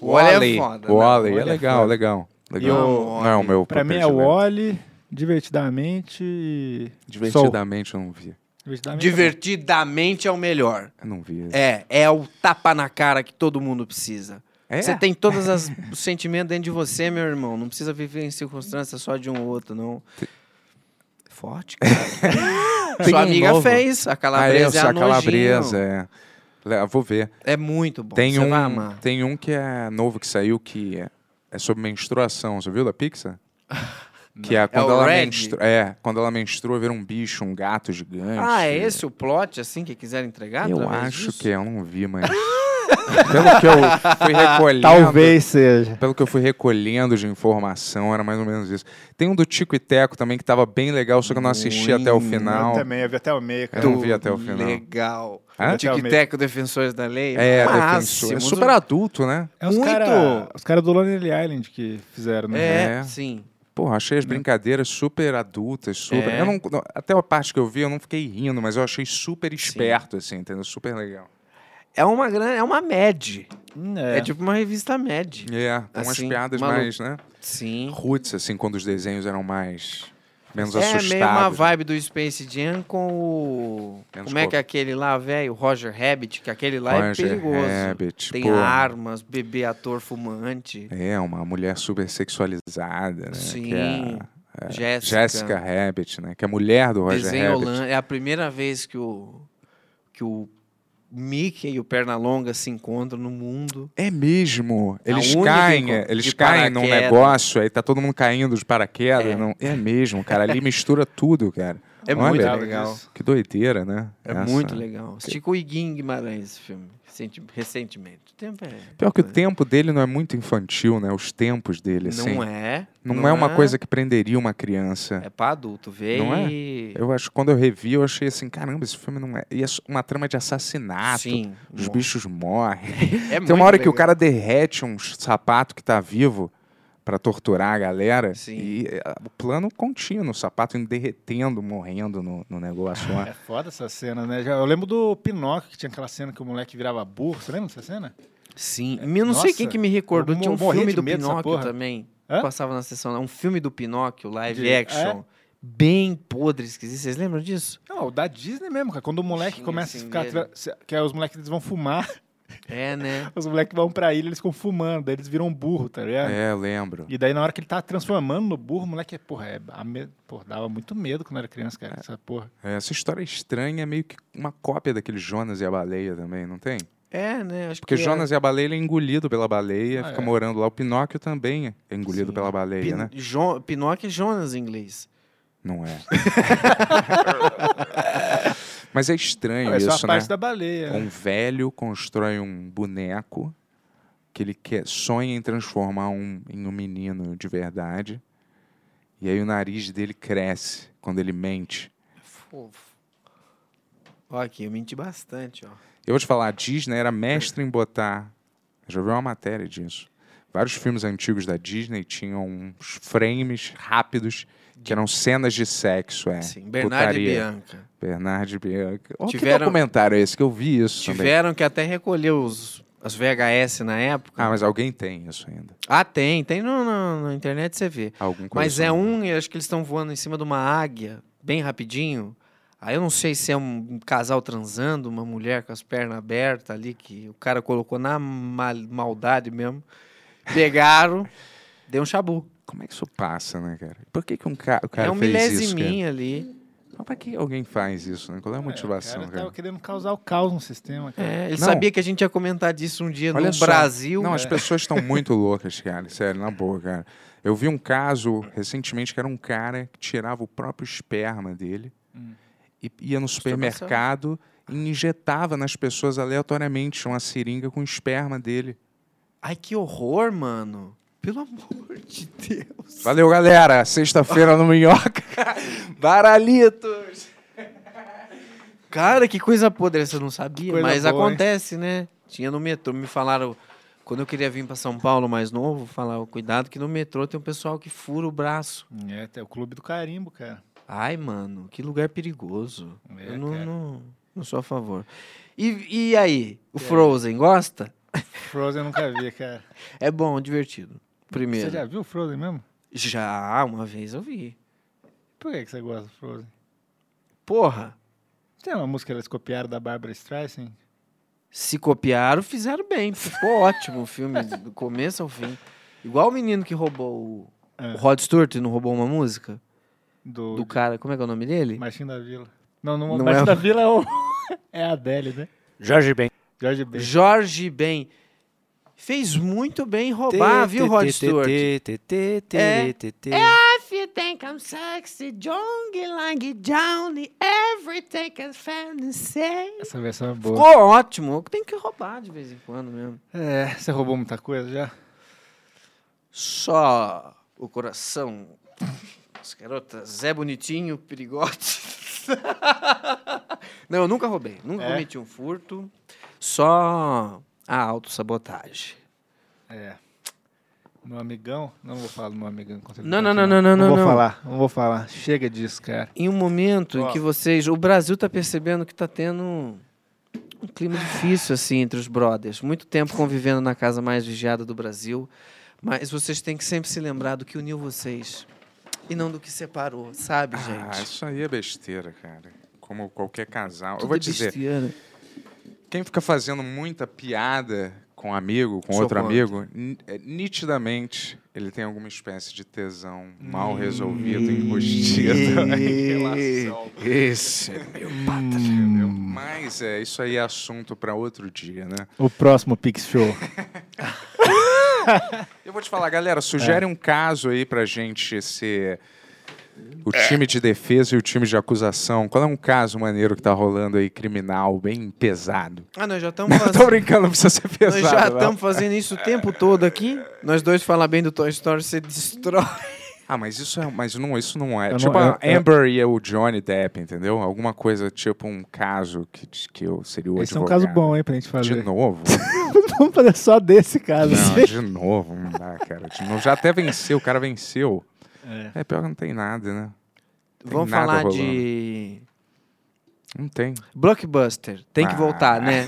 O Wall-E é Wall-E. foda, né? Wall-E é Wall-E é legal, foda. legal. E legal. o- Não é o meu Pra mim é o preferido. Oli, divertidamente e Soul. Divertidamente eu não vi. Divertidamente. é bom. Divertidamente é o melhor. Eu não vi. É, é o tapa na cara que todo mundo precisa. É? Você tem todos as- os sentimentos dentro de você, meu irmão. Não precisa viver em circunstâncias só de um ou outro, não. Forte, *laughs* cara. Tem um Sua amiga novo. fez, a Ah, calabresa eu é sou a a calabresa, nojinho. é. Le- Vou ver. É muito bom, Tem você vai um, amar. tem um que é novo que saiu que é, é sobre menstruação. Você viu *laughs* da Pixar? Que é quando É o ela Red? menstrua. É, quando ela menstrua, vira um bicho, um gato gigante. Ah, é esse o plot, assim, que quiser entregar? Eu através acho disso? que é, eu não *laughs* vi, mas. pelo que eu fui recolhendo. Talvez seja. Pelo que eu fui recolhendo de informação, era mais ou menos isso. Tem um do Tico e Teco também que tava bem legal, só que eu não assisti até o Ruim. final. Eu também, eu vi até o meio, cara. Eu não vi até o final. Legal. Hã? Tic-teco, defensores da lei. né? É, máximo, defensor. É um super adulto, né? É os Muito! caras os cara do Lonely Island que fizeram, né? É, É. sim. Porra, achei as brincadeiras super adultas, super. Né? É. Eu não, não- até a parte que eu vi, eu não fiquei rindo, mas eu achei super esperto, assim, entendeu? Super legal. É uma grande, é uma med. Hum, É. É. tipo uma revista med. É, com umas Assim, piadas maluco. mais, né? Sim. Roots, assim, quando os desenhos eram mais. menos É assustados. meio uma né? vibe do Space Jam com o. Menos como é que cor- é aquele lá, velho? Roger Rabbit, que aquele lá Roger é perigoso. Rabbit, Tem porra. armas, bebê ator fumante. É, uma mulher super sexualizada, né? Sim. Que é é, Jéssica. Jessica Rabbit, né? Que é a mulher do Roger Desenho Rabbit. holandês. É a primeira vez que o. que o Mickey e o Pernalonga se encontram no mundo. É mesmo. É Eles o único caem, de eles caem paraquedas. num negócio, aí tá todo mundo caindo de paraquedas. É, não... é mesmo, cara. Ali mistura tudo, cara. É Olha, muito legal. Que doideira, né? É Essa. muito legal. Assisti com o Iguim Guimarães esse filme, recenti- recentemente. O tempo é... Pior que o tempo dele não é muito infantil, né? Os tempos dele, assim. Não é. Não, é uma coisa que prenderia uma criança. É pra adulto. Vê Não é? e... Eu acho que quando eu revi, eu achei assim, caramba, esse filme não é. E é uma trama de assassinato. Sim. Os Mo- bichos morrem. É *laughs* Tem uma muito hora que legal. o cara derrete um sapato que tá vivo pra torturar a galera. Sim. E é, o plano contínuo, o sapato indo derretendo, morrendo no, no *laughs* negócio lá. É foda essa cena, né? Já- eu lembro do Pinóquio, que tinha aquela cena que o moleque virava burro. Você lembra dessa cena? Sim. E eu não sei Nossa, quem que me recordou. eu Tinha um morria filme de do medo dessa Pinóquio porra. também. Hã? Passava na sessão lá. Um filme do Pinóquio, live De- É? action. Bem podre, esquisito. Vocês lembram disso? Não, o da Disney mesmo, cara. Quando o moleque Tinha começa assim a ficar. mesmo. tra- se- Que é, os moleques eles vão fumar, *laughs* É, né? os moleques vão pra ilha, eles ficam fumando, daí eles viram burro, tá ligado? É, eu lembro. E daí, na hora que ele tá transformando no burro, o moleque, é, porra, é, a me- porra, dava muito medo quando era criança, cara, essa porra. É, essa história estranha é meio que uma cópia daquele Jonas e a baleia também, não tem? É, né? Acho Porque que é. Jonas e a baleia ele é engolido pela baleia, Ah, fica é. morando lá. O Pinóquio também é engolido Sim. pela baleia, Pin... né? Jo- Pinóquio é Jonas em inglês. Não é. Mas é estranho é só isso, a né? parte da É. baleia. né? Um velho constrói um boneco que ele quer, sonha em transformar um, em um menino de verdade. E aí o nariz dele cresce quando ele mente. Fofo. Ó aqui, eu menti bastante, ó. Eu vou te falar, a Disney era mestre em botar. Eu já vi uma matéria disso. Vários filmes antigos da Disney tinham uns frames rápidos que eram cenas de sexo, é. Sim, Bernardo e putaria. Bianca. Bernardo e Bianca. Ó, Que Tiveram- documentário é esse que eu vi isso também? Tiveram que até recolher os, as VHS na época. Ah, mas alguém tem isso ainda. Ah, tem, tem no, no- na internet você vê. Algum Mas é colecionador. um, e acho que eles estão voando em cima de uma águia, bem rapidinho. Aí eu não sei se é um casal transando, uma mulher com as pernas abertas ali, que o cara colocou na mal- maldade mesmo. *laughs* Pegaram, deu um chabu. Como é que isso passa, né, cara? Por que, que um ca... o cara é um fez isso? cara? milésiminho ali. Mas pra que alguém faz isso, né? Qual é a motivação, É, o cara cara? tava querendo causar o caos no sistema, cara. É, ele Não. sabia que a gente ia comentar disso um dia Olha no só. Brasil. né? Não, as pessoas estão muito loucas, cara. Sério, na boa, cara. Eu vi um caso recentemente que era um cara que tirava o próprio esperma dele e ia no supermercado e injetava nas pessoas aleatoriamente uma seringa com o esperma dele. Ai, que horror, mano. Pelo amor de Deus. Valeu, galera. Sexta-feira no Minhoca. Baralitos. Cara, que coisa podre, essa eu não sabia. Coisa mas boa, hein? acontece, né? Tinha no metrô, me falaram... Quando eu queria vir pra São Paulo mais novo, falaram, cuidado que no metrô tem um pessoal que fura o braço. É, até o clube do carimbo, cara. Ai, mano, que lugar perigoso. É, eu não, cara. não, não sou a favor. E, e aí, o É. Frozen, gosta? Frozen eu nunca vi, cara. É bom, divertido. Você Primeiro. já viu o Frozen *laughs* mesmo? já, uma vez eu vi. Por que, que você gosta do Frozen? Porra, Tem uma música que eles copiaram da Barbara Streisand? Se copiaram, fizeram bem. Ficou ótimo o filme, do começo ao fim. Igual o menino que roubou o, É. o Rod Stewart, não roubou uma música? Do, Do cara, como é que é o nome dele? Martim da Vila. Não, não, Não Martim é- da Vila é, o... *laughs* é a Adele, né? Jorge Ben. Jorge Ben. Jorge Ben. Fez muito bem em roubar, viu, Rod Stewart? É. If you think I'm sexy, jungle like Johnny, everything is fantasy. Essa versão é boa. Ficou ótimo. Tem que roubar de vez em quando mesmo. É, você roubou muita coisa já? Só o coração. As garotas, Zé Bonitinho, Perigote. *laughs* Não, eu nunca roubei. Nunca É? cometi um furto. Só a autossabotagem. É. Meu amigão? Não vou falar do meu amigão. com certeza. Não, não, não, não, não, Não não. vou não. falar, não vou falar. Chega disso, cara. Em um momento Ó. em que vocês. O Brasil tá percebendo que tá tendo um um clima difícil, assim, entre os brothers. Muito tempo convivendo na casa mais vigiada do Brasil. Mas vocês têm que sempre se lembrar do que uniu vocês. E não do que separou, sabe, Ah, gente? isso aí é besteira, cara. Como qualquer casal. Tudo eu vou é dizer, besteira. quem fica fazendo muita piada com um amigo, com Sou outro contra. amigo, ni- é, nitidamente ele tem alguma espécie de tesão Hum. mal resolvido, enrustido *laughs* em relação. Esse é meu Entendeu? Mas é, isso aí é assunto pra outro dia, né? O próximo Pix *laughs* Show. Eu vou te falar, galera, É. sugere um caso aí pra gente ser o time de defesa e o time de acusação. Qual é um caso maneiro que tá rolando aí, criminal, bem pesado? *laughs* Ah, nós já estamos Tô fazendo. brincando, não precisa ser pesado. Nós já não. estamos fazendo isso o tempo todo aqui. Nós dois falar bem do Toy Story, você destrói. Ah, mas isso é, mas não, isso não é. Eu não- tipo eu- a eu- Amber e o Johnny Depp, entendeu? Alguma coisa tipo um caso que diz que eu seria o Esse é um advogado. caso bom, hein, pra gente fazer. De *laughs* novo? Tipo, Vamos fazer só desse caso. Não, de novo, não dá, cara. De novo. Já até venceu, o cara venceu. É, pior que não tem nada, né? Tem Vamos nada falar rolando. de. Não *laughs* tem. *laughs* Blockbuster. Tem que Ah. voltar, *laughs* né?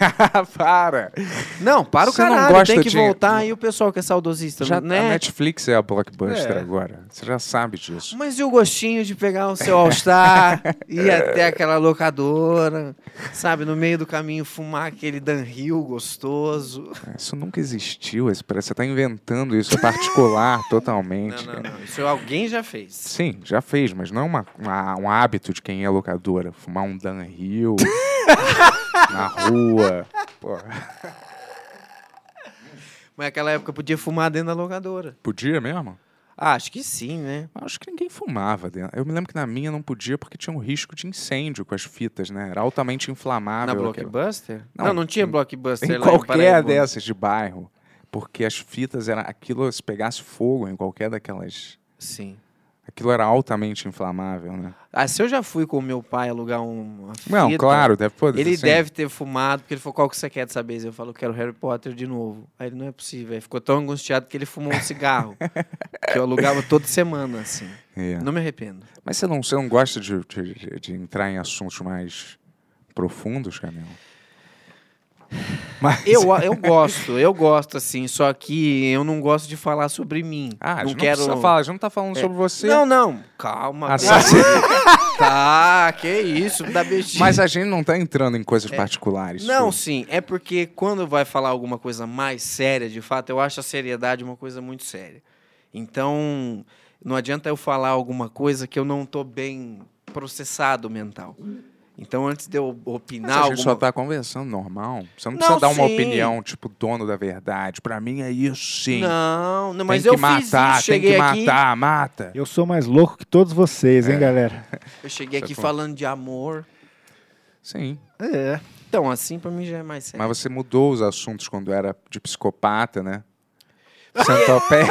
Para! Não, para o Você não caralho, gosta tem que de- voltar. E o pessoal que é saudosista, Já, A né? Netflix é a blockbuster É. agora. Você já sabe disso. Mas e o gostinho de pegar o seu *laughs* All-Star, ir até aquela locadora, sabe, no meio do caminho fumar aquele Dan Hill gostoso. *laughs* né? Isso nunca existiu. esse- Você tá inventando isso. É particular *laughs* Não, totalmente. não, não. Isso alguém já fez. Sim, já fez, mas não é uma, uma- um hábito de quem é locadora. Fumar um Dan *laughs* Hill na rua. Pô, Mas naquela época podia fumar dentro da locadora. podia mesmo? Ah, acho que sim, né? Acho que ninguém fumava. dentro. Eu me lembro que na minha não podia porque tinha um risco de incêndio com as fitas, né? Era altamente inflamável. Na aquela- Blockbuster? Não, Não, não, tinha Blockbuster Em lá qualquer Paraíba. dessas de bairro. Porque as fitas era aquilo, se pegasse fogo em qualquer daquelas. Sim. Aquilo era altamente inflamável, né? Ah, se eu já fui com o meu pai alugar um, uma fita... Não, claro, deve poder. Ele sim. deve ter fumado, porque ele falou, qual que você quer dessa vez? Eu falo, quero Harry Potter de novo. Aí ele, não é possível. Aí ficou tão angustiado que ele fumou um cigarro. que eu alugava toda semana, assim. É. Não me arrependo. Mas você não, você não gosta de, de- de- de entrar em assuntos mais profundos, Camilo? Mas, Eu, *laughs* eu gosto, eu gosto, assim. Só que eu não gosto de falar sobre mim. ah, a não gente quero... É. não precisa falar, a gente não tá falando sobre você. Não, não. Calma. Assassino. Tá, que isso, da bexiga. Mas a gente não tá entrando em coisas particulares. É. Não, tipo, sim, é porque quando vai falar alguma coisa mais séria, de fato, eu acho a seriedade uma coisa muito séria. Então, não adianta eu falar alguma coisa que eu não tô bem processado mental. Então, antes de eu mas opinar a gente alguma... só tá conversando normal. Você não Não, precisa dar uma sim. opinião, tipo, dono da verdade. Pra mim é isso sim. Não, não, mas tem eu que matar, fiz isso, cheguei tem que aqui, matar, mata. Eu sou mais louco que todos vocês, hein, galera? eu cheguei Isso é aqui bom. falando de amor. Sim. É. Então, assim pra mim já é mais sério. Mas você mudou os assuntos quando era de psicopata, *laughs* né? Santopé.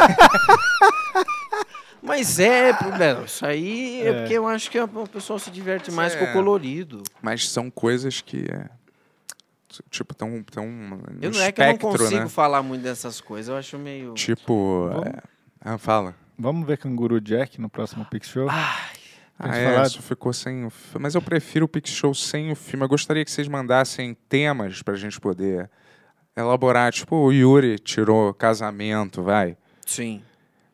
Mas é, problema, isso aí é, É. porque eu acho que a- o pessoal se diverte mais com é. o colorido. Mas são coisas que. é, t- tipo, tão. tão no Eu não é que eu não espectro, consigo né? falar muito dessas coisas, eu acho meio... Tipo. é, Ah, fala. Vamos ver Canguru Jack no próximo Pix Show? Ah, gente é, falar- isso ficou sem. o fi- Mas eu prefiro o Pix Show sem o filme. Eu gostaria que vocês mandassem temas pra gente poder elaborar. Tipo, o Yuri tirou casamento, vai. Sim.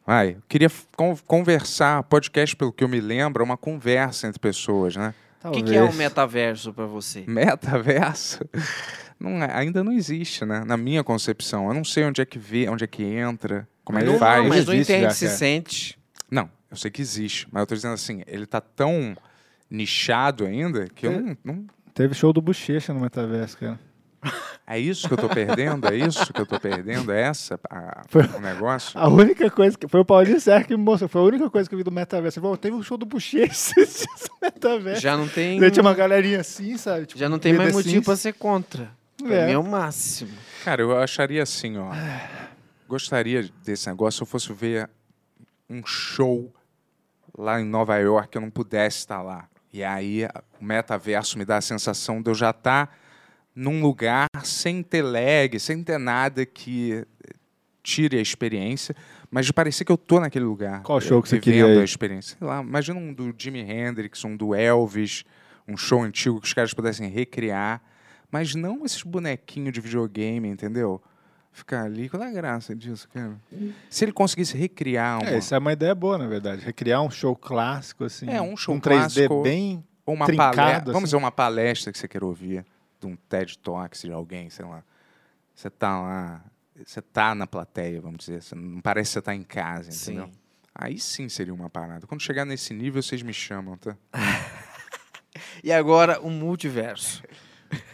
Vai. Eu queria f- con- conversar. Podcast, pelo que eu me lembro, é uma conversa entre pessoas, né? O que, que é o Talvez. metaverso pra você? Metaverso? *laughs* Não é- ainda não existe, né? Na minha concepção. Eu não sei onde é que vê, onde é que entra, como é que não, faz. não, Não, mas Ele não existe entende, já, se cara. sente. eu sei que existe, mas eu tô dizendo assim, ele tá tão nichado ainda que eu É. não, não- Teve show do Bochecha no Metaverso, cara. É isso que eu tô perdendo? É isso que eu tô perdendo? É essa a- Foi- o negócio? A única coisa que. Foi o Paulinho Serra que me mostrou. Foi a única coisa que eu vi do Metaverso. Ele falou, teve um show do Bochecha *laughs* no Metaverso. Já não tem. Daí Tinha uma galerinha assim, sabe? Tipo, Já não tem mais meio The motivo pra Sims. ser contra. Pra É. mim é o máximo. Cara, eu acharia assim, ó. Gostaria desse negócio se eu fosse ver um show lá em Nova York, eu não pudesse estar lá. E aí a- o metaverso me dá a sensação de eu já estar num lugar sem ter lag, sem ter nada que tire a experiência, mas de parecer que eu tô naquele lugar. Qual show que você vivendo queria ir? a experiência. Sei lá, imagina um do Jimi Hendrix, um do Elvis, um show antigo que os caras pudessem recriar, mas não esses bonequinhos de videogame, entendeu? Ficar ali, qual é a graça disso, cara? Se ele conseguisse recriar uma, É, essa é uma ideia boa, na verdade. Recriar um show clássico, assim. É, um show um 3D clássico. bem. ou uma trincado, palestra, assim. vamos dizer, uma palestra que você quer ouvir, de um TED Talks de alguém, sei lá. Você tá lá, você tá na plateia, vamos dizer, você não parece que você tá em casa, entendeu? Sim. Aí sim seria uma parada. Quando chegar nesse nível, vocês me chamam, tá? E agora o multiverso.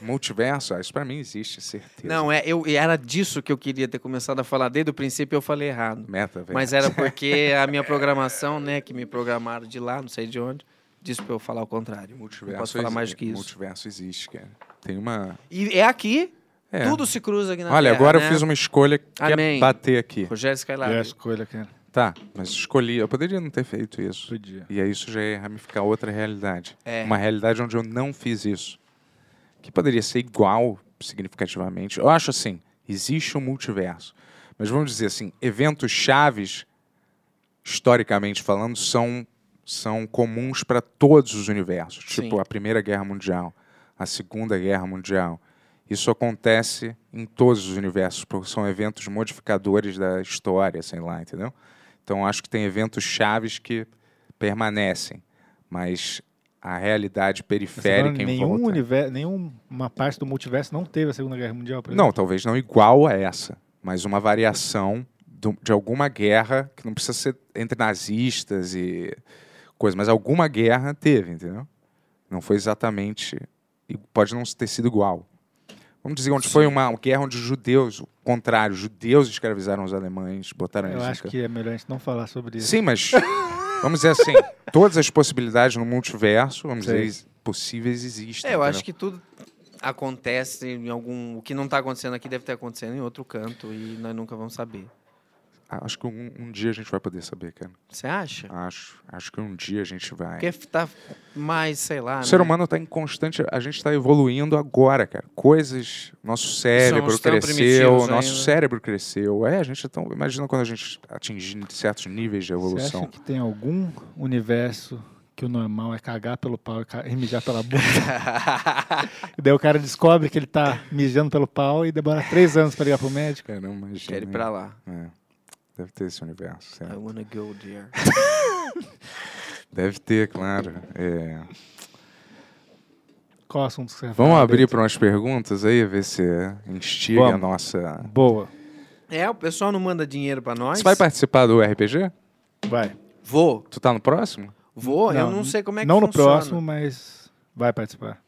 Multiverso, ah, isso pra mim existe, certeza. Não, é, eu, e era disso que eu queria ter começado a falar desde o princípio, eu falei errado. Meta, velho. Mas *laughs* era porque a minha programação, né, que me programaram de lá, não sei de onde, disse pra eu falar o contrário. multiverso não posso falar exi- mais do que isso. Multiverso existe, cara. Tem uma. E é aqui, É. tudo se cruza aqui na Olha, Terra, agora né? eu fiz uma escolha que é Amém. bater aqui. Rogério Skylab. É a escolha, cara. Tá, mas escolhi. Eu poderia não ter feito isso. Podia. E aí isso já ia ramificar outra realidade. É. Uma realidade onde eu não fiz isso. Que poderia ser igual significativamente. Eu acho assim, existe um multiverso. Mas vamos dizer assim, eventos chaves, historicamente falando, são, são comuns para todos os universos. Tipo Sim. a Primeira Guerra Mundial, a Segunda Guerra Mundial. Isso acontece em todos os universos, porque são eventos modificadores da história, sei lá, entendeu? Então acho que tem eventos chaves que permanecem, mas a realidade Mas agora periférica em nenhum volta. universo, nenhuma parte do multiverso não teve a Segunda Guerra Mundial, por exemplo. Não, talvez não igual a essa, mas uma variação do- de alguma guerra que não precisa ser entre nazistas e coisa, mas alguma guerra teve, entendeu? Não foi exatamente e pode não ter sido igual. Vamos dizer onde foi uma guerra onde os judeus, o contrário, os judeus escravizaram os alemães, botaram Eu eles em acho campo. que é melhor a gente não falar sobre isso. Sim, mas vamos dizer assim, todas as possibilidades no multiverso, vamos Sei. dizer, possíveis existem. É, eu acho que tudo acontece em algum. O que não tá acontecendo aqui deve ter acontecendo em outro canto e nós nunca vamos saber. acho que um, um dia a gente vai poder saber, cara. Você acha? Acho, acho que um dia a gente vai. Porque tá mais, sei lá. O ser né? humano está em constante. A gente está evoluindo agora, cara. Coisas. Nosso cérebro Somos tão cresceu. primitivos Nosso ainda. cérebro cresceu. É, a gente é tão. Imagina quando a gente atingir certos níveis de Você acha evolução. que tem algum universo que o normal é cagar pelo pau e ca- e mijar pela *laughs* boca? e daí o cara descobre que ele tá mijando pelo pau e demora três anos pra ligar pro médico. Caramba, imagina. Quero ir pra lá. É. Deve ter esse universo. sei lá. I wanna go there. Deve ter, claro. É. Qual assunto que você vai Vamos falar, abrir Beto? para umas perguntas aí, ver se instiga a Ah, Vamos. nossa. Boa, É, o pessoal não manda dinheiro pra nós. Você vai participar do RPG? vai. Vou, Tu tá no próximo? vou. eu não sei como é que Não no funciona. próximo, mas vai participar.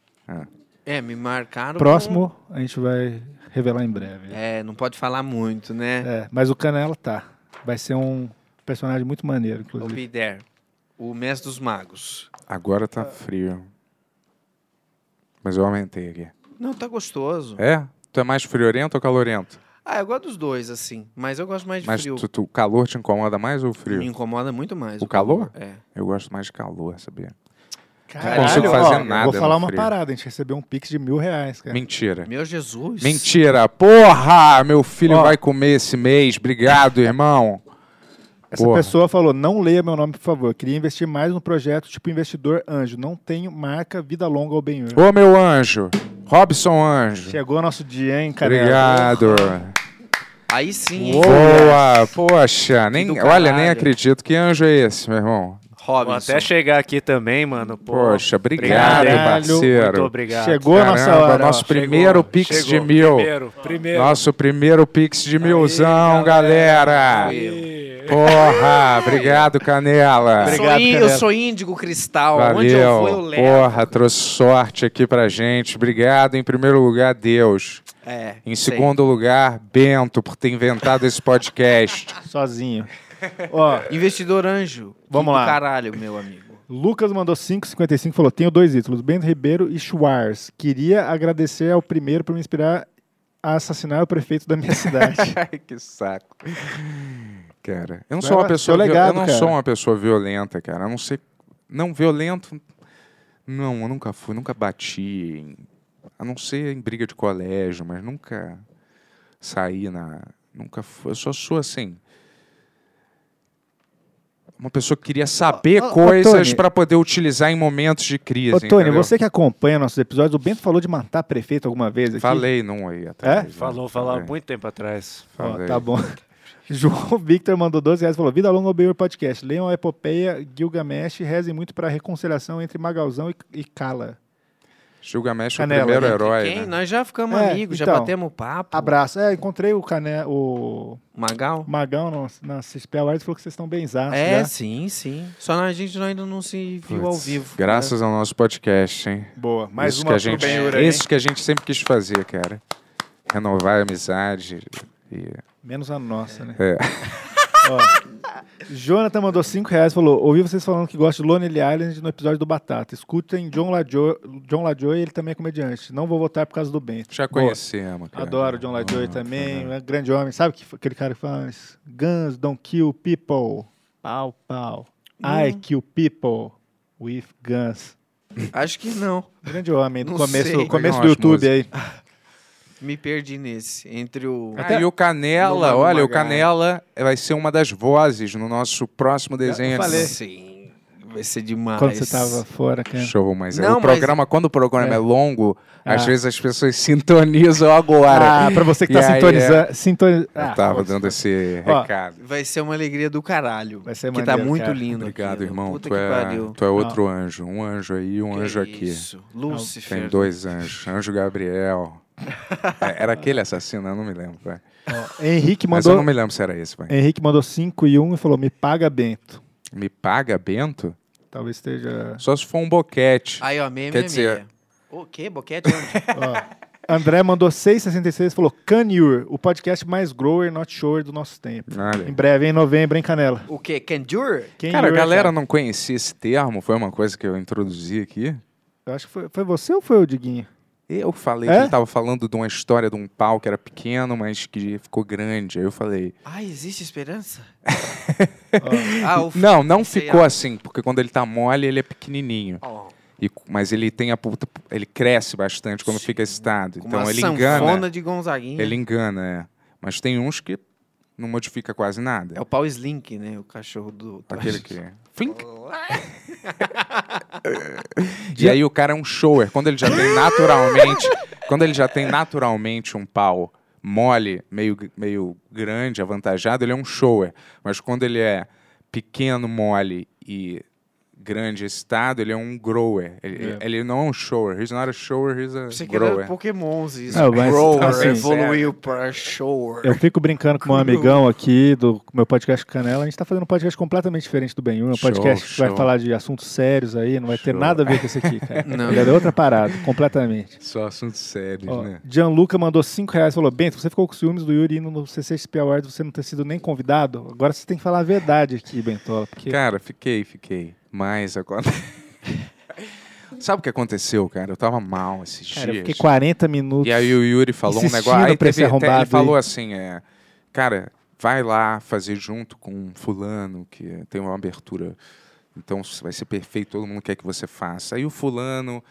É, me marcaram. Próximo a gente vai revelar em breve. com- É, não pode falar muito, né? É, mas o Canela tá. Vai ser um personagem muito maneiro, O inclusive. be there. O mestre dos magos. Agora Ah. tá frio. Mas eu aumentei aqui. Não, tá gostoso. É? Tu é mais friorento ou calorento? Ah, eu gosto dos dois, assim. Mas eu gosto mais de Mas frio. tu, tu- o calor te incomoda mais ou o Me frio? incomoda muito mais. O calor? É. Eu gosto mais de calor, sabia? Caralho, consigo fazer ó, nada Vou no falar uma frio. parada, a gente recebeu um pix de mil reais, cara. Mentira. Meu Jesus. Mentira! Porra! Meu filho Ó. vai comer esse mês. Obrigado, irmão. Essa Porra. pessoa falou: não leia meu nome, por favor. Queria investir mais no projeto tipo investidor anjo. Não tenho marca, vida longa ou bem Ô, meu anjo. Robson Anjo. Chegou nosso dia, hein, cara? Obrigado. Aí sim, hein? Boa, poxa, nem, do olha, nem caralho. acredito que anjo é esse, meu irmão. Vou Robinson. até chegar aqui também, mano. Pô, Poxa, obrigado, Obrigado, hein? parceiro. Muito obrigado. Chegou a nossa Caramba, hora. nosso ó. primeiro pix de Chegou. mil. Primeiro, primeiro. Nosso primeiro pix de milzão, galera. Porra, obrigado, Canela. Obrigado, sou í- eu Canela. sou índigo cristal. Onde eu vou, eu Valeu. levo. Porra, trouxe sorte aqui pra gente. Obrigado, em primeiro lugar, Deus. É, Em sei. segundo lugar, Bento, por ter inventado esse podcast. Sozinho. *laughs* Ó, Investidor anjo. Vamos Que lá. do Caralho, meu amigo. Lucas mandou 5,55 falou: tenho dois ídolos, Bento Ribeiro e Schwarz. Queria agradecer ao primeiro por me inspirar a assassinar o prefeito da minha *laughs* cidade. Ai, que saco. Cara, eu não Vai sou uma lá, pessoa seu é legado, viol- eu não cara. sou uma pessoa violenta, cara. A não ser não violento Não, eu nunca fui, nunca bati, em- a não ser em briga de colégio, mas nunca saí na. Nunca fui. Eu só sou assim. Uma pessoa que queria saber ô, ô, coisas Tony. para poder utilizar em momentos de crise. Ô, Tony, entendeu? você que acompanha nossos episódios, o Bento falou de matar prefeito alguma vez aqui. Falei num aí atrás. né? É? Falou, falou há Falei, muito tempo atrás. Ó, falei. tá bom. *laughs* João Victor mandou 12 reais e falou: Vida longa ao Beer Podcast. Leiam a epopeia Gilgamesh e rezem muito para a reconciliação entre Magalzão e, e Kala. Gilgamesh é o Canela, primeiro né? herói. Quem? né? Nós já ficamos É, amigos, já então. batemos papo. Abraço. É, encontrei o, cane... o Magal? Magão no- na CSP Awards e falou que vocês estão bem zaços. né? É, já. sim, sim. Só a gente ainda não se viu ao Putz, vivo. Graças ao nosso podcast, hein? Boa. né? Mais isso uma que pro a gente, Benhura aí. Isso que a gente sempre quis fazer, cara. Renovar a amizade. e- Menos a nossa, né? É. Ó, Jonathan mandou 5 reais e falou: Ouvi vocês falando que gosta de Lonely Island no episódio do Batata. Escutem John LaJoy, John LaJoy ele também é comediante. Não vou votar por causa do Bento. Já Boa. conhecemos, cara. Adoro o John LaJoy Ah, também, cara. é um grande homem. Sabe que, aquele cara que faz Guns don't kill people, pau, pau. Hum. I kill people with guns. É. Acho que não. Grande homem, do Não começo, sei. começo Não, do acho YouTube música. aí. Me perdi nesse. Entre o. Ah, e o Canela, Lombardo olha, o Magal. Canela vai ser uma das vozes no nosso próximo desenho. eu falei. Sim. Vai ser demais. Quando você tava fora, cara. Ah, Show, mas é, Não, mas- o programa, quando o programa é, longo, às Ah. vezes as pessoas *laughs* sintonizam agora. Ah, pra você que E tá aí, é? sintonizando. sintoni- Eu Ah, tava foda-se. dando esse Ó, recado. Vai ser uma alegria do caralho. Vai ser Que tá maneiro, muito cara. lindo. Obrigado, aquilo. irmão. Puta Tu que é, pariu. tu é outro anjo. Um anjo aí, um Que anjo aqui. Isso. Lúcifer. Tem dois anjos. Anjo Gabriel. É, Era aquele assassino? Eu não me lembro. vai. Ó, Henrique Mas eu mandou. não me lembro se era esse, vai. Henrique mandou 5 e 1 e falou: me paga Bento. Me paga, Bento? Talvez esteja. Só se for um boquete. Aí, ó, meme Quer é dizer- meia. O quê? Boquete? é Onde? *laughs* Ó, André mandou 6,66 e falou: Canure, o podcast mais grower, not shower do nosso tempo. Olha. Em breve, em novembro, em Canela. o quê? Candure? Quem é? Cara, a Yuri, galera não conhecia esse termo, foi uma coisa que eu introduzi aqui. Eu acho que foi, foi você ou foi o Diguinho? Eu falei É? que ele tava falando de uma história de um pau que era pequeno, mas que ficou grande. Aí eu falei. Ah, existe esperança? Ó, Ah, o... Não, não sei ah. ficou lá. assim, porque quando ele tá mole, ele é pequenininho. Ó, E cu- mas ele tem a puta. Ele cresce bastante quando fica excitado. com Então uma ele sanfona engana. de Gonzaguinha. Ele engana, é. Mas tem uns que não modifica quase nada. É o pau Slink, né? O cachorro do... Aquele que. Flink. *laughs* E aí o cara é um shower. Quando ele já tem naturalmente. quando ele já tem naturalmente um pau mole, meio, meio grande, avantajado, ele é um shower. Mas quando ele é pequeno, mole e grande excitado, ele é um grower. Ele, É. ele não é um shower. He's not a shower, he's a Você que era um grower. Pokémons, isso. Não, mas, assim, evoluiu pra Shore. eu fico brincando com um amigão aqui do meu podcast Canela. A gente tá fazendo um podcast completamente diferente do Benhur. Um Show, podcast que vai show. falar de assuntos sérios aí, não vai ter Show. nada a ver com esse aqui, *laughs* cara. Não. Ele é outra parada, completamente. Só assuntos sérios, Ó, né? Gianluca mandou 5 reais e falou: Bento, você ficou com ciúmes do Yuri indo no CCXP Awards você não ter sido nem convidado? Agora você tem que falar a verdade aqui, Bentola. Porque... Cara, fiquei, fiquei. Mas agora. *laughs* Sabe o que aconteceu, cara? Eu tava mal esses Cara, eu dias. fiquei 40 minutos. E aí o Yuri falou um insistindo negócio. Aí pra esse teve- te- ele arrombado falou assim: é, Cara, vai lá fazer junto com um fulano, que tem uma abertura. Então s- vai ser perfeito, todo mundo quer que você faça. Aí o fulano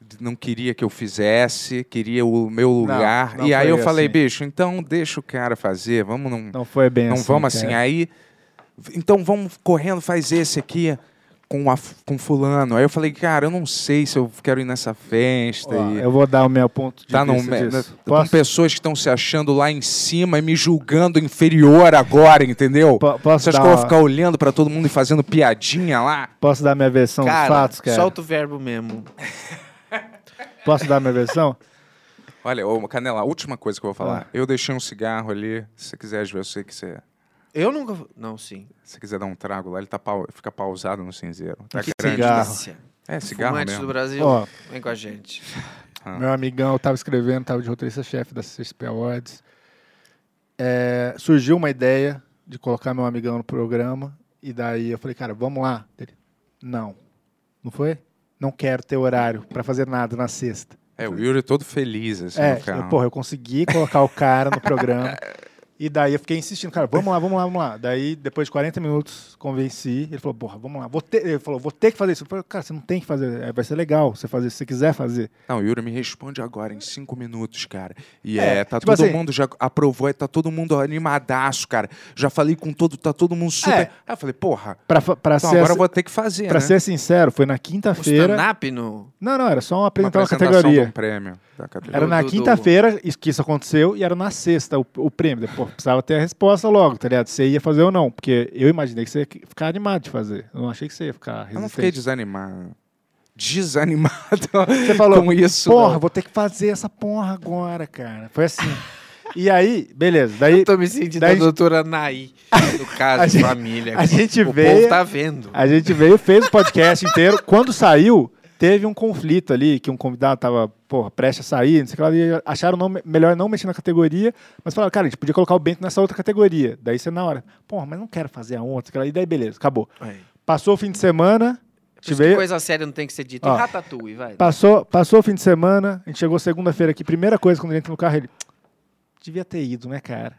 d- não queria que eu fizesse, queria o meu lugar. não e aí foi eu falei, assim. bicho, então deixa o cara fazer, vamos num, Não foi bem não assim. vamos cara. assim. Aí, v- então vamos correndo, faz esse aqui com, a, f- com fulano. Aí eu falei, cara, eu não sei se eu quero ir nessa festa. Ó, e eu vou dar o meu ponto de tá no, vista me- na- disso. com Posso, pessoas que estão se achando lá em cima e me julgando inferior agora, entendeu? po- posso, Você dar acha que eu vou uma- ficar olhando pra todo mundo e fazendo piadinha lá? posso dar minha versão Cara, dos fatos, é um cara? solta o verbo mesmo. Posso dar minha *laughs* versão? Olha, ô, Canela, a última coisa que eu Ah. vou falar. Eu deixei um cigarro ali. Se você quiser, eu sei que você. Eu nunca... Não, sim. Se você quiser dar um trago lá, ele tá pau- fica pausado no cinzeiro. Tá Que grande. cigarro? Delícia. É, cigarro Fumantes mesmo. do Brasil, Ó. vem com a gente. Ah. Meu amigão tava escrevendo, tava de roteirista-chefe da CSP Awards. É, surgiu uma ideia de colocar meu amigão no programa. E daí eu falei, cara, vamos lá. Ele, não. Não foi? Não quero ter horário pra fazer nada na sexta. É, o Yuri todo feliz, assim, é, no carro. eu, porra, eu consegui colocar o cara no programa. E E daí eu fiquei insistindo, cara, vamos lá, vamos lá, vamos lá. Daí, depois de 40 minutos, convenci. Ele falou, porra, vamos lá. Vou ter, ele falou, vou ter que fazer isso. Eu falei, cara, você não tem que fazer. é, Vai ser legal você fazer, se você quiser fazer. Não, Yuri, me responde agora, em cinco minutos, cara. E É, é, tá tipo todo assim- mundo já aprovou, tá todo mundo animadaço, cara. Já falei com todo, tá todo mundo super. É. Aí eu falei, porra, Pra, fa- pra então ser, agora eu assi- vou ter que fazer, pra né? ser sincero, foi na O quinta-feira. stand-up no... Não, não, era só uma apresentar uma, apresentação de então, categoria. um prêmio da categoria. Era na do- do- quinta-feira isso- que isso aconteceu e era na sexta o, o prêmio. Pô, precisava ter a resposta logo, tá ligado? Se Você ia fazer ou não, porque eu imaginei que você ia que- ficar animado de fazer. Eu não achei que você ia ficar resistente. Eu não fiquei desanimado. *laughs* Desanimado Você falou, com isso. Porra, não. vou ter que fazer essa porra agora, cara. Foi assim. e aí, beleza. Daí Eu tô me sentindo daí- a doutora Naí, do A caso de gente- família. a gente o veio- povo tá vendo. a gente veio, fez o podcast inteiro. Quando saiu, teve um conflito ali, que um convidado tava, porra, prestes a sair, não sei o que lá, e acharam não- melhor não mexer na categoria, mas falaram, cara, a gente podia colocar o Bento nessa outra categoria. Daí você na hora, porra, mas não quero fazer a outra, que lá. e daí beleza, acabou. Aí. Passou o fim de semana, a Por gente É. isso que veio, coisa séria não tem que ser dita. Ó. E Ratatouille, vai. passou, passou o fim de semana, a gente chegou segunda-feira aqui, primeira coisa, quando ele entra no carro, ele, devia ter ido, né, cara?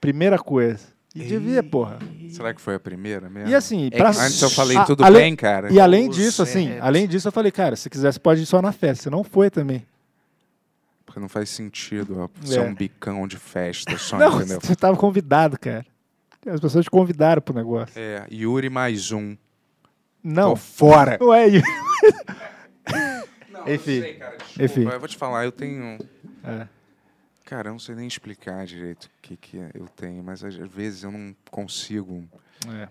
Primeira coisa. E devia, porra. Será que foi a primeira mesmo? É E assim, que pra... Antes eu falei, a- tudo ale- bem, cara? E além Ô, disso, assim, Zé. além disso, eu falei, cara, se quiser, você pode ir só na festa. Você não foi também. Porque não faz sentido ó, ser É. um bicão de festa Ah, só, não, entendeu? você tava convidado, cara. As pessoas te convidaram pro negócio. É, Yuri mais um. Não, Tô fora. não é isso. Enfim. sei, cara. Desculpa, Enfim. eu vou te falar, eu tenho... um- É. Cara, eu não sei nem explicar direito o que, que eu tenho, mas às vezes eu não consigo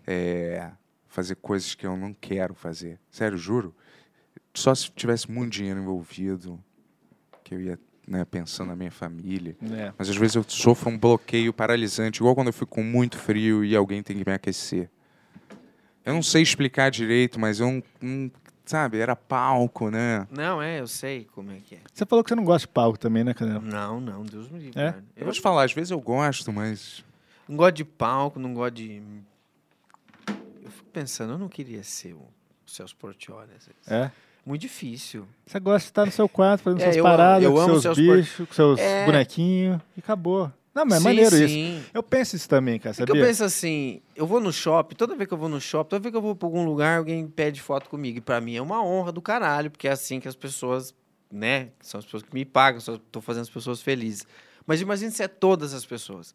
é, fazer coisas que eu não quero fazer. Sério, juro. Só se tivesse muito dinheiro envolvido, que eu ia né, pensando na minha família. É. Mas às vezes eu sofro um bloqueio paralisante, igual quando eu fico com muito frio e alguém tem que me aquecer. Eu não sei explicar direito, mas eu não. não- sabe, era palco, né? Não, é, eu sei como é que é. Você falou que você não gosta de palco também, né, Canela? Não, não, Deus me livre. É? cara. Eu Eu vou te falar, às vezes eu gosto, mas. não gosto de palco, não gosto de... Eu fico pensando, eu não queria ser o Celso Portiolli. às vezes. É. Muito difícil. Você gosta de estar no seu quarto, fazendo É, suas eu- paradas, eu com amo seus, seus por- bichos, com seus É. bonequinhos. E acabou. Não, mas é Sim, maneiro isso. sim. Eu penso isso também, cara, Porque sabia? eu penso assim, eu vou no shopping, toda vez que eu vou no shopping, toda vez que eu vou pra algum lugar, alguém pede foto comigo. E pra mim é uma honra do caralho, porque é assim que as pessoas, né? São as pessoas que me pagam, só tô fazendo as pessoas felizes. Mas imagina se é todas as pessoas,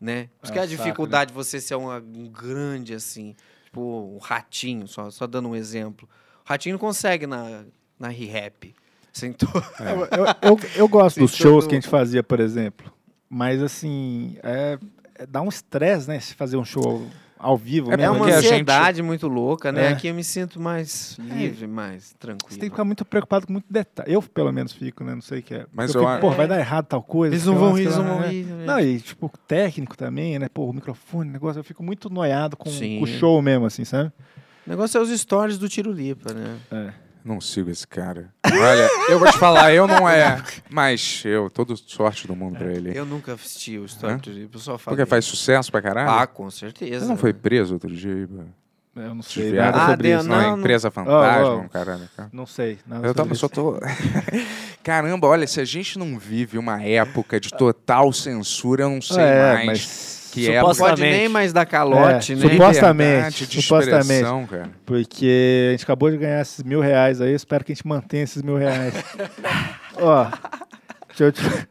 né? Por isso É que é um a saco, dificuldade de você ser uma- um grande, assim, tipo um ratinho, só, só dando um exemplo. O ratinho não consegue na, na re-rap. Sentou. Eu, eu- eu- eu gosto dos Sim, shows todo- que a gente fazia, por exemplo. Mas assim, é, é- dá um estresse, né? se Fazer um show ao vivo. É É mesmo. uma porque a gente- ansiedade muito louca, né? É. Aqui eu me sinto mais livre, mais tranquilo. Você tem que ficar muito preocupado com muito detalhe. Eu, pelo menos, fico, né? Não sei o que é. Mas eu eu fico, a- pô, vai dar errado tal coisa. Eles não sei lá, vão sei rir, eles lá, não vão né? rir. né? Não, e tipo, técnico também, né? Pô, o microfone, o negócio, eu fico muito noiado com, Sim. com o show mesmo, assim, sabe? O negócio é os stories do Tiro Lipa, né? Não sigo esse cara. Olha, eu vou te falar, eu não é. Mas eu, toda sorte do mundo pra ele. Eu nunca assisti o story do Tiro Lipa, eu só falo. Porque faz sucesso pra caralho? Ah, com certeza. Ele não foi preso outro dia? pô? Eu não sei Desviado. nada né? Ah, sobre deu- isso. Não, é não. empresa fantasma, Oh, oh. um caralho. cara. Não sei. Nada Eu sobre tava, só isso. tô. *laughs* Caramba, olha, se a gente não vive uma época de total censura, eu não sei É, mais mas- que é Suposta- Pode nem Exatamente. mais dar calote, É, né? suposta- liberdade de supostamente. expressão, cara. Porque a gente acabou de ganhar esses mil reais aí, eu espero que a gente mantenha esses mil reais. Ó, deixa eu, te, deixa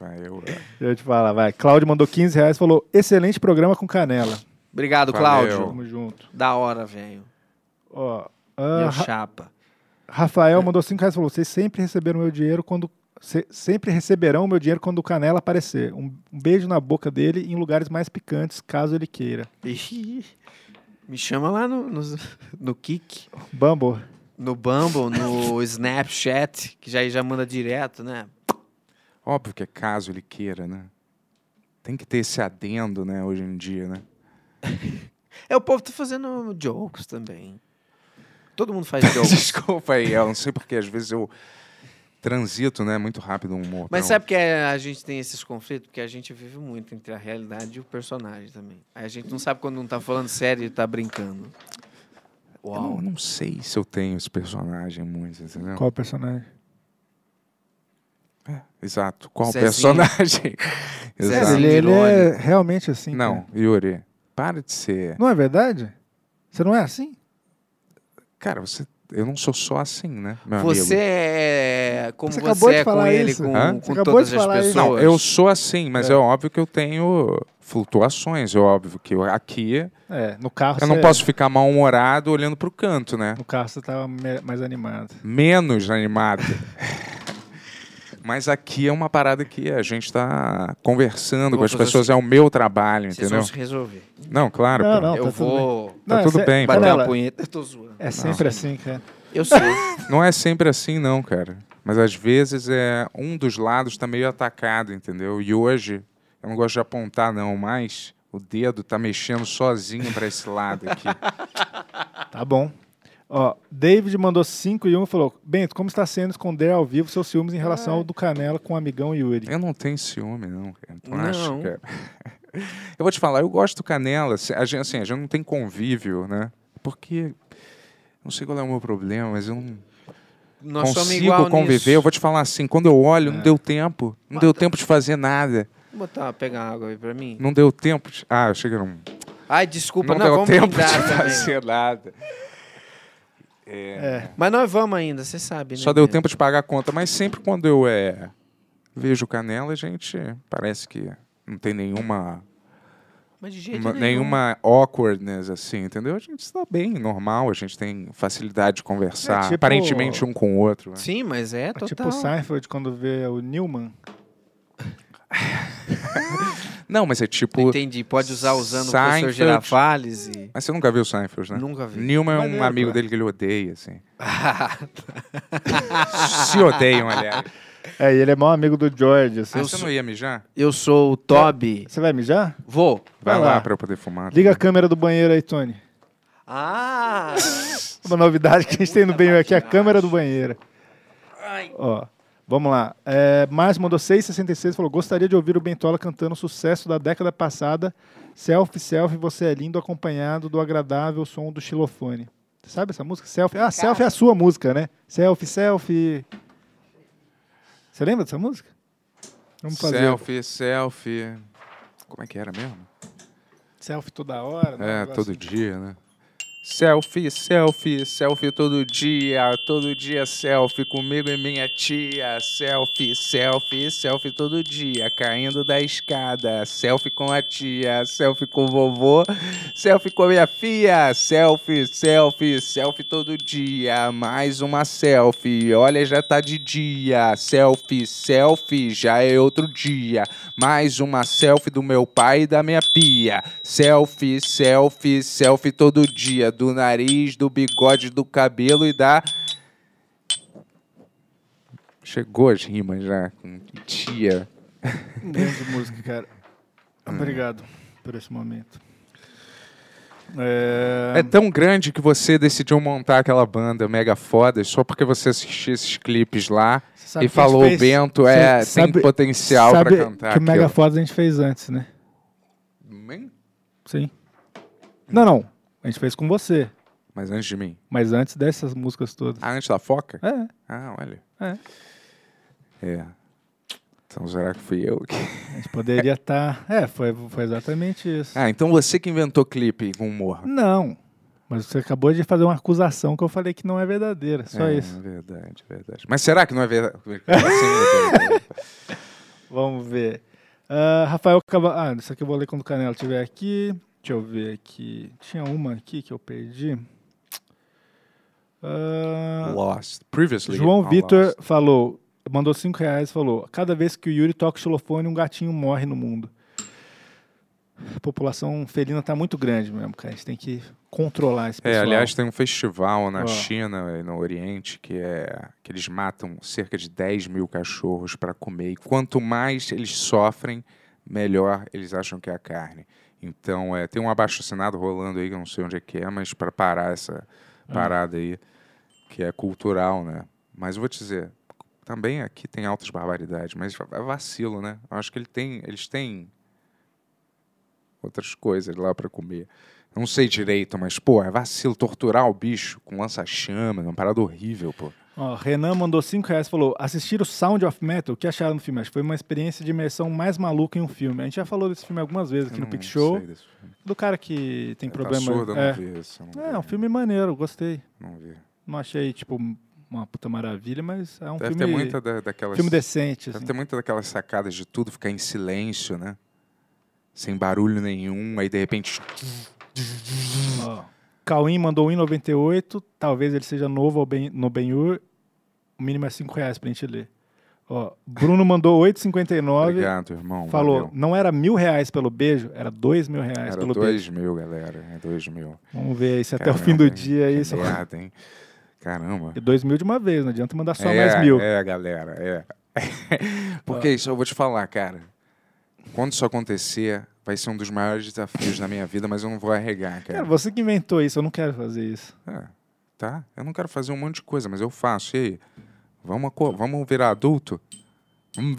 Vai, eu- eu te falar, vai. Cláudio mandou 15 reais e falou: excelente programa com canela. Obrigado, Valeu. Cláudio. Tamo junto. Da hora, velho. Ó, ah, Meu Ra- chapa. Rafael mandou 5 reais e falou: vocês sempre receberam meu dinheiro quando. se- sempre receberão o meu dinheiro quando o Canela aparecer. Um, um beijo na boca dele em lugares mais picantes, caso ele queira. Ih, Me chama lá no, no, no Kik, Bumble. no Bumble, *laughs* no Snapchat, que já, aí já manda direto, né? Óbvio que é caso ele queira, né? Tem que ter esse adendo, né, hoje em *laughs* dia, né? É, o povo tá fazendo jokes também. Todo mundo *laughs* faz jokes. Desculpa aí, eu não sei porque às vezes eu transito, né, muito rápido o humor. Mas Não. sabe que é, a gente tem esses conflitos? Porque a gente vive muito entre a realidade e o personagem também. Aí A gente não sabe quando não tá falando sério e tá brincando. um. Hum. Eu não, não sei se eu tenho esse personagem muito, entendeu? Qual personagem? Exato. Qual Zezinho. personagem? *laughs* Exato. Zezinho. Ele, ele é Irônico. realmente assim. Não, cara. Yuri, para de ser. Não é verdade? Você não é assim? Cara, você. Eu não sou só assim, né? Meu Você amigo? é como Você você, acabou de é com falar ele, isso. com, Hã? com Você acabou todas de as falar pessoas. isso. Não, eu sou assim, mas é. óbvio que eu tenho flutuações. É óbvio que eu- aqui É, no Tá carro eu não você- posso ficar mal-humorado olhando pro canto, né? No carro você tava me- mais animado. Menos animado. mas aqui é uma parada que a gente tá conversando Vou com as fazer pessoas. assim. É o meu trabalho, Vocês entendeu? vão se resolver. Não, claro. Não, pô. não. eu tá tudo vou Não, é tudo sé- bem, bater Canela, uma punheta. Eu tô zoando. É sempre assim, cara. Eu sei. Não é sempre assim, não, cara. Mas às vezes é um dos lados tá meio atacado, entendeu? E hoje, eu não gosto de apontar, não, mas o dedo tá mexendo sozinho pra esse lado aqui. Tá bom. Ó, David mandou 5 e 1 um, e falou: Bento, como está sendo esconder ao vivo seus ciúmes em relação ao do Canela com o amigão Yuri? Eu não tenho ciúme, não, cara. Tu Não. acha, cara? *laughs* Eu vou te falar, eu gosto do Canela. se- A gente, assim, a gente não tem convívio, né? Porque. Não sei qual é o meu problema, mas eu não Nós somos consigo igual conviver. nisso. Eu vou te falar assim, quando eu olho, não deu tempo. Não deu tempo de fazer nada. Vou botar, pegar água aí pra mim. Não deu tempo. De... Ah, chega num. Ai, desculpa, não, não, deu vamos tempo de brindar também. *laughs* fazer nada. Mas nós vamos ainda, você sabe, né? Só deu Bento? tempo de pagar a conta. Mas sempre quando eu é, vejo canela, a gente parece que não tem nenhuma, Mas de jeito uma- nenhum. nenhuma awkwardness assim, entendeu? A gente está bem, normal, a gente tem facilidade de conversar, É tipo- aparentemente um com o outro. né? Sim, mas é É total. tipo o Seinfeld quando vê o Newman. Não, mas é tipo. Entendi, pode usar usando o professor Seinfeld. Girafales e... Mas você nunca viu o Seinfeld, né? Nunca vi. Nilma é um Maneiro, amigo cara. dele que ele odeia, assim. Se odeiam, aliás. É, e ele é maior amigo do George. assim. Ah, você não ia mijar? *laughs* Eu sou o Toby. Você vai mijar? Vou. Vai, Vai lá, lá. pra eu poder fumar. Liga é a câmera do banheiro aí, Tony. Ah! Uma novidade que a gente tem no muita bem aqui é a maquinagem. câmera do banheiro. Ó, vamos lá. É, mais mandou 666 falou: gostaria de ouvir o Bentola cantando o sucesso da década passada. Selfie, selfie, você é lindo, acompanhado do agradável som do xilofone. Você sabe essa música? Selfie. Ah, selfie é a sua música, né? Selfie, selfie. Você lembra dessa música? Vamos fazer. Selfie, selfie. Como é que era mesmo? Selfie toda hora. né? Um É, negócio todo assim. dia, né? Selfie, selfie, selfie todo dia, todo dia selfie comigo e minha tia. Selfie, selfie, selfie todo dia, caindo da escada. Selfie com a tia, selfie com o vovô, selfie com a minha filha. Selfie, selfie, selfie todo dia, mais uma selfie. Olha, já tá de dia. Selfie, selfie, já é outro dia. Mais uma selfie do meu pai e da minha pia. Selfie, selfie, selfie todo dia. Do nariz, do bigode, do cabelo e da. Chegou as rimas já com tia. Grande música, cara. É. Obrigado por esse momento. É, É tão grande que você decidiu montar aquela banda mega foda só porque você assistiu esses clipes lá Você sabe e que a gente falou: fez- o Bento é, Você tem sabe- potencial sabe pra cantar. que o Mega aquilo." Foda a gente fez antes, né? Nem- Sim. Não, não. A gente fez com você. Mas antes de mim. Mas antes dessas músicas todas. Ah, antes da foca? É. Ah, olha. É. É. Então será que fui eu que. A gente poderia *laughs* estar. É, foi, foi exatamente isso. Ah, então você que inventou clipe com humor. Não. Mas você acabou de fazer uma acusação que eu falei que não é verdadeira. Só é, isso. Verdade, verdade. Mas será que não é verdade? Como é que é? Assim, *laughs* Vamos ver. Ah, Rafael Cavalcante. Ah, isso aqui eu vou ler quando o Canelo estiver aqui. Deixa eu ver aqui. Tinha uma aqui que eu perdi. Ah, é, Lost. Previously. João on Vitor Lost. falou, mandou cinco reais, falou: cada vez que o Yuri toca o xilofone, um gatinho morre no mundo. A população felina tá muito grande mesmo, cara. A gente tem que controlar esse É, pessoal. aliás, tem um festival na Ó. China e no Oriente que é que eles matam cerca de 10 mil cachorros para comer. E quanto mais eles sofrem, melhor eles acham que é a carne. Então, é, tem um abaixo-assinado rolando aí, que eu não sei onde é que é, mas para parar essa É. parada aí, que é cultural, né? Mas eu vou te dizer, também aqui tem altas barbaridades, mas é vacilo, né? Eu acho que ele tem, eles têm outras coisas lá para comer. Eu Não sei direito, mas, pô, é vacilo torturar o bicho com lança-chama, é uma parada horrível, pô. Ó, Renan mandou 5 reais e falou: assistir o Sound of Metal, o que acharam do filme? Acho que foi uma experiência de imersão mais maluca em um filme. A gente já falou desse filme algumas vezes aqui no Pic Show. Do cara que tem problema. Hum, Tá surdo, eu não é. vi esse, eu não é, vi, um filme maneiro, gostei. Não vi. Não achei, tipo, uma puta maravilha, mas é um Deve ter filme. muita da, daquelas... Filme decente, assim. Deve ter muita daquelas sacadas de tudo ficar em silêncio, né? Sem barulho nenhum, aí de repente... tá Ó, Cauim mandou 1,98. Talvez ele seja novo ao Ben- no Benhur. O mínimo é 5 reais pra gente ler. Ó, Bruno mandou 8,59. Obrigado, irmão. Falou, né, valeu. não era mil reais pelo beijo, era dois mil reais Era pelo beijo. dois mil, galera. É dois mil. Vamos ver aí se até o Caramba, fim do hein? dia é aí. Que só- merda, hein? Caramba. E dois mil de uma vez, não adianta mandar só é, mais mil. É, galera, é. *laughs* Porque isso eu vou te falar, cara. Quando isso acontecer, vai ser um dos maiores desafios da minha vida, mas eu não vou arregar, Cara, cara. você que inventou isso, eu não quero fazer isso. É, tá? Eu não quero fazer um monte de coisa, mas eu faço. E aí? Vamos, aco- vamos virar adulto? Vamos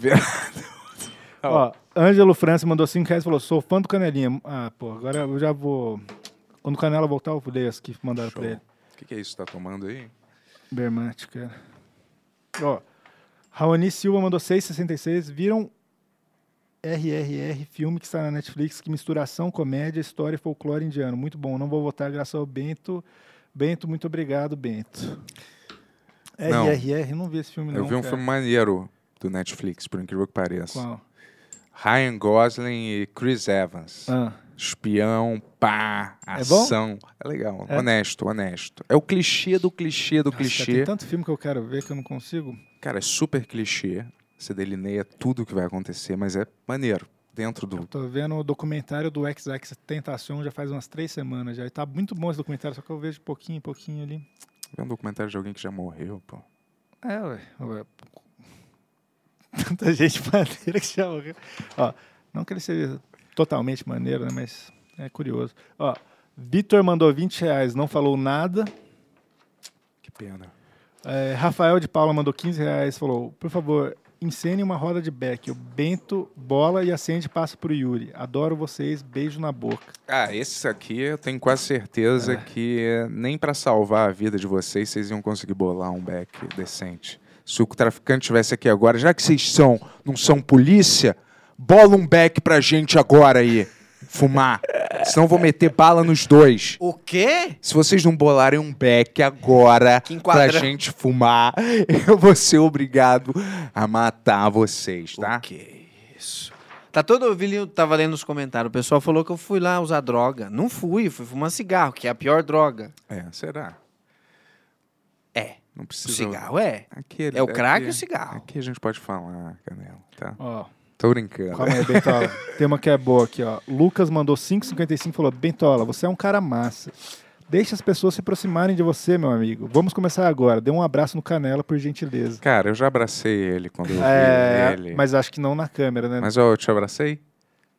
*laughs* virar. Ó, Ângelo França mandou cinco reais e falou: sou fã do Canelinha. Ah, pô, agora eu já vou. Quando o Canela voltar, eu vou ler as que mandaram pra ele. O que, que é isso que tá tomando aí? Bermante, cara. Ó, Raoni Silva mandou 6,66. Viram RRR, filme que está na Netflix, que mistura ação, comédia, história e folclore indiano. Muito bom. Não vou votar graças ao Bento. Bento, muito obrigado, Bento. Não. RRR, não vi esse filme não, eu vi um cara. filme maneiro do Netflix, por incrível que pareça. Qual? Ryan Gosling e Chris Evans. Ah, Espião, pá, É bom? ação. É, legal, É? honesto, honesto. É o clichê do clichê do nossa, cara, um clichê. tem tanto filme que eu quero ver que eu não consigo. Cara, é super clichê. Você delineia tudo o que vai acontecer, mas é maneiro. Dentro do. Tô vendo o documentário do XX Tentação já faz umas três semanas já. E tá muito bom esse documentário, só que eu vejo pouquinho, em pouquinho ali. É um documentário de alguém que já morreu, pô. É, ué. ué. Tanta gente *laughs* maneira que já morreu. Ó, não que ele seja totalmente maneiro, né? Mas é curioso. Ó, Vitor mandou 20 reais, não falou nada. Que pena. É, Rafael de Paula mandou 15 reais, falou: Por favor, encene uma roda de back. O Bento bola e acende e passa pro Yuri. Adoro vocês, beijo na boca. Ah, esse aqui eu tenho quase É. certeza que eh, nem pra salvar a vida de vocês, vocês iam conseguir bolar um back decente. Se o traficante estivesse aqui agora, já que vocês são, não são polícia, bola um back pra gente agora aí. Fumar. Senão eu vou meter bala nos dois. O quê? Se vocês não bolarem um beck agora Que pra enquadra- gente fumar, *laughs* eu vou ser obrigado a matar vocês, tá? Ok, isso. Tá todo eu vi- tava lendo os comentários. O pessoal falou que eu fui lá usar droga. Não fui, fui fumar cigarro, que é a pior droga. É, será? É. Não O precisa. cigarro é. Aquele- É o crack aqui- e o cigarro. Aqui a gente pode falar, Canela, tá? Ó, Tô brincando. Calma aí, *laughs* Bentola. Tem uma que é boa aqui, ó. Lucas mandou 5,55 e falou: Bentola, você é um cara massa. Deixa as pessoas se aproximarem de você, meu amigo. Vamos começar agora. Dê um abraço no Canela, por gentileza. Cara, eu já abracei ele quando eu vi É, ele. mas acho que não na câmera, né? Mas eu te abracei?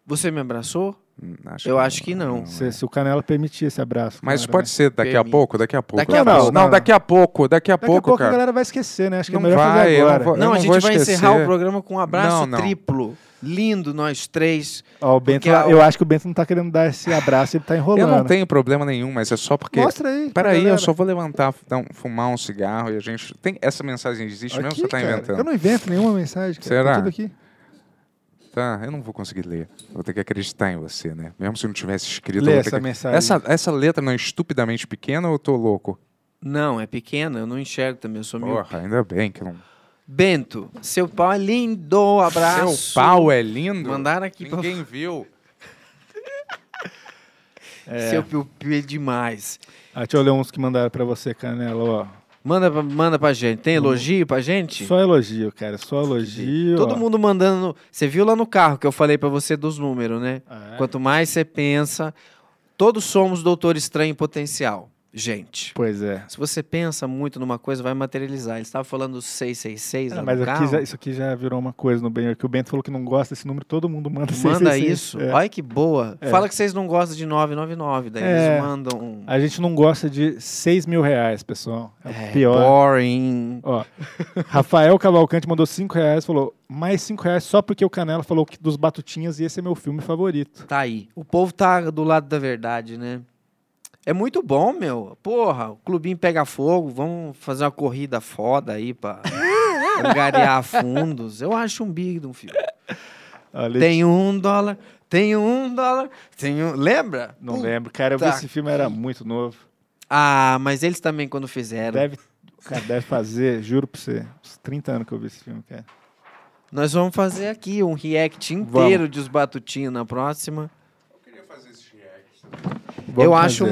Você me abraçou? Hum, Eu acho que não. Se, se o Canela permitir esse abraço. né? Mas claro, pode né? ser daqui a Permite. pouco, daqui a pouco. Daqui a não, pouco. né? Não, daqui a pouco, daqui a Daqui pouco, a pouco cara. a galera vai esquecer, né? Acho que Não é melhor vai, fazer eu agora. não vou- Não, a gente vou vai esquecer. encerrar o programa com um abraço Não, não. triplo. Lindo, nós três. Ó, o Bento, Porque a- eu acho que o Bento não tá querendo dar esse abraço, ele tá Eu enrolando. não tenho problema nenhum, mas é só porque. Mostra aí. pra Peraí, galera. eu só vou levantar, dar um- fumar um cigarro e a gente. Tem... Essa mensagem existe mesmo Aqui, ou você tá cara, inventando? Eu não invento nenhuma mensagem. Cara. Será? Tá tudo aqui. Tá, eu não vou conseguir ler. Vou ter que acreditar em você, né? Mesmo se eu não tivesse escrito. Lê eu vou ter essa que- mensagem. Essa, essa letra não é estupidamente pequena ou eu tô louco? Não, é pequena, eu não enxergo também, eu sou meu. Porra, ainda bem que eu não. Bento, seu pau é lindo, abraço. Seu pau é lindo. Mandaram aqui pra- Ninguém viu. Seu piu-piu é demais. Ah, deixa eu ler uns que mandaram pra você, Canela, ó. Manda pra, manda pra gente. Tem elogio pra gente? Só elogio, cara. Só elogio. Todo ó. mundo mandando. no- Você viu lá no carro que eu falei pra você dos números, né? Ah, é? Quanto mais você pensa, todos somos doutor estranho em potencial. Gente, Pois é. se você pensa muito numa coisa, vai materializar. Ele estava falando do 666 lá Ah, mas no aqui carro. já- isso aqui já virou uma coisa no Benhor, que o Bento falou que não gosta desse número, todo mundo manda Manda 666. isso. É. Olha que boa. Fala que vocês não gostam de 999, daí É. eles mandam um. A gente não gosta de 6 mil reais, pessoal. É o É, pior. Boring. Ó, Rafael Cavalcante mandou 5 reais, falou mais 5 reais só porque o Canela falou que dos Batutinhas e esse é meu filme favorito. Tá aí. O povo tá do lado da verdade, né? É muito bom, meu. Porra, o clubinho pega fogo, vamos fazer uma corrida foda aí *laughs* pra angariar fundos. Eu acho um big de um filme. Olha, Tem um dólar, tem um dólar, tem um... Lembra? Não Puta. lembro. Cara, eu vi Puta esse filme, era muito novo. Ah, mas eles também quando fizeram. Deve, cara, deve fazer, juro pra você, uns 30 anos que eu vi esse filme, cara. Nós vamos fazer aqui um react inteiro de Os Batutinhos na próxima. Eu queria fazer esse react. eu Vamos acho o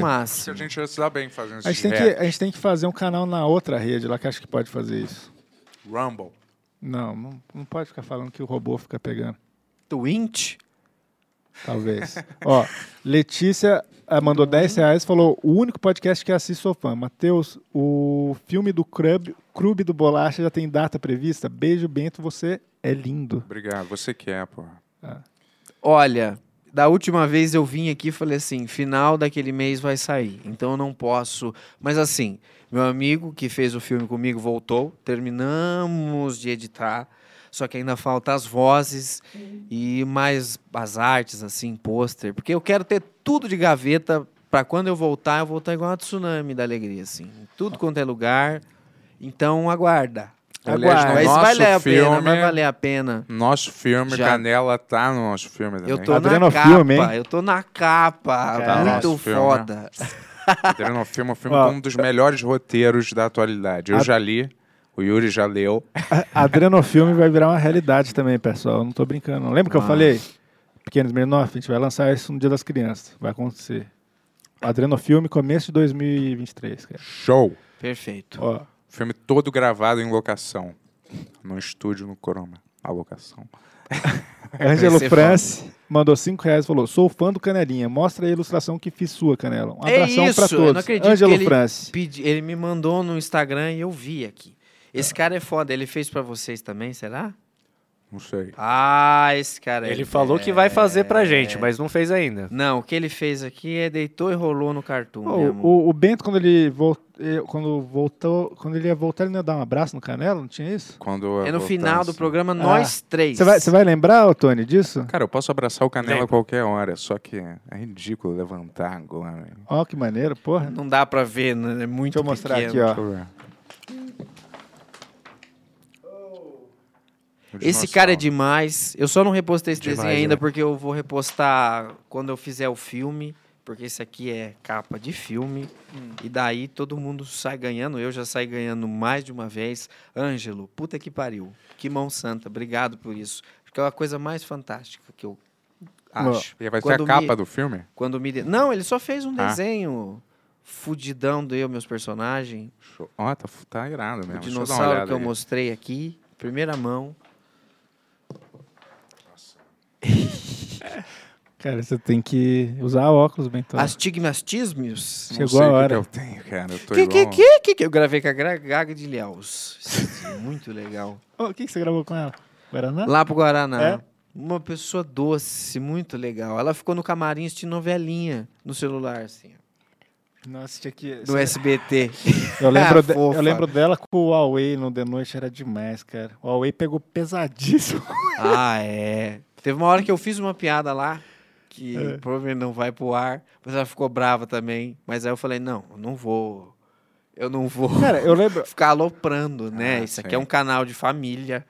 fazer. Se a máximo. gente ia se dar bem fazendo É. esse A gente, tem que, react. a gente tem que fazer um canal na outra rede lá que acho que pode fazer isso. Rumble. Não, não, não pode ficar falando que o robô fica pegando. Twint? *laughs* Talvez. Ó, Letícia ah, mandou 10 reais falou: o único podcast que assisto sou fã. Matheus, o filme do Crub, Clube do Bolacha já tem data prevista? Beijo, Bento, você é lindo. Obrigado. Você quer, pô. Olha, da última vez eu vim aqui e falei assim: final daquele mês vai sair. Então eu não posso. Mas assim, meu amigo que fez o filme comigo voltou. Terminamos de editar. Só que ainda falta as vozes e mais as artes, assim, pôster. Porque eu quero ter tudo de gaveta para quando eu voltar, eu voltar igual a tsunami da alegria, assim. Tudo quanto é lugar. Então aguarda. Aliás, no Mas nosso vale a pena, filme- vai valer a pena. Nosso filme, Já. Canela, tá no nosso filme também. Eu tô Adriano é um na capa, Filme, hein? Tá, eu tô na capa, Caraca. muito Nosso né? filme, foda. Adriano Filme é um filme Ó. com um dos melhores roteiros da atualidade. Eu Ad- já li, o Yuri já leu. É A- *laughs* Adrenofilme vai virar uma realidade também, pessoal. Eu não tô brincando. não. Lembra que eu falei? Pequenos Meninoff, a gente vai lançar isso no Dia das Crianças. Vai acontecer. Adrenofilme, começo de 2023, cara. Show! Perfeito. Ó, Filme todo gravado em locação. Num estúdio no Coroma. A locação. Ângelo ser France É, mandou 5 reais e falou: Sou fã do Canelinha, mostra aí a ilustração que fiz sua, Canela. Um É abração pra isso, eu todos. não acredito Ângelo que ele France. pedi- ele me mandou no Instagram e eu vi aqui. Esse Tá. cara é foda, ele fez pra vocês também, será? Não sei. Ah, esse cara é- Ele falou que vai fazer pra gente, mas não fez ainda. Não, o que ele fez aqui é deitou e rolou no cartoon. Pô, meu amor. o, o Bento, quando ele, vol- eh, quando voltou, quando ele ia voltar, ele não ia dar um abraço no Canela? Não tinha isso? Quando é eu no voltar, final do assim. programa, nós três. Ah. Você vai, você vai lembrar, ô, Tony, disso? Cara, eu posso abraçar o Canela Lembra. a qualquer hora, só que é ridículo levantar agora. velho. Ó, que maneiro, porra. Não dá pra ver, né? É muito Deixa eu mostrar pequeno. aqui, ó. Deixa eu ver. O Esse cara é dinossauro. demais. Eu só não repostei esse Demais, desenho ainda né? porque eu vou repostar quando eu fizer o filme, porque esse aqui é capa de filme. E daí todo mundo sai ganhando. Eu já saí ganhando mais de uma vez. Ângelo, puta que pariu. Que mão santa. Obrigado por isso. Porque é uma coisa mais fantástica que eu acho. E vai ser Quando a capa me- do filme? Quando me de- Não, ele só fez um Ah. desenho fudidão do eu, meus personagens. Show. Ó, tá, tá irado mesmo. o Deixa eu dar uma dinossauro que olhada eu aí. mostrei aqui, primeira mão. Cara, você tem que usar óculos, Bento. Tá. Astigmatismos. Não Chegou sei a o que hora. que eu tenho, cara. Eu tô Que, que, igual... que, que, que eu gravei com a Gra- Gaga de Ilhéus. Isso é Muito legal. Ô, o que, que você gravou com ela? Guaraná? Lá pro Guaraná. É? Uma pessoa doce, muito legal. Ela ficou no camarim assistindo novelinha no celular, assim, ó, Nossa, tinha que. do SBT. Eu lembro, Ah, de- fofa. eu lembro dela com o Huawei no The Noite, era demais, cara. O Huawei pegou pesadíssimo. ah, é. Teve uma hora que eu fiz uma piada lá, que provavelmente não vai pro ar, mas ela ficou brava também. Mas aí eu falei, não, eu não vou. Eu não vou. Cara, eu lembro. *laughs* ficar aloprando, né? Ah, Isso aqui sim. é um canal de família,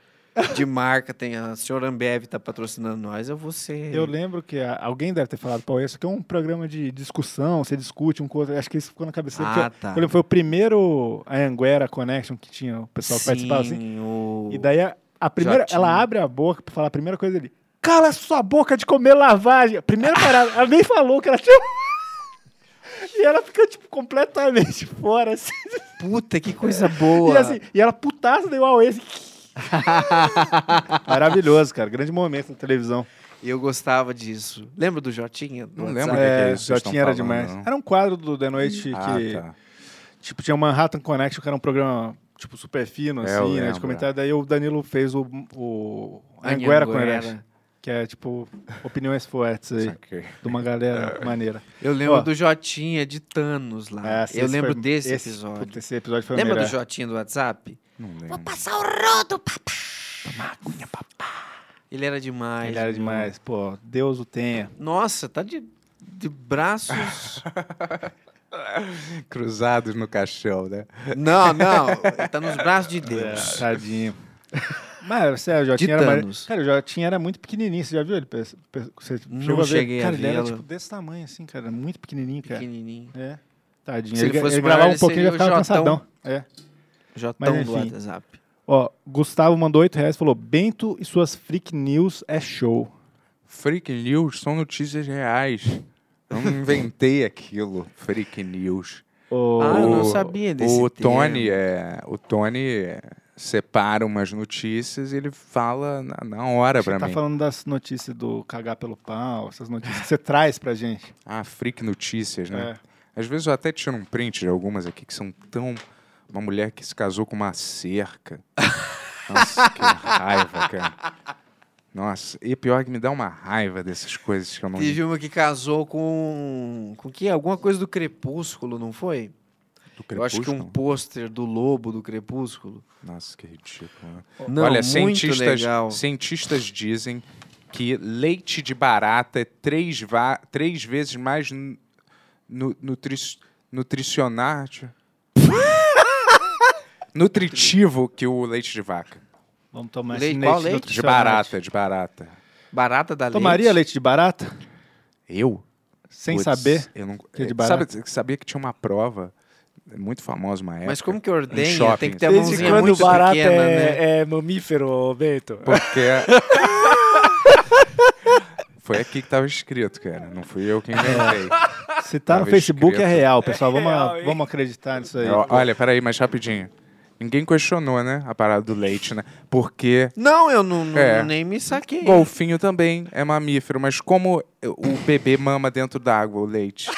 de marca. Tem a senhora Ambev tá patrocinando nós, eu vou ser. Eu lembro que a- alguém deve ter falado, pô, isso aqui é um programa de discussão, você discute um com o outro. Acho que isso ficou na cabeça. Ah, porque eu- tá. eu lembro que foi o primeiro Anguera Connection que tinha o pessoal que participava assim. o- E daí a, a primeira, tinha. ela abre a boca pra falar a primeira coisa dele. Cala sua boca de comer lavagem. A primeira parada, ela nem falou que ela tinha. *laughs* E ela fica, tipo, completamente *laughs* fora, assim. Puta, que coisa boa. *laughs* E, assim, e ela putaça, deu ao *laughs* esse. assim, *laughs* Maravilhoso, cara. Grande momento na televisão. Eu gostava disso. Lembra do Jotinha? do Não WhatsApp? lembro. Como é que é isso que vocês Jotinha era estão falando, demais. não? Era um quadro do The Noite que, Ah, tá. tipo, tinha o Manhattan Connection, que era um programa, tipo, super fino, É, eu assim, né, de lembro, comentário. Daí o Danilo fez o, o Anguera Anhanguera. Connection, que é, tipo, opiniões fortes aí, Saquei. de uma *laughs* Ah, galera maneira. Eu lembro Ó. do Jotinha de Thanos lá. Ah, esse eu lembro foi- desse esse- episódio. puta, esse episódio foi Lembra o do melhor. Jotinha do WhatsApp? Não lembro. Ele era demais. Ele era meu. demais. Pô, Deus o tenha. *laughs* Nossa, tá de, de braços Cruzados no caixão, né? Não, não. Tá nos *laughs* braços É, de Deus. *laughs* Tadinho. Mas, sério, o Jotinha era, Titanos. mais- cara, o Jotinha era muito pequenininho. Você já viu ele? Pe- pe- Você Não chegou a ver? cheguei a Cara, ele era vê-lo. tipo desse tamanho, assim, cara. Muito pequenininho, cara. Pequenininho. É. Tadinho. Se ele, ele fosse ele maior, gravava um ele pouquinho e já seria o ficava Jotão. cansadão. É. Jotão Mas, do enfim. WhatsApp. Ó, Gustavo mandou 8 reais e falou: Bento e suas freak news é show. Freak news são notícias reais. Eu não inventei *laughs* aquilo. Freak news. Ô, Ah, eu não sabia desse O termo. Tony, é, o Tony separa umas notícias e ele fala na, na hora você pra tá mim. falando das notícias do cagar pelo pau, essas notícias que você traz pra gente. Ah, freak notícias, né? É. Às vezes eu até tiro um print de algumas aqui que são tão. Uma mulher que se casou com *laughs* uma cerca. Nossa, que raiva, cara. Nossa, e pior é que me dá uma raiva dessas coisas que eu não. Teve um- uma que casou com. Com que? Alguma coisa do Crepúsculo, não foi? Do Eu acho que um crepúsculo. pôster do lobo do Crepúsculo. Nossa, que ridículo. né? Não, Olha, muito cientistas, legal. cientistas dizem que leite de barata é três, va- três vezes mais nu- nu- nutri- nutricionar. *laughs* nutritivo que o leite de vaca. Vamos tomar Leite- esse qual leite, leite? De nutricional. barata, é de barata. Barata da né? Tomaria leite. leite de barata? Eu? Sem Putz, saber? Eu não, que é de eh, barata. sabe- sabia que tinha uma prova muito famosa uma época. Mas como que ordenha? Tem shoppings. que ter a Desde mãozinha muito pequena, né? é mamífero, ô, Bento? *laughs* Porque. *laughs* Foi aqui que tava escrito, cara. Não fui eu quem *laughs* inventei. Se tá no Tava Facebook é escrito. real, pessoal. Vamos, real, hein? vamos acreditar nisso aí. É, Ó, Olha, peraí, mas rapidinho. Ninguém questionou, né? A parada do leite, né? Porque Não, eu não, não- É. nem me saquei. golfinho também é mamífero, mas como o bebê mama dentro d'água, *laughs* o leite?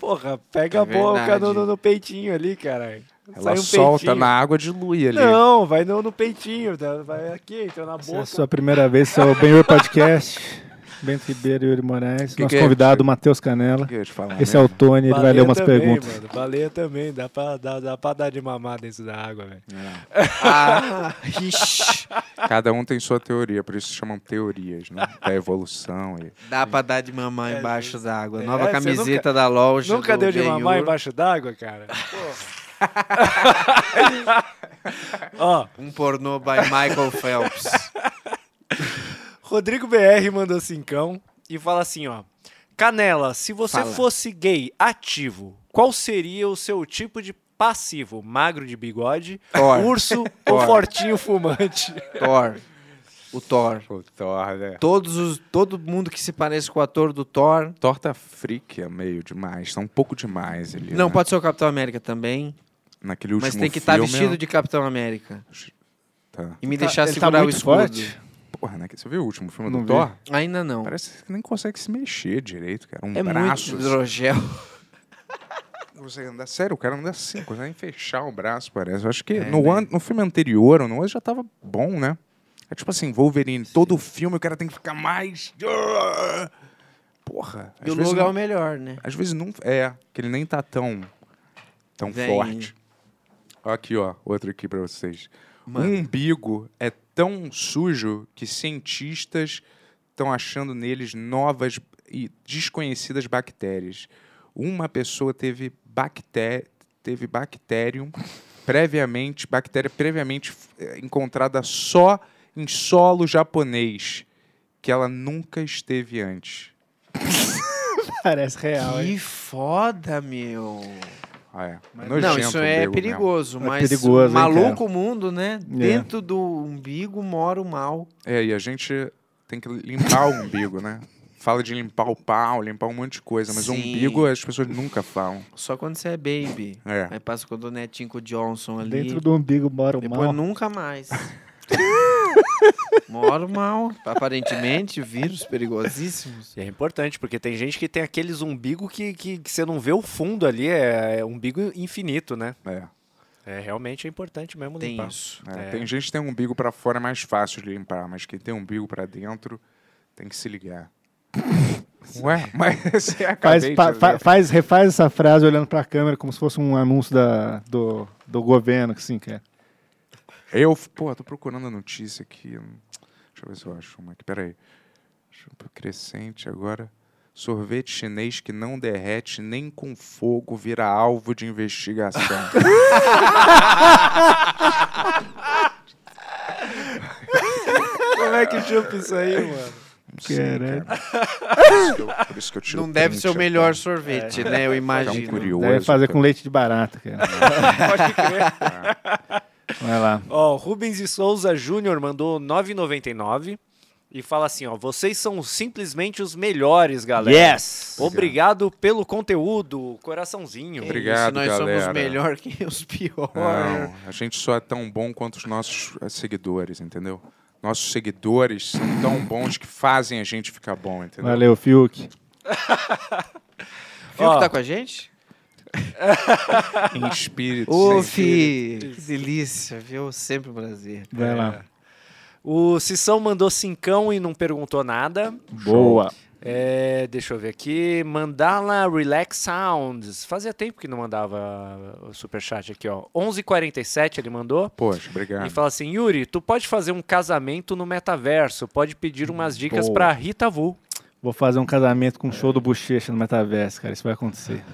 Porra, pega É a boca verdade. no, no- no peitinho ali, caralho. um Ela um solta na água, dilui ali. Não, vai no, no peitinho, tá? vai aqui, então na Se é a boca. sua primeira vez, seu Benhur Podcast. Bento Ribeiro e Yuri Moraes. Que nosso que é, convidado, Matheus Canela. O que eu ia te falar, Esse né? é o Tony, ele vai ler Baleia umas também, perguntas. Mano, baleia também, dá pra, dá, dá pra dar de mamar dentro da água, velho. *laughs* Ah, ixi. Cada um tem sua teoria, por isso chamam *laughs* teorias, né? Da evolução. E... Dá pra dar de mamar embaixo da água. é, Nova você camiseta nunca- da loja. Nunca do deu de Ben-Hur. mamar embaixo d'água, cara? Porra. *laughs* Ó, Um pornô by Michael Phelps. Rodrigo BR mandou cincão e fala assim, ó. Canela, se você Fala. fosse gay ativo, qual seria o seu tipo de passivo? Magro de bigode, Thor. urso ou Thor. fortinho fumante? Thor. O Thor. O Thor, né? Todos os, todo mundo que se parece com o ator do Thor. Torta freak é meio demais, tá um pouco demais ali. Não, né? pode ser o Capitão América também. Naquele último mas tem que estar filme, vestido de Capitão América. tá. E me Tá- deixar é ele tá segurar o muito escudo. forte? Porra, né? Você viu o último filme Não do vi. Thor? Ainda não. Parece que nem consegue se mexer direito, cara. Um é braço. muito hidrogel. Não consegue andar. Sério, o cara anda assim, consegue fechar o braço, parece. Eu acho É, que no, né? an- no filme anterior, ou no outro, já tava bom, né? É tipo assim, Wolverine, todo filme o cara tem que ficar mais. Porra. E o às, vezes Logan é o não, melhor, né? às vezes não. É, que ele nem tá tão. tão Vem. forte. Ó, Aqui, ó, outro aqui pra vocês. Manda. O umbigo é tão sujo que cientistas estão achando neles novas e desconhecidas bactérias. Uma pessoa teve bacté teve bactérium previamente, bactéria previamente eh, encontrada só em solo japonês, que ela nunca esteve antes. Parece real, hein? Que foda, meu. Ah, é. Mas- não, Nojento isso é o umbigo mesmo. perigoso, É mas perigoso, hein, maluco mundo, né? É. Dentro do umbigo mora o mal. É, e a gente tem que limpar o umbigo, né? Fala de limpar o pau, limpar um monte de coisa, mas o Sim. umbigo as pessoas nunca falam. Só quando você é baby. É. Aí passa com o Donetinho, com o Johnson ali. Dentro do umbigo mora o Depois mal. nunca *laughs* mais. Moro mal. Aparentemente, vírus perigosíssimos. E é importante, porque tem gente que tem aquele umbigo que, que, que você não vê o fundo ali, é, é umbigo infinito, né? É. É, realmente é importante mesmo Tem limpar. isso. É, Tem gente que tem um umbigo pra fora é mais fácil de limpar, mas quem tem um umbigo pra dentro tem que se ligar. Ué, mas *laughs* você Faz, acabei pa- de fa- ler. faz- refaz essa frase olhando pra câmera como se fosse um anúncio da- do, do governo, que sim, cara. Eu, pô, tô procurando a notícia aqui. Deixa eu ver se eu acho uma aqui. Peraí. Deixa eu pôr crescente agora. Sorvete chinês que não derrete nem com fogo vira alvo de investigação. Como é que chupa isso aí, mano? Não sei, Caralho. cara. Por isso que eu- por isso que eu tiro Não deve print ser o agora. melhor sorvete, né? Eu Tá um imagino. curioso. Deve fazer com cara. leite de barata, cara. *laughs* Pode crer. Vai *laughs* lá. Ó, Rubens de Souza Júnior mandou 9,99 e fala assim, ó, vocês são simplesmente os melhores, galera. Yes! Obrigado pelo conteúdo, coraçãozinho. Obrigado. Obrigado, Se nós galera. somos melhor que os piores. Não, a gente só é tão bom quanto os nossos eh, seguidores, entendeu? Nossos seguidores são tão bons que fazem a gente ficar bom, entendeu? Valeu, Fiuk. Viu Ó. que tá com a gente? Em espírito. Ô, sem espírito. Fi, que delícia, viu? Sempre um prazer. Vai lá. É, O Sissão mandou cincão e não perguntou nada. Boa. É, deixa eu ver aqui. Mandala Relax Sounds. Fazia tempo que não mandava o superchat aqui, ó. 11h47 ele mandou. Poxa, E obrigado. fala assim, Yuri, tu pode fazer um casamento no metaverso, pode pedir umas dicas Boa. pra Rita Vu. Vou fazer um casamento com um show do Bochecha no Metaverso, cara. Isso vai acontecer.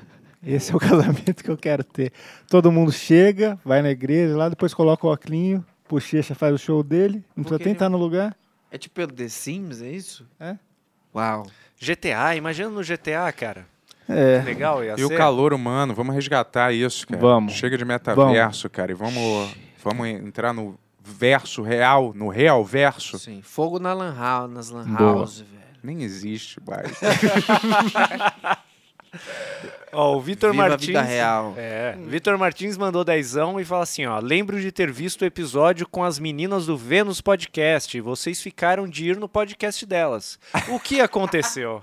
Esse é o *laughs* casamento que eu quero ter. Todo mundo chega, vai na igreja, lá depois coloca o óculinho, Bochecha faz o show dele, não precisa quê? nem estar no lugar. É tipo The Sims, é isso? É. Uau. GTA, imagina no GTA, cara. É. Legal, ia E o ser. calor humano, vamos resgatar isso, cara. Vamos. Chega de metaverso, cara, e vamos, vamos entrar no verso real, no real verso. Sim, fogo na lan house, nas lan Boa. house, velho. Nem existe mais. Ó, o Vitor Viva a Martins. vida real. É, Vitor Martins mandou dezão e fala assim, ó, lembro de ter visto o episódio com as meninas do Vênus Podcast, vocês ficaram de ir no podcast delas. O que aconteceu?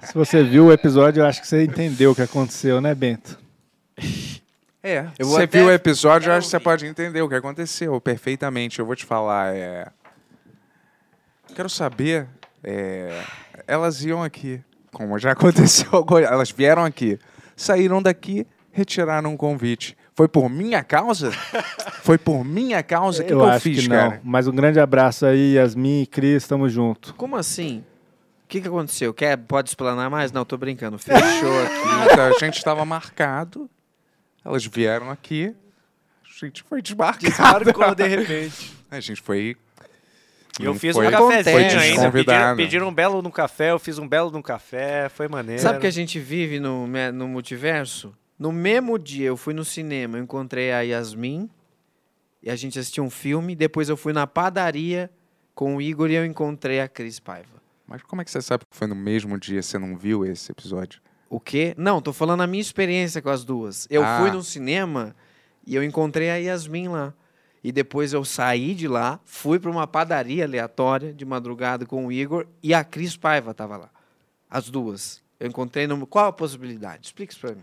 Se você viu o episódio, eu acho que você entendeu o que aconteceu, né, Bento? É. Eu vou você até- viu o episódio, eu quero acho que você ouvir. pode entender o que aconteceu perfeitamente. Eu vou te falar. É... Quero saber. é, Elas iam aqui, como já *laughs* aconteceu agora. Elas vieram aqui, saíram daqui, retiraram um convite. Foi por minha causa? Foi por minha causa? O que que eu eu acho fiz, que não. cara? Mas um grande abraço aí, Yasmin e Cris, tamo junto. Como assim? O que, que aconteceu? Quer, pode explanar mais? Não, tô brincando. Fechou aqui. *laughs* Então, a gente estava marcado, elas vieram aqui, a gente foi desmarcado. Marcou de repente. *laughs* A gente foi. E eu não fiz foi- um foi cafezinho Acontece. ainda, pediram, desconvidado. pediram um belo no café, eu fiz um belo no café, foi maneiro. Sabe que a gente vive no, me- no multiverso? No mesmo dia eu fui no cinema, eu encontrei a Yasmin e a gente assistiu um filme. Depois eu fui na padaria com o Igor e eu encontrei a Cris Paiva. Mas como é que você sabe que foi no mesmo dia? Você não viu esse episódio? O quê? Não, tô falando a minha experiência com as duas. Eu Ah. fui no cinema e eu encontrei a Yasmin lá. E depois eu saí de lá, fui pra uma padaria aleatória de madrugada com o Igor e a Cris Paiva tava lá. As duas. Eu encontrei no. Qual a possibilidade? Explica isso pra mim.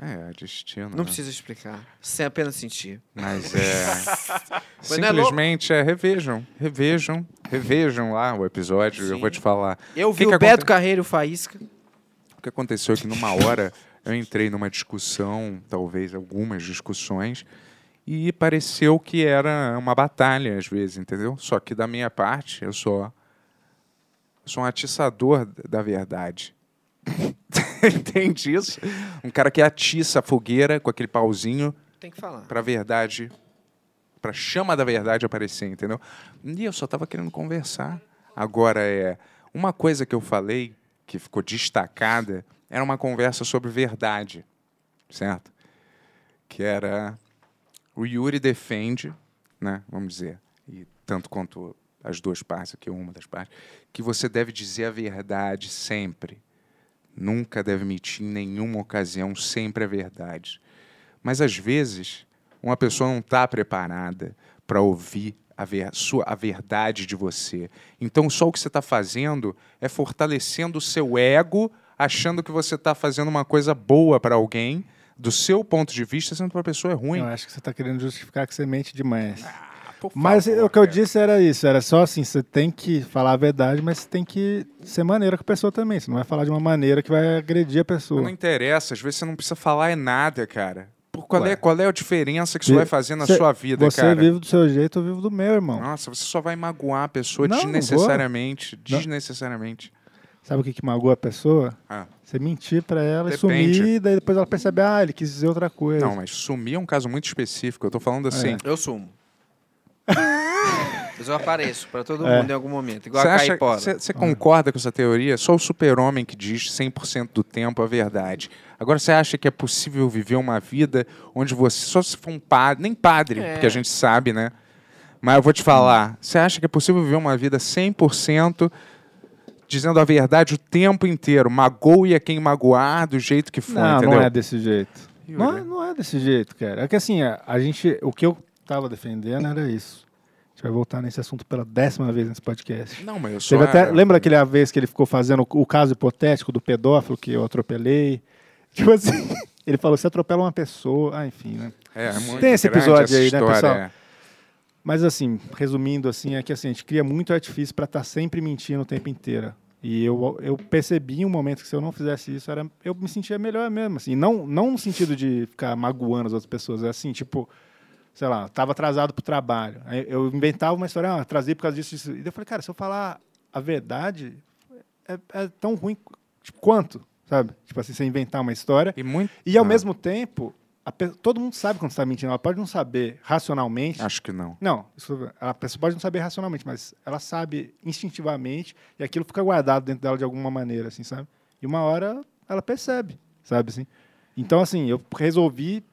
É, é destino. Não né? precisa explicar. Sem apenas sentir. *laughs* Mas é. não é louco? simplesmente é, revejam, revejam, revejam lá o episódio. Eu Sim. vou te falar. Eu Que vi que o Beto aconte- Carreiro Faísca. O que aconteceu é que numa hora eu entrei numa discussão, talvez algumas discussões, e pareceu que era uma batalha às vezes, entendeu? Só que da minha parte, eu só eu sou um atiçador da verdade. *laughs* Entende isso? Um cara que atiça a fogueira com aquele pauzinho Tem que falar. pra verdade, pra chama da verdade aparecer, entendeu? E eu só tava querendo conversar. Agora é uma coisa que eu falei que ficou destacada era uma conversa sobre verdade, certo? Que era o Yuri defende, né? Vamos dizer e tanto quanto as duas partes aqui, uma das partes, que você deve dizer a verdade sempre. Nunca deve mentir em nenhuma ocasião, sempre a verdade. Mas às vezes, uma pessoa não está preparada para ouvir a, ver- sua- a verdade de você. Então, só o que você está fazendo é fortalecendo o seu ego, achando que você está fazendo uma coisa boa para alguém, do seu ponto de vista, sendo que a pessoa é ruim. Eu acho que você tá querendo justificar que você mente demais. Ah, por Mas favor, o que eu cara. disse era isso, era só assim, você tem que falar a verdade, mas tem que ser maneira com a pessoa também. Você não vai falar de uma maneira que vai agredir a Mas pessoa. Não interessa, às vezes você não precisa falar é nada, cara. Por qual, Ué. é, qual é a diferença que isso Cê- vai fazer na cê- sua vida, Você cara? Ah. vive do seu jeito, eu vivo do meu, irmão. Nossa, você só vai magoar a pessoa Não, não vou. desnecessariamente. desnecessariamente. Sabe o que, que magoa a pessoa? Ah. Você mentir pra ela Depende. e sumir, daí depois ela percebe, ah, ele quis dizer outra coisa. Não, mas sumir é um caso muito específico. Eu tô É. falando assim. Eu *laughs* sumo. Mas eu apareço pra todo mundo em algum momento, igual É. Você a acha- caipora. você- Hum. você concorda com essa teoria? Só o super-homem que diz 100% do tempo a verdade. Agora, você acha que é possível viver uma vida onde você, só se for um padre, nem padre, É. porque a gente sabe, né? Mas eu vou te falar, você acha que é possível viver uma vida 100% dizendo a verdade o tempo inteiro? Magoe a quem magoar do jeito que for, Não, entendeu? não é desse jeito. Yuri. Não, é- não é desse jeito, cara. É que assim, a, a gente. O que eu tava defendendo era isso. A gente vai voltar nesse assunto pela décima vez nesse podcast. Não, mas eu sou... é, Teve até, né? lembra aquele a vez que ele ficou fazendo o, o caso hipotético do pedófilo que eu atropelei? *laughs* Tipo assim, ele falou: você atropela uma pessoa. Ah, enfim, né? É, é muito Tem esse grande episódio essa aí, né, história, pessoal? é. Mas assim, resumindo assim, é que assim, a gente cria muito artifício para estar sempre mentindo o tempo inteiro. E eu, eu percebi em um momento que se eu não fizesse isso, era, eu me sentia melhor mesmo, assim, não não no sentido de ficar magoando as outras pessoas, é assim, tipo, sei lá, tava atrasado pro trabalho. Aí eu inventava uma história, ah, atrasei por causa disso, disso. E daí eu falei, cara, se eu falar a verdade, é, é tão ruim tipo, quanto, sabe? Tipo assim, você inventar uma história E muito... e ao Ah, mesmo tempo, a pe- todo mundo sabe quando está mentindo, ela pode não saber racionalmente, Acho que não. não, isso- a pessoa pode não saber racionalmente, mas ela sabe instintivamente e aquilo fica guardado dentro dela de alguma maneira, assim, sabe? E uma hora ela percebe, sabe assim? Então, assim, eu resolvi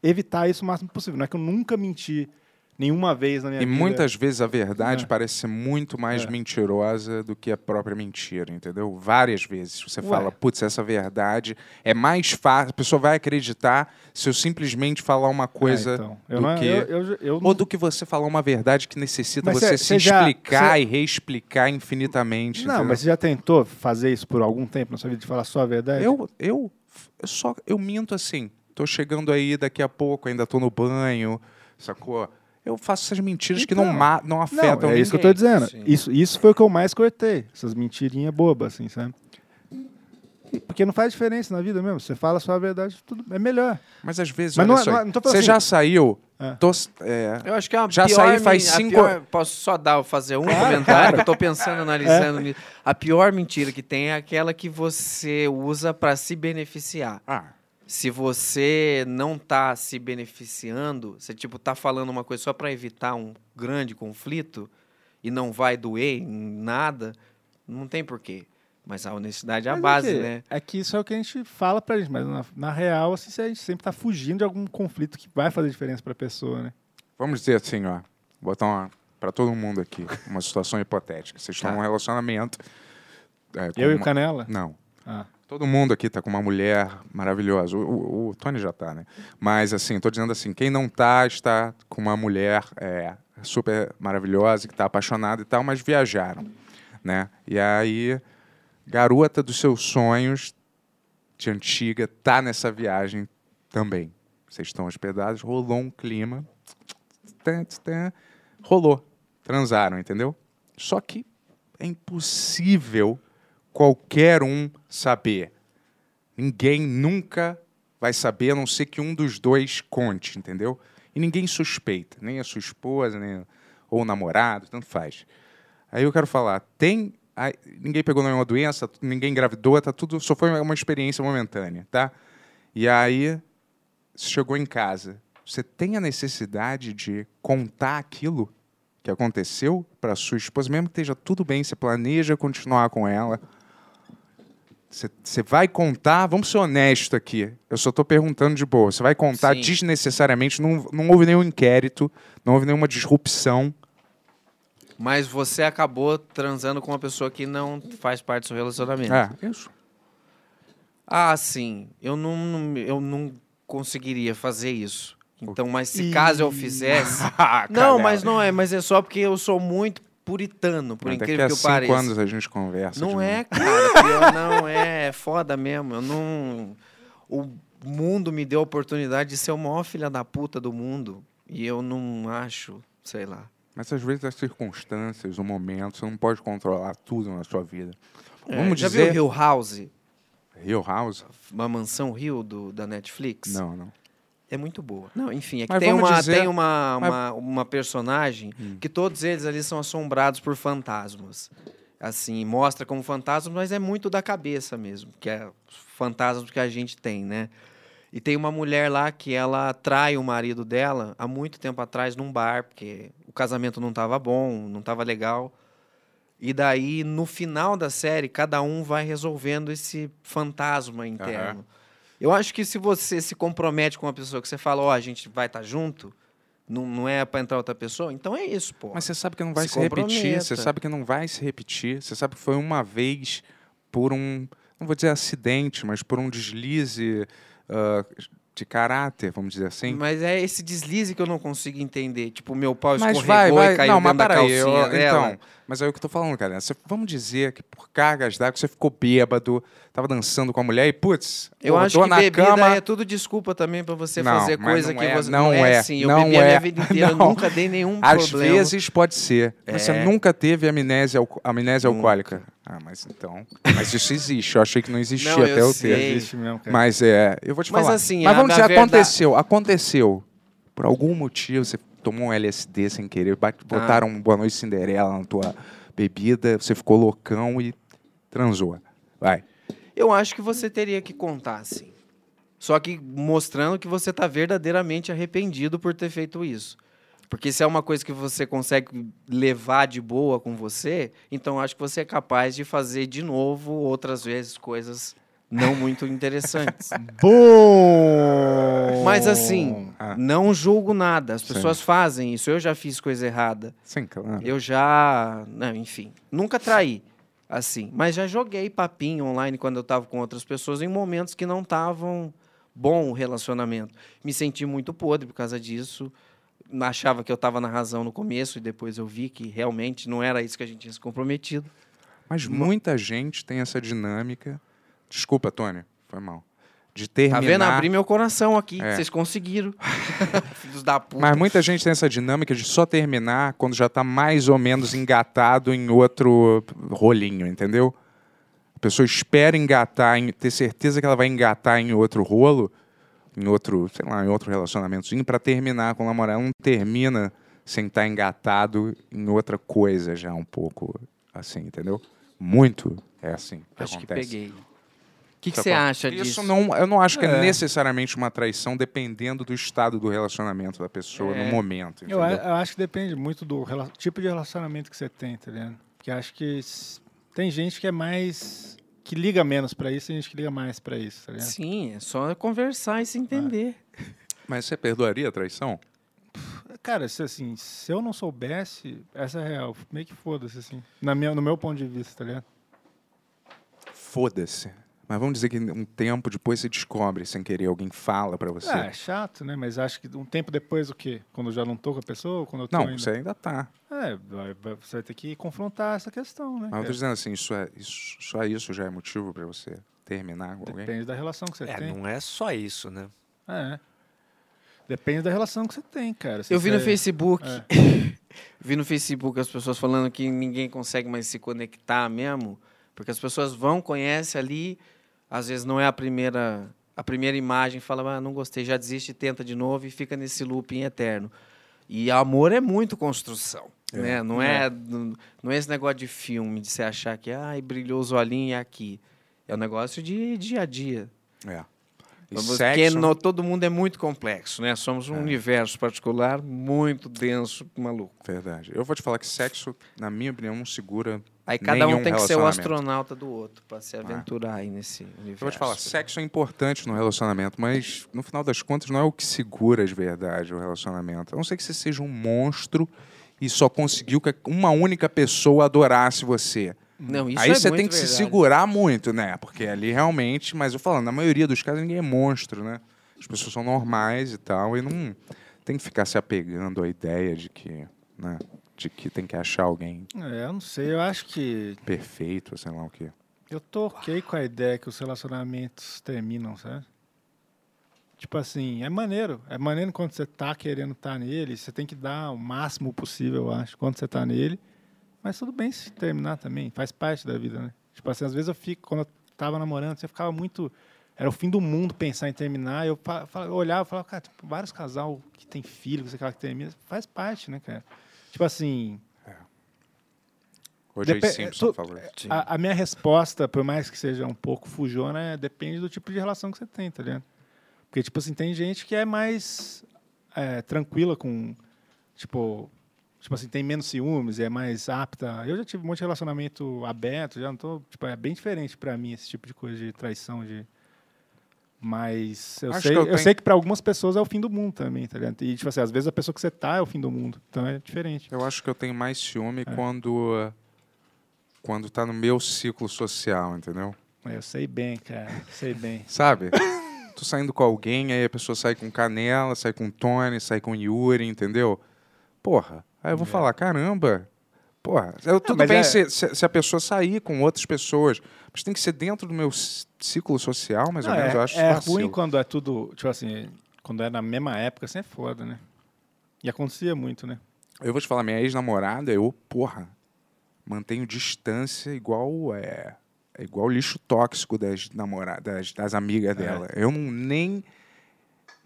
evitar isso o máximo possível. Não é que eu nunca menti nenhuma vez na minha E vida. muitas vezes a verdade É. parece ser muito mais É. mentirosa do que a própria mentira, entendeu? Várias vezes você Ué. fala, putz, essa verdade é mais fácil, a pessoa vai acreditar se eu simplesmente falar uma coisa É, então, eu do não, que. Eu, eu, eu não- Ou do que você falar uma verdade que necessita Mas você cê- cê se já- explicar cê- e reexplicar infinitamente. não, entendeu? mas você já tentou fazer isso por algum tempo na sua vida, de falar só a verdade? Eu, eu, eu só eu minto assim. Tô chegando aí daqui a pouco, ainda tô no banho, sacou? Eu faço essas mentiras que não, Então, ma- não Não, é afetam isso que eu tô ninguém. dizendo. sim. Isso, isso foi o que eu mais cortei. Essas mentirinhas bobas, assim, sabe? E- Porque não faz diferença na vida mesmo. Você fala só a verdade, tudo é melhor. Mas às vezes, Mas olha não é- só, não é- não tô falando você assim- já saiu, É. tô- é, Eu acho que é uma Já pior saí faz men- a cinco- pior- É. posso só dar, fazer um comentário que eu tô pensando, analisando. nisso. A pior mentira que tem é aquela que você usa para se beneficiar. ah, Se você não tá se beneficiando, você tipo tá falando uma coisa só para evitar um grande conflito e não vai doer em nada, não tem porquê. Mas a honestidade é a Mas base, é que, né? É que isso é o que a gente fala pra gente, mas na, na real, assim, a gente sempre tá fugindo de algum conflito que vai fazer diferença pra pessoa, né? vamos dizer assim, ó, botar uma para todo mundo aqui, uma situação hipotética. Vocês estão Tá. num relacionamento. é, com Eu e o uma- Canela? Não. Ah. Todo mundo aqui tá com uma mulher maravilhosa. O, o- o Tony já tá, né? Mas assim, tô dizendo assim, quem não tá, está com uma mulher é, super maravilhosa, que tá apaixonada e tal, mas viajaram, né? E aí, garota dos seus sonhos de antiga tá nessa viagem também. Vocês estão hospedados, rolou um clima. tã, tã, tã, Rolou. Transaram, entendeu? Só que é impossível qualquer um saber. Ninguém nunca vai saber, a não ser que um dos dois conte, entendeu? E ninguém suspeita, nem a sua esposa, nem ou o namorado, tanto faz. Aí eu quero falar, tem aí, ninguém pegou nenhuma doença, ninguém engravidou, tá tudo, só foi uma experiência momentânea, tá? E aí você chegou em casa, você tem a necessidade de contar aquilo que aconteceu para sua esposa, mesmo que esteja tudo bem, você planeja continuar com ela. Você- Você vai contar, vamos ser honesto aqui. Eu só estou perguntando de boa. Você vai contar Sim. desnecessariamente, não, não houve nenhum inquérito, não houve nenhuma disrupção. Mas você acabou transando com uma pessoa que não faz parte do seu relacionamento. É, isso. Ah, sim. Eu não, não- eu não conseguiria fazer isso. Então, mas se Ih. caso eu fizesse. não, Ah, Canela. mas não é, mas é só porque eu sou muito puritano, por Mas daqui incrível a que eu cinco pareça. anos a gente conversa. de Não novo. é, cara. Pior não é. É foda mesmo. Eu não. O mundo me deu a oportunidade de ser o maior filha da puta do mundo. E eu não acho, sei lá. Mas às vezes as circunstâncias, o momento, você não pode controlar tudo na sua vida. É, Vamos já dizer. viu Hill House? Hill House? Uma mansão Rio do, da Netflix? Não, não. É muito boa. Não, enfim, é que Mas tem, vamos uma, dizer- tem uma, mas- Hum. uma, uma personagem que todos eles ali são assombrados por fantasmas. assim, mostra como fantasmas, mas é muito da cabeça mesmo, que é os fantasmas que a gente tem, né? E tem uma mulher lá que ela trai o marido dela há muito tempo atrás num bar, porque o casamento não estava bom, não estava legal. E daí, no final da série, cada um vai resolvendo esse fantasma interno. Eu acho que se você se compromete com uma pessoa que você fala, ó, a gente vai estar junto, não, não é pra entrar outra pessoa, então é isso, pô. Mas você sabe que não vai Se se, repetir, comprometa. você sabe que não vai se repetir, você sabe que foi uma vez por um, não vou dizer acidente, mas por um deslize ah, de caráter, vamos dizer assim. Mas é esse deslize que eu não consigo entender. Tipo, meu pau Mas escorregou vai, e vai. caiu Não, mas dentro da peraí. calcinha eu- dela. Então, mas é o que eu tô falando, cara. Você- vamos dizer que por cargas d'água você ficou bêbado, tava dançando com a mulher e, putz, Eu acho acordou que na bebida cama. é tudo desculpa também pra você Não, fazer mas coisa não que é, você não é, assim. Eu não bebi a é. minha *laughs* vida inteira, eu Não. nunca dei nenhum Às um problema. vezes pode ser. Mas É. você nunca teve amnésia, alco- amnésia Nunca. alcoólica. Ah, mas então. Mas isso existe. Eu achei que não existia Não, eu até eu sei. ter. Existe mesmo, cara. Mas é. Eu vou te Mas falar. assim, a mas vamos da dizer, verdade- aconteceu. Aconteceu. Por algum motivo, você tomou um LSD sem querer, bat- Ah. botaram um Boa Noite Cinderela na tua bebida, você ficou loucão e transou. Vai. Eu acho que você teria que contar, assim. Só que mostrando que você tá verdadeiramente arrependido por ter feito isso. Porque se é uma coisa que você consegue levar de boa com você, então acho que você é capaz de fazer de novo outras vezes coisas não muito interessantes. Bom! Mas assim, Ah. não julgo nada. As pessoas fazem isso. Eu já fiz coisa errada. Sim, claro. Eu já. Não, enfim. Nunca traí. Assim. Mas já joguei papinho online quando eu tava com outras pessoas em momentos que não estavam bom o relacionamento. Me senti muito podre por causa disso. Achava que eu tava na razão no começo e depois eu vi que realmente não era isso que a gente tinha se comprometido. Mas muita gente tem essa dinâmica. Desculpa, Tony. Foi mal. De Tá terminar. vendo? Abri meu coração aqui. É. Vocês conseguiram. *laughs* Filhos da puta. Mas muita gente tem essa dinâmica de só terminar quando já tá mais ou menos engatado em outro rolinho, entendeu? A pessoa espera engatar, em- ter certeza que ela vai engatar em outro rolo, em outro, sei lá, em outro relacionamentozinho, pra terminar com o namorado. Ela não termina sem estar engatado em outra coisa já um pouco assim, entendeu? Muito é assim que Acho que acontece. peguei. O que que Tá você bom. acha Isso disso? Não, eu não acho que é. necessariamente uma traição, dependendo do estado do relacionamento da pessoa no momento. Eu, Entendeu? a- eu acho que depende muito do rela- tipo de relacionamento que você tem, tá ligado? Porque acho que s- tem gente que é mais. que liga menos pra isso e gente que liga mais pra isso, tá né? ligado? Sim, é só conversar e se entender. Mas você perdoaria a traição? Cara, se assim, se eu não soubesse, essa é real. Meio que foda-se, assim. Na minha, no meu ponto de vista, tá ligado? Foda-se. Mas vamos dizer que um tempo depois você descobre, sem querer, alguém fala pra você. Ah, é chato, né? Mas acho que um tempo depois o quê? Quando eu já não tô com a pessoa? ou Quando eu tô não, né? ainda? você ainda tá. É, vai- vai- você vai ter que confrontar essa questão, né? Mas eu tô cara? dizendo assim, isso é, isso, só isso já é motivo pra você terminar com alguém? Depende da relação que você É, tem. não é só isso, né? É. Depende da relação que você tem, cara. Se Eu vi no você- Facebook. É. *laughs* vi no Facebook as pessoas falando que ninguém consegue mais se conectar mesmo, porque as pessoas vão, conhecem ali, às vezes não é a primeira a primeira imagem, fala, ah, não gostei, já desiste, tenta de novo e fica nesse looping eterno. E amor é muito construção, né? Não é, não, não é esse negócio de filme, de você achar que, ai, brilhou os olhinhos e é aqui. É um negócio de dia a dia. É. E Porque sexo, no- todo mundo é muito complexo, né? Somos um universo particular muito denso, maluco. Verdade. Eu vou te falar que sexo, na minha opinião, não segura Aí cada Nenhum um tem que ser o relacionamento. astronauta do outro para se aventurar aí nesse universo. Eu vou te falar, sexo é importante no relacionamento, mas no final das contas não é o que segura de verdade o relacionamento. A não ser que você seja um monstro e só conseguiu que uma única pessoa adorasse você. Não, isso Aí é você muito tem que se verdade. segurar muito, né? Porque ali realmente, mas eu falando, na maioria dos casos ninguém é monstro, né? As pessoas são normais e tal, e não tem que ficar se apegando à ideia de que, né? De que tem que achar alguém É, eu não sei. Eu acho que perfeito, sei lá o quê. Eu tô ok com a ideia que os relacionamentos terminam, sabe? Tipo assim, é maneiro. É maneiro quando você tá querendo estar nele. Você tem que dar o máximo possível, eu acho, quando você tá nele. Mas tudo bem se terminar também. Faz parte da vida, né? Tipo assim, às vezes eu fico, quando eu tava namorando, você ficava muito. Era o fim do mundo pensar em terminar. Eu, fa- fa- eu olhava e falava, cara, tipo, vários casal que tem filho, que você que termina. Faz parte, né, cara? Tipo assim. O.J. Depe- Simpson tu- falou. Ah, A, a minha resposta, por mais que seja um pouco fujona, é, depende do tipo de relação que você tem, tá ligado? Porque, tipo assim, tem gente que é mais é, tranquila com, tipo, tipo assim, tem menos ciúmes, é mais apta. Eu já tive um monte de relacionamento aberto, já não tô, tipo, é bem diferente pra mim esse tipo de coisa de traição, de... Mas eu Acho sei que que, eu eu tenho- sei que pra algumas pessoas é o fim do mundo também, tá ligado? E, tipo assim, às vezes a pessoa que você tá é o fim do mundo, então é diferente. Eu acho que eu tenho mais ciúme É. quando quando tá no meu ciclo social, entendeu? Eu sei bem, cara, sei bem. *laughs* Sabe? Tô saindo com alguém, aí a pessoa sai com Canela, sai com Tony, sai com Yuri, entendeu? Porra. Aí eu vou falar, caramba. Porra, eu, tudo É. mas bem é- se, se- se a pessoa sair com outras pessoas, mas tem que ser dentro do meu c- ciclo social, mais Não, ou menos. é, eu acho é vacilo. ruim quando é tudo, tipo assim, quando é na mesma época, assim é foda, né? E acontecia muito, né? Eu vou te falar, minha ex-namorada, eu, porra, mantenho distância igual é, é igual lixo tóxico das namoradas, das amigas dela. Eu não nem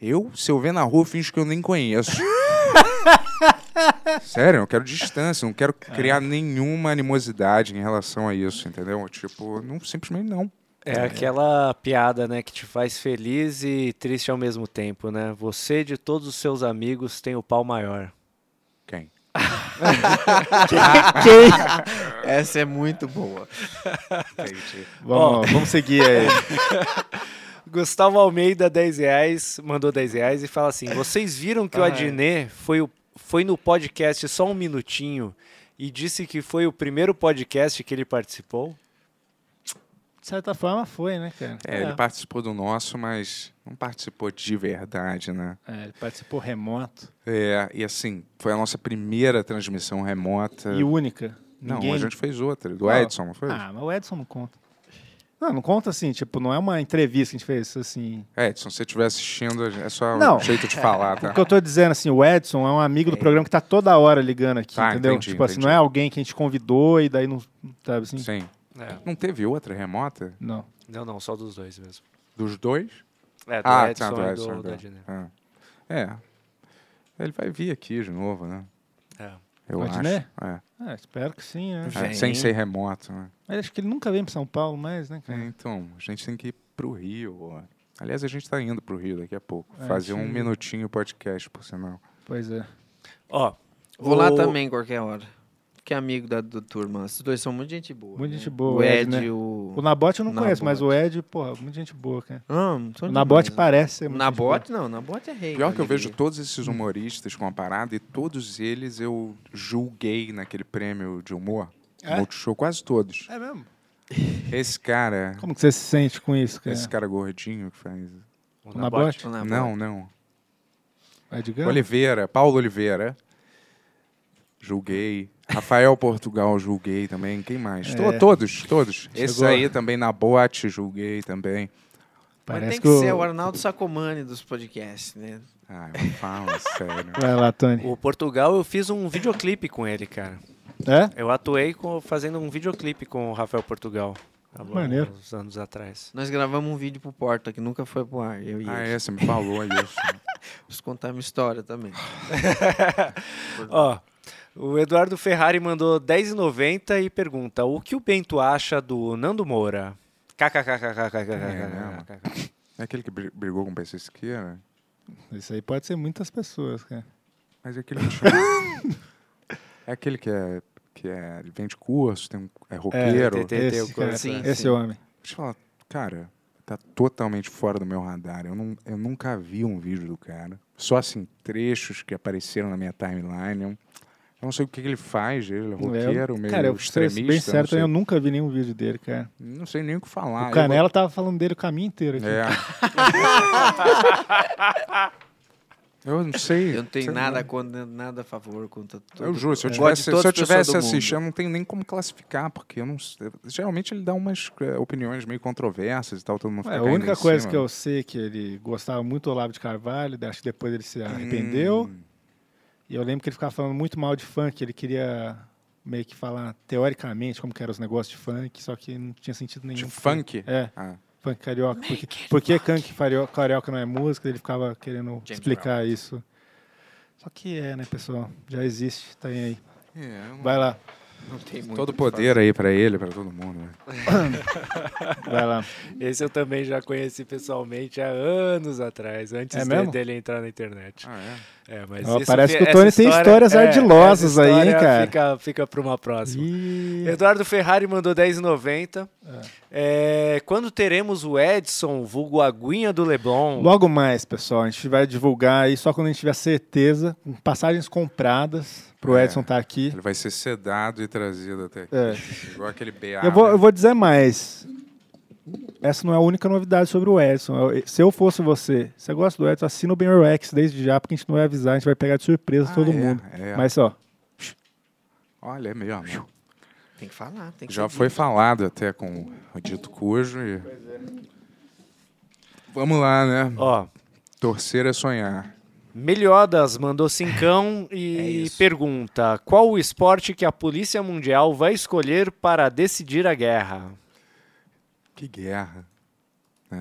eu, se eu ver na rua, eu finjo que eu nem conheço. Sério, eu quero distância, não quero criar nenhuma animosidade em relação a isso, entendeu? Tipo, não, simplesmente não. É aquela piada, né, que te faz feliz e triste ao mesmo tempo, né? Você de todos os seus amigos tem o pau maior. Quem? Essa é muito boa. Vamos, vamos seguir aí. Gustavo Almeida, 10 reais, mandou 10 reais e fala assim: Vocês viram que o Adnet foi, o- foi no podcast só um minutinho e disse que foi o primeiro podcast que ele participou? *laughs* De certa forma foi, né, cara? É, ele participou do nosso, mas não participou de verdade, né? É, ele participou remoto É, e assim, foi a nossa primeira transmissão remota. e única. É. Não, Ninguém... a gente fez outra, do Qual? Edson, não foi? Ah, mas o Edson não conta. Não, não conta assim, tipo, não é uma entrevista que a gente fez assim. Edson, se você estiver assistindo, é só Não. um jeito de *laughs* falar, tá? O que eu tô dizendo, assim, o Edson é um amigo do programa que tá toda hora ligando aqui, Tá, entendeu? entendi, tipo assim, entendi. não é alguém que a gente convidou e daí não. Sabe assim? Sim. É. Não teve outra remota? Não. Não, não, só dos dois mesmo. Dos dois? É, do Ah, Edson tá, do e Edson, do, né? do- do Adnet. Ah. É. Ele vai vir aqui de novo, né? É. Eu Pode, acho. né? É. Ah, espero que sim, né? É, Vem. sem ser remoto, né? Mas acho que ele nunca vem pra São Paulo mais, né, É, cara? então, a gente tem que ir pro Rio. ó. Aliás, a gente tá indo pro Rio daqui a pouco. Fazer isso um aí. minutinho podcast, por sinal. Pois é. Ó, Vou lá o- também qualquer hora. Que é amigo da do turma. Esses dois são muito gente boa. Muito né? gente boa, O o Ed, Ed, né? o. O Nabote eu não Nabote. conheço, mas o Ed, porra, muita gente boa, cara. Ah, são O demais, Nabote né? parece ser muito gente boa. Nabote não, Nabote é rei. Pior da que eu vejo alegria. todos Hum. esses humoristas com a parada e todos eles eu julguei naquele prêmio de humor. É? Multishow, quase todos. É mesmo? Esse cara, Como que você se sente com isso, cara? esse cara gordinho que faz. o o Nabote? O Nabote. Não, não. É de Gama? Oliveira, Paulo Oliveira. Julguei. Rafael Portugal, julguei também. Quem mais? To- É. Todos, todos. Esse Chegou. aí também, na bote, julguei também. Mas Parece tem que que, o- ser o Arnaldo Sacomani dos podcasts, né? Ah, eu falo, *laughs* sério. Vai lá, Tony. O Portugal, eu fiz um videoclipe com ele, cara. É? Eu atuei com- fazendo um videoclipe com o Rafael Portugal. Há Maneiro. Uns anos atrás. Nós gravamos um vídeo pro Porta que nunca foi pro ar. Eu e Ah, ele. é, você me falou isso. Preciso contar minha história também. Ó, o Eduardo Ferrari mandou 10,90 e pergunta: o que o Bento acha do Nando Moura? KKKKKKKKKKK. É aquele que bri- brigou com o PC Siqueira? Isso aí pode ser muitas pessoas, cara. Mas é aquele que chama- *laughs* É aquele que é. Que é ele vende curso, tem um, é roqueiro. tem- tem- Tentei Esse, o cara, coração. esse Sim, sim. homem. Deixa eu falar, cara, tá totalmente fora do meu radar. Eu, não, eu nunca vi um vídeo do cara. Só assim, trechos que apareceram na minha timeline. Eu não sei o que, que ele faz, ele é roqueiro, meio cara, eu vou ser extremista. bem não, sério, sei, eu nunca vi nenhum vídeo dele, cara. não sei nem o que falar. o Canela tava falando dele o caminho inteiro Eu, aqui. é. *laughs* eu não é. sei. Eu não tenho sei nada contra, nada a favor contra tudo. Eu juro, É se eu Eu gosto de tivesse, se É. todas eu as pessoas tivesse do mundo. assistindo, eu não tenho nem como classificar, porque eu não sei. Geralmente ele dá umas eh, opiniões meio controversas e tal, todo mundo fica É, a caindo única em coisa cima. que eu sei é que ele gostava muito do Olavo de Carvalho, acho que depois ele se arrependeu. Hum, E eu lembro que ele ficava falando muito mal de funk, ele queria meio que falar teoricamente como que eram os negócios de funk, só que não tinha sentido nenhum. De funk? É, Ah, funk carioca. Porque, porque funk cario- carioca não é música, ele ficava querendo explicar isso. Só que é, né, pessoal? Já existe, tá aí. é, eu não- Vai lá. Não tem muito. Todo poder aí pra ele, pra todo mundo. Né? Vai *laughs* lá. Esse eu também já conheci pessoalmente há anos atrás, antes É de- mesmo? dele entrar na internet. Ah, É, mas Ó, isso parece fi- que o essa Tony tem histórias essa ardilosas aí, hein, história cara? Fica, fica para uma próxima. é Ih, Eduardo Ferrari mandou 10,90. É, quando teremos o Edson, vulgo Aguinha do Leblon? Logo mais, pessoal, a gente vai divulgar aí só quando a gente tiver certeza, com passagens compradas pro É. Edson estar aqui. Ele vai ser sedado e trazido até aqui. É. Igual aquele BA. Eu vou, né? eu vou dizer mais. Essa não é a única novidade sobre o Edson. Eu- se eu fosse você, você gosta do Edson, assina o Benhor X desde já, porque a gente não vai avisar, a gente vai pegar de surpresa Ah, todo é, mundo. é. Mas ó, Olha, é melhor. né? Tem que falar, tem que Já ser foi dito. falado até com o dito cujo e. é. Vamos lá, né? Ó, Torcer é sonhar. Meliodas mandou *laughs* cincão e pergunta: qual o esporte que a Polícia Mundial vai escolher para decidir a guerra? Que guerra.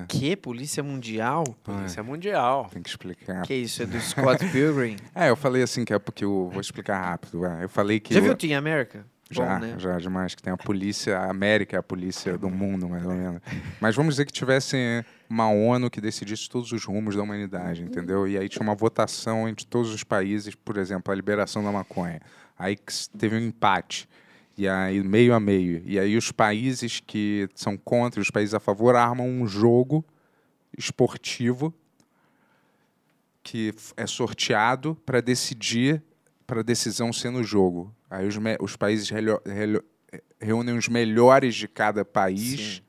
Que? Polícia Mundial? Polícia Mundial. Tem que explicar. Que isso, é *laughs* do Scott Pilgrim? É, eu falei assim que é porque eu vou explicar rápido. é. Eu falei que. Já eu- viu o Team America? Já, Bom, né? já, demais. Que tem a polícia, a América é a polícia do mundo, mais ou menos. Mas vamos dizer que tivesse uma ONU que decidisse todos os rumos da humanidade, entendeu? E aí tinha uma votação entre todos os países, por exemplo, a liberação da maconha. Aí que s- teve um empate. E aí, meio a meio. E aí, os países que são contra e os países a favor armam um jogo esportivo que f- é sorteado para decidir, para decisão ser no jogo. Aí os, me- os países relho- relho- eh, reúnem os melhores de cada país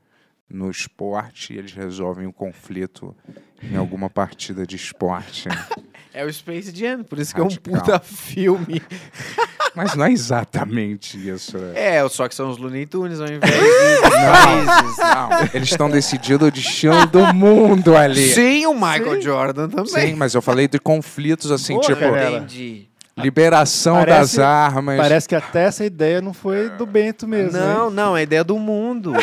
no esporte e eles resolvem o conflito em alguma partida de *laughs* esporte. É o Space Jam, por isso que é um Radical. puta *laughs* filme. Mas não é exatamente isso. né? É, só que são os Looney Tunes ao *laughs* invés de países. Não, eles estão decidindo o destino do mundo ali. Sim, o Michael Jordan Sim, também. mas eu falei de conflitos assim, Boa, tipo, Canela. Entendi. liberação é. Parece- das armas. parece que até essa ideia não foi do Bento mesmo. hein? Não, não, é ideia do mundo.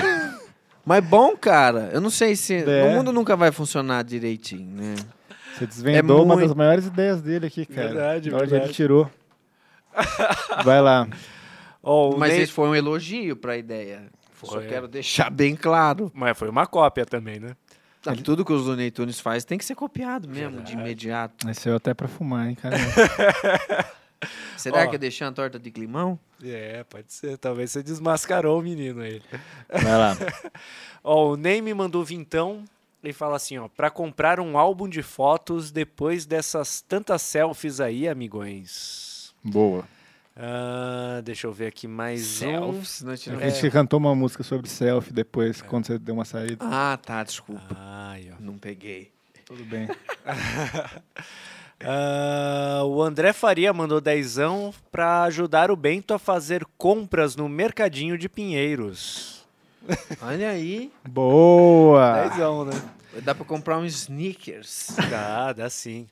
Mas bom, cara, eu não sei se. É. O mundo nunca vai funcionar direitinho, né? Você desvendou uma é muito- das maiores ideias dele aqui, cara. Verdade, Na hora que verdade. Ele *laughs* tirou. Vai lá. Ó, o Mas Ney- esse foi um elogio pra ideia. Só Foi. quero deixar bem claro. Mas foi uma cópia também, né? Tá, Tudo que os Looney Tunes faz tem que ser copiado mesmo, de imediato. Esse eu até pra fumar, hein, *laughs* cara. Será Ó. que é deixar uma torta de climão? É, pode ser. Talvez você desmascarou o menino aí. Vai lá. *laughs* Ó, o Ney me mandou vintão e fala assim, ó, para comprar um álbum de fotos depois dessas tantas selfies aí, amigões. Boa. Ah, deixa eu ver aqui mais um. Selfies, né, A tirando- gente cantou uma música sobre selfie depois, quando você deu uma saída. É. Ah, tá, desculpa. Ai, ó. Não peguei. Tudo bem. Ah, o André Faria mandou dezão para ajudar o Bento a fazer compras no mercadinho de Pinheiros. Olha aí. Boa! Dezão, né? Dá pra comprar um sneakers. Dá, dá sim.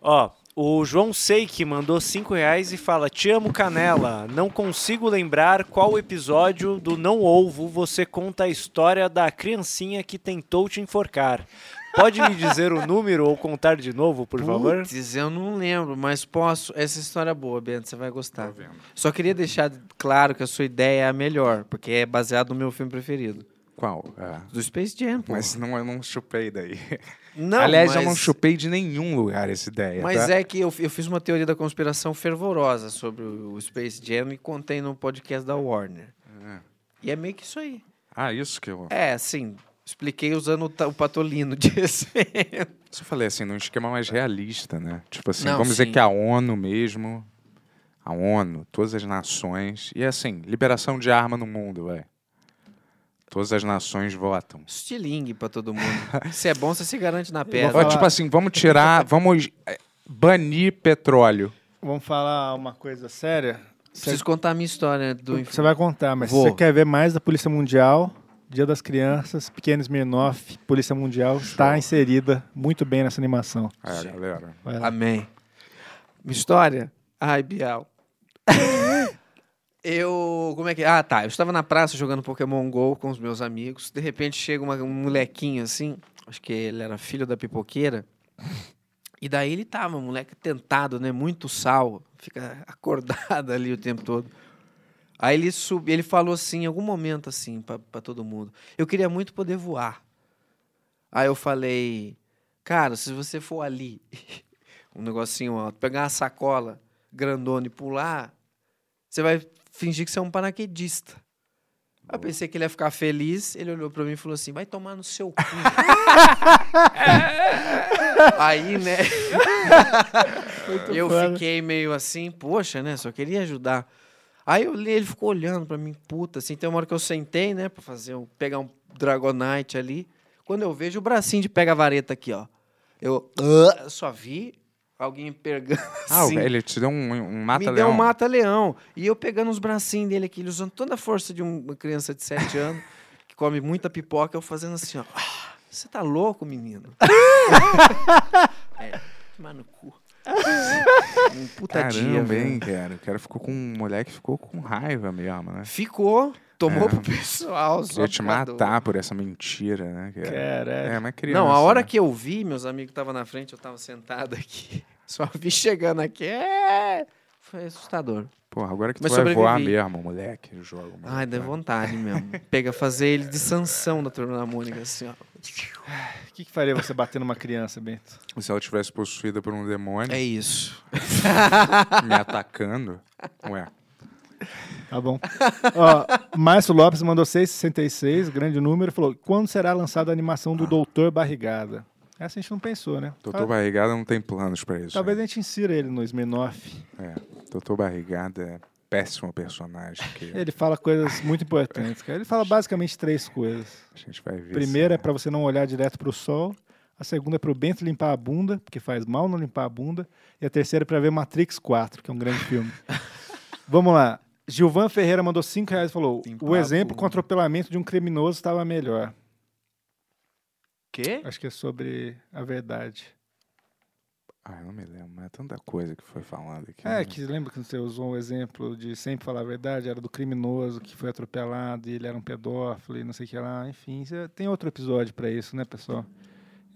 Ó, o João Seik mandou 5 reais e fala: Te amo, Canela. Não consigo lembrar qual episódio do Não Ovo você conta a história da criancinha que tentou te enforcar. Pode me dizer o número ou contar de novo, por favor? Putz, eu não lembro, mas posso. Essa história é boa, Bento, você vai gostar. Só queria deixar claro que a sua ideia é a melhor, porque é baseado no meu filme preferido, Qual? Ah, do Space Jam. pô. Mas não, eu não chupei daí. *laughs* não, Aliás, eu mas- não chupei de nenhum lugar essa ideia. Mas tá? é que eu, eu fiz uma teoria da conspiração fervorosa sobre o Space Jam e contei no podcast da Warner. E é meio que isso aí. Ah, isso que eu. É, assim, expliquei usando o, ta- o patolino de *laughs* exemplo. Isso eu falei assim, num esquema mais realista, né? Tipo assim, Não, vamos dizer sim. que a ONU mesmo. A ONU, todas as nações. E assim, liberação de arma no mundo, velho. Todas as nações votam. Estilingue pra todo mundo. Se é bom, você se garante na Ó, pedra. tipo assim, vamos tirar. *laughs* Vamos eh, banir petróleo. Vamos falar uma coisa séria? Você Preciso contar a minha história do você vai contar, mas se Vou. você quer ver mais da Polícia Mundial, Dia das Crianças, Pequenos Minoff, Polícia Mundial está inserida muito bem nessa animação. É, galera. Vai lá. Amém. Minha história? Ai, Bial. *laughs* eu. Como é que. é? Ah, tá. Eu estava na praça jogando Pokémon GO com os meus amigos. De repente chega uma- um molequinho assim. Acho que ele era filho da pipoqueira. E daí ele tava, um moleque tentado, né? Muito sal. Fica acordado ali o tempo todo. Aí ele, sub... ele falou assim, em algum momento assim, pra, pra todo mundo. Eu queria muito poder voar. Aí eu falei, cara, se você for ali, um negocinho alto, pegar uma sacola grandona e pular, você vai fingir que você é um paraquedista. Aí eu pensei que ele ia ficar feliz, ele olhou pra mim e falou assim, vai tomar no seu cu. Aí, né? eu né? foda. fiquei meio assim, poxa, né? Só queria ajudar. Aí eu li, ele ficou olhando pra mim, puta, assim. Tem uma hora que eu sentei, né, pra fazer um, pegar um Dragonite ali. Quando eu vejo o bracinho de pega-vareta aqui, ó. Eu "Ah", só vi alguém pegando. *laughs* Ah, assim, ele te deu um, me um deu mata-leão. um mata-leão. E eu pegando os bracinhos dele aqui, ele usando toda a força de um- uma criança de 7 *laughs* anos, que come muita pipoca, eu fazendo assim, ó. "Ah, Você tá louco, *laughs* menino? é, tomar no cu. Um puta dia, Caramba, velho. hein, cara. O cara ficou com... O moleque ficou com raiva mesmo, né? Ficou, tomou É. pro pessoal. Queria só te cada um. matar por essa mentira, né, cara? Caralho. É, mas criança. Não, a hora né? que eu vi, meus amigos estavam na frente, eu tava sentado aqui. *laughs* Só vi chegando aqui. É... Foi assustador. Porra, agora que tu Mas vai voar sobrevivi. mesmo, moleque. né? Jogo, mano. Ai, dá vontade mesmo. Pega fazer ele de sanção da turma da Mônica, assim, ó. O que, que faria você bater numa criança, Bento? Se ela tivesse possuída por um demônio, É isso. me atacando... Ué, Tá bom. Ó, Márcio Lopes mandou 666, grande número, falou: quando será lançada a animação do Doutor Barrigada? Essa a gente não pensou, né? doutor Barrigada não tem planos pra isso. Talvez né? a gente insira ele no Sminoff. É, doutor Barrigada é péssimo personagem que Ele fala coisas muito importantes, cara. Ele fala basicamente três coisas. a gente vai ver. Primeira é assim, né? pra você não olhar direto pro sol. A segunda é pro Bento limpar a bunda, porque faz mal não limpar a bunda. E a terceira é pra ver Matrix 4, que é um grande *laughs* filme. Vamos lá. Gilvan Ferreira mandou 5 reais e falou: Limpar O a exemplo bunda." com atropelamento de um criminoso estava melhor. Quê? Acho que é sobre a verdade. Ah, eu não me lembro, mas é tanta coisa que foi falada aqui. É, né? que lembra que você usou um exemplo de sempre falar a verdade? Era do criminoso que foi atropelado e ele era um pedófilo e não sei o que lá. Enfim, cê- tem outro episódio pra isso, né, pessoal?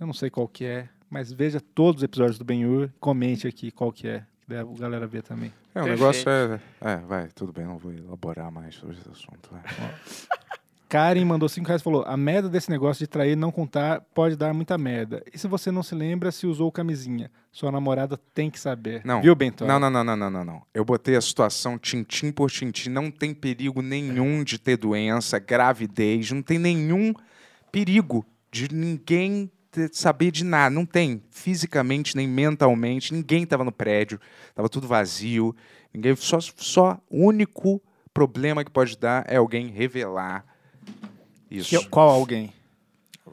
Eu não sei qual que é, mas veja todos os episódios do Ben-Hur, comente aqui qual que é, que dá a galera ver também. É, o Perfeito. negócio é. É, vai, tudo bem, não vou elaborar mais sobre esse assunto. vai. Karen mandou 5 reais e falou: A merda desse negócio de trair e não contar pode dar muita merda. E se você não se lembra se usou camisinha? Sua namorada tem que saber. Não. Viu, Bento? Não, não, não, não, não, não, não. Eu botei a situação tintim por tintim. Não tem perigo nenhum de ter doença, gravidez, não tem nenhum perigo de ninguém ter- saber de nada. Não tem. Fisicamente, nem mentalmente. Ninguém estava no prédio. Tava tudo vazio. Ninguém. Só, só o único problema que pode dar é alguém revelar isso. Que- qual alguém?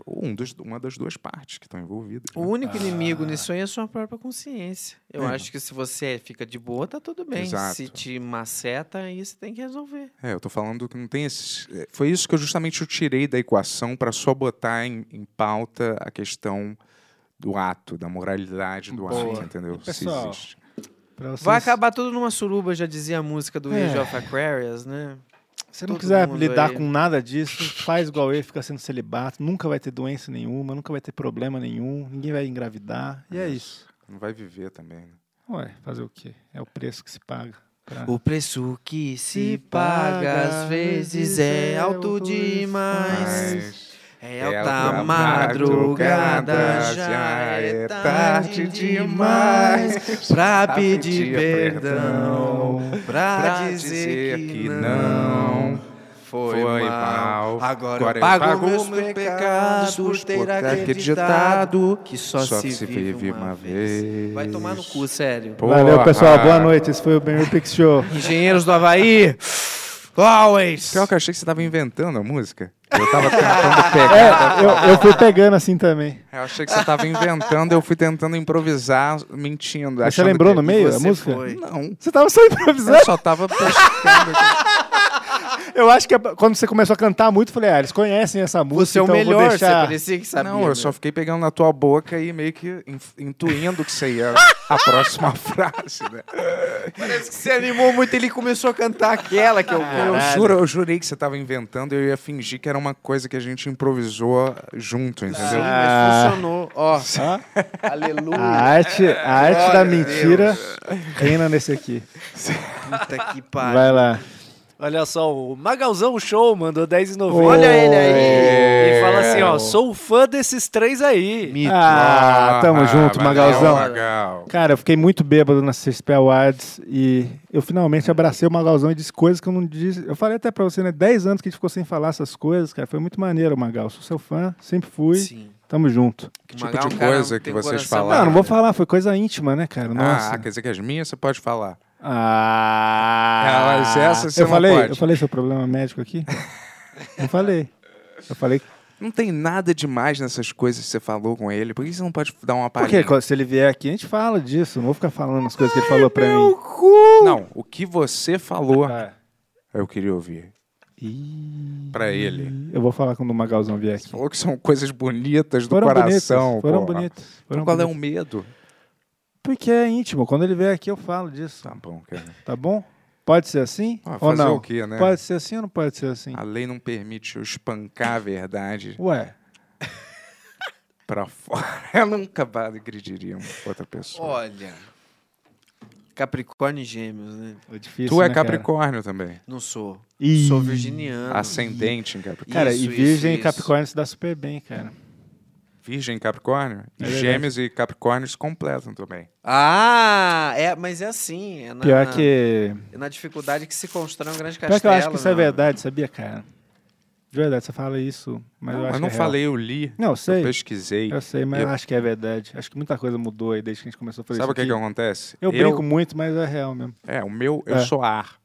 Um dos, uma das duas partes que estão envolvidas. O né? único inimigo nisso aí é a sua própria consciência. Eu acho que se você fica de boa, tá tudo bem. Exato. Se te maceta, aí você tem que resolver. É, eu tô falando que não tem esses. é, Foi isso que eu justamente eu tirei da equação para só botar em, em pauta a questão do ato, da moralidade do ato, Boa. entendeu? E, pessoal, existe. Pra vocês- Vai acabar tudo numa suruba, já dizia a música do É. Age of Aquarius, né? Se não Todo quiser mundo lidar aí. com nada disso, faz igual eu, fica sendo celibato, nunca vai ter doença nenhuma, nunca vai ter problema nenhum, ninguém vai engravidar, e é isso. Não vai viver também. né? Ué, fazer o quê? É o preço que se paga. pra- O preço que se paga às vezes é alto demais. Mas É é alta madrugada, já é tarde demais. Pra pedir perdão, pra dizer que não. Foi, Foi mal. mal. Agora, Agora eu eu pago, pago meus meus pecados por ter acreditado que só, se, vive, uma vez. Vai tomar no cu, sério. Valeu, pessoal, boa Porra! noite. Esse foi o Ben Pix Show. Engenheiros do Havaí, always. Pior que eu achei que você tava inventando a música. Eu *laughs* tava tentando É, pegar. Eu, eu fui pegando assim também. Eu achei que você tava inventando, eu fui tentando improvisar, mentindo. Mas Você achando lembrou que- no meio a você música? foi. Não. Você tava só improvisando. Eu só tava pescando aqui. Eu acho que é- quando você começou a cantar muito, eu falei, ah, eles conhecem essa música, Você é o então eu vou melhor, você deixar... parecia que sabia. Não, eu né? só fiquei pegando na tua boca e meio que in- intuindo que você ia a próxima *laughs* frase, né? Parece que você animou muito, ele começou a cantar aquela que eu Eu, gosto. juro, eu jurei que você tava inventando e eu ia fingir que era uma coisa que a gente improvisou junto, Sim, entendeu? mas funcionou. Ó, aleluia. A arte, a arte Glória da a mentira reina nesse aqui. *laughs* Puta que pariu. Vai lá. Olha só, o Magalzão Show mandou 10,90. Olha ele aí. E fala assim, ó, sou fã desses três aí. Ah, tamo é junto, Magalzão. Magal. Cara, eu fiquei muito bêbado na CSP Awards e eu finalmente abracei o Magalzão e disse coisas que eu não disse. Eu falei até pra você, né? 10 anos que a gente ficou sem falar essas coisas, cara. Foi muito maneiro, Magal. Sou seu fã, sempre fui. Sim. Tamo junto. Que tipo de coisa que vocês falaram? Não, não vou falar, foi coisa íntima, né, cara? Nossa. Ah, quer dizer que as minhas você pode falar. Ah, Ah, mas essa você eu não falei, pode. Eu falei seu problema médico *laughs* aqui? não falei. Eu falei. Não tem nada demais nessas coisas que você falou com ele. Por que você não pode dar uma Por palhinha? quê? Se ele vier aqui, a gente fala disso. Não vou ficar falando as coisas que ele falou pra mim. Não, o que você falou, Tá. eu queria ouvir. Pra ele. Eu vou falar quando o Magalzão vier aqui. Falou que são coisas bonitas do Foram coração. bonitas. Foram porra. bonitas. Então Foram qual é bonitas. o medo? Porque é íntimo. Quando ele vier aqui, eu falo disso. Tá bom, cara. Tá bom? Pode ser assim? Ah, ou fazer não? o quê, né? Ah, Pode ser assim ou não pode ser assim? A lei não permite eu espancar a verdade Ué. pra fora. *laughs* Eu nunca agrediria uma outra pessoa. Olha. Capricórnio e gêmeos, né? É difícil. tu é né, cara? Ah, capricórnio também. Não sou. Ih. Sou virginiano. Ascendente em Capricórnio. Cara, Isso, e Virgem isso, e Capricórnio se dá super bem, cara. Virgem em Capricórnio. E É verdade. gêmeos e Capricórnio se completam também. Ah, é, mas é assim. É na, Pior na- que. é na dificuldade que se constrói um grande Pior castelo. que eu acho que isso é meu amigo. verdade, sabia, cara? De verdade, você fala isso, mas eu não, acho eu não que é real. falei, eu li. Não, eu sei. Eu pesquisei. Eu sei, mas eu... Eu- acho que é verdade. Acho que muita coisa mudou aí desde que a gente começou a fazer Sabe isso. o que, que aqui. acontece? eu brinco muito, mas é real mesmo. É, o meu, eu É. sou ar,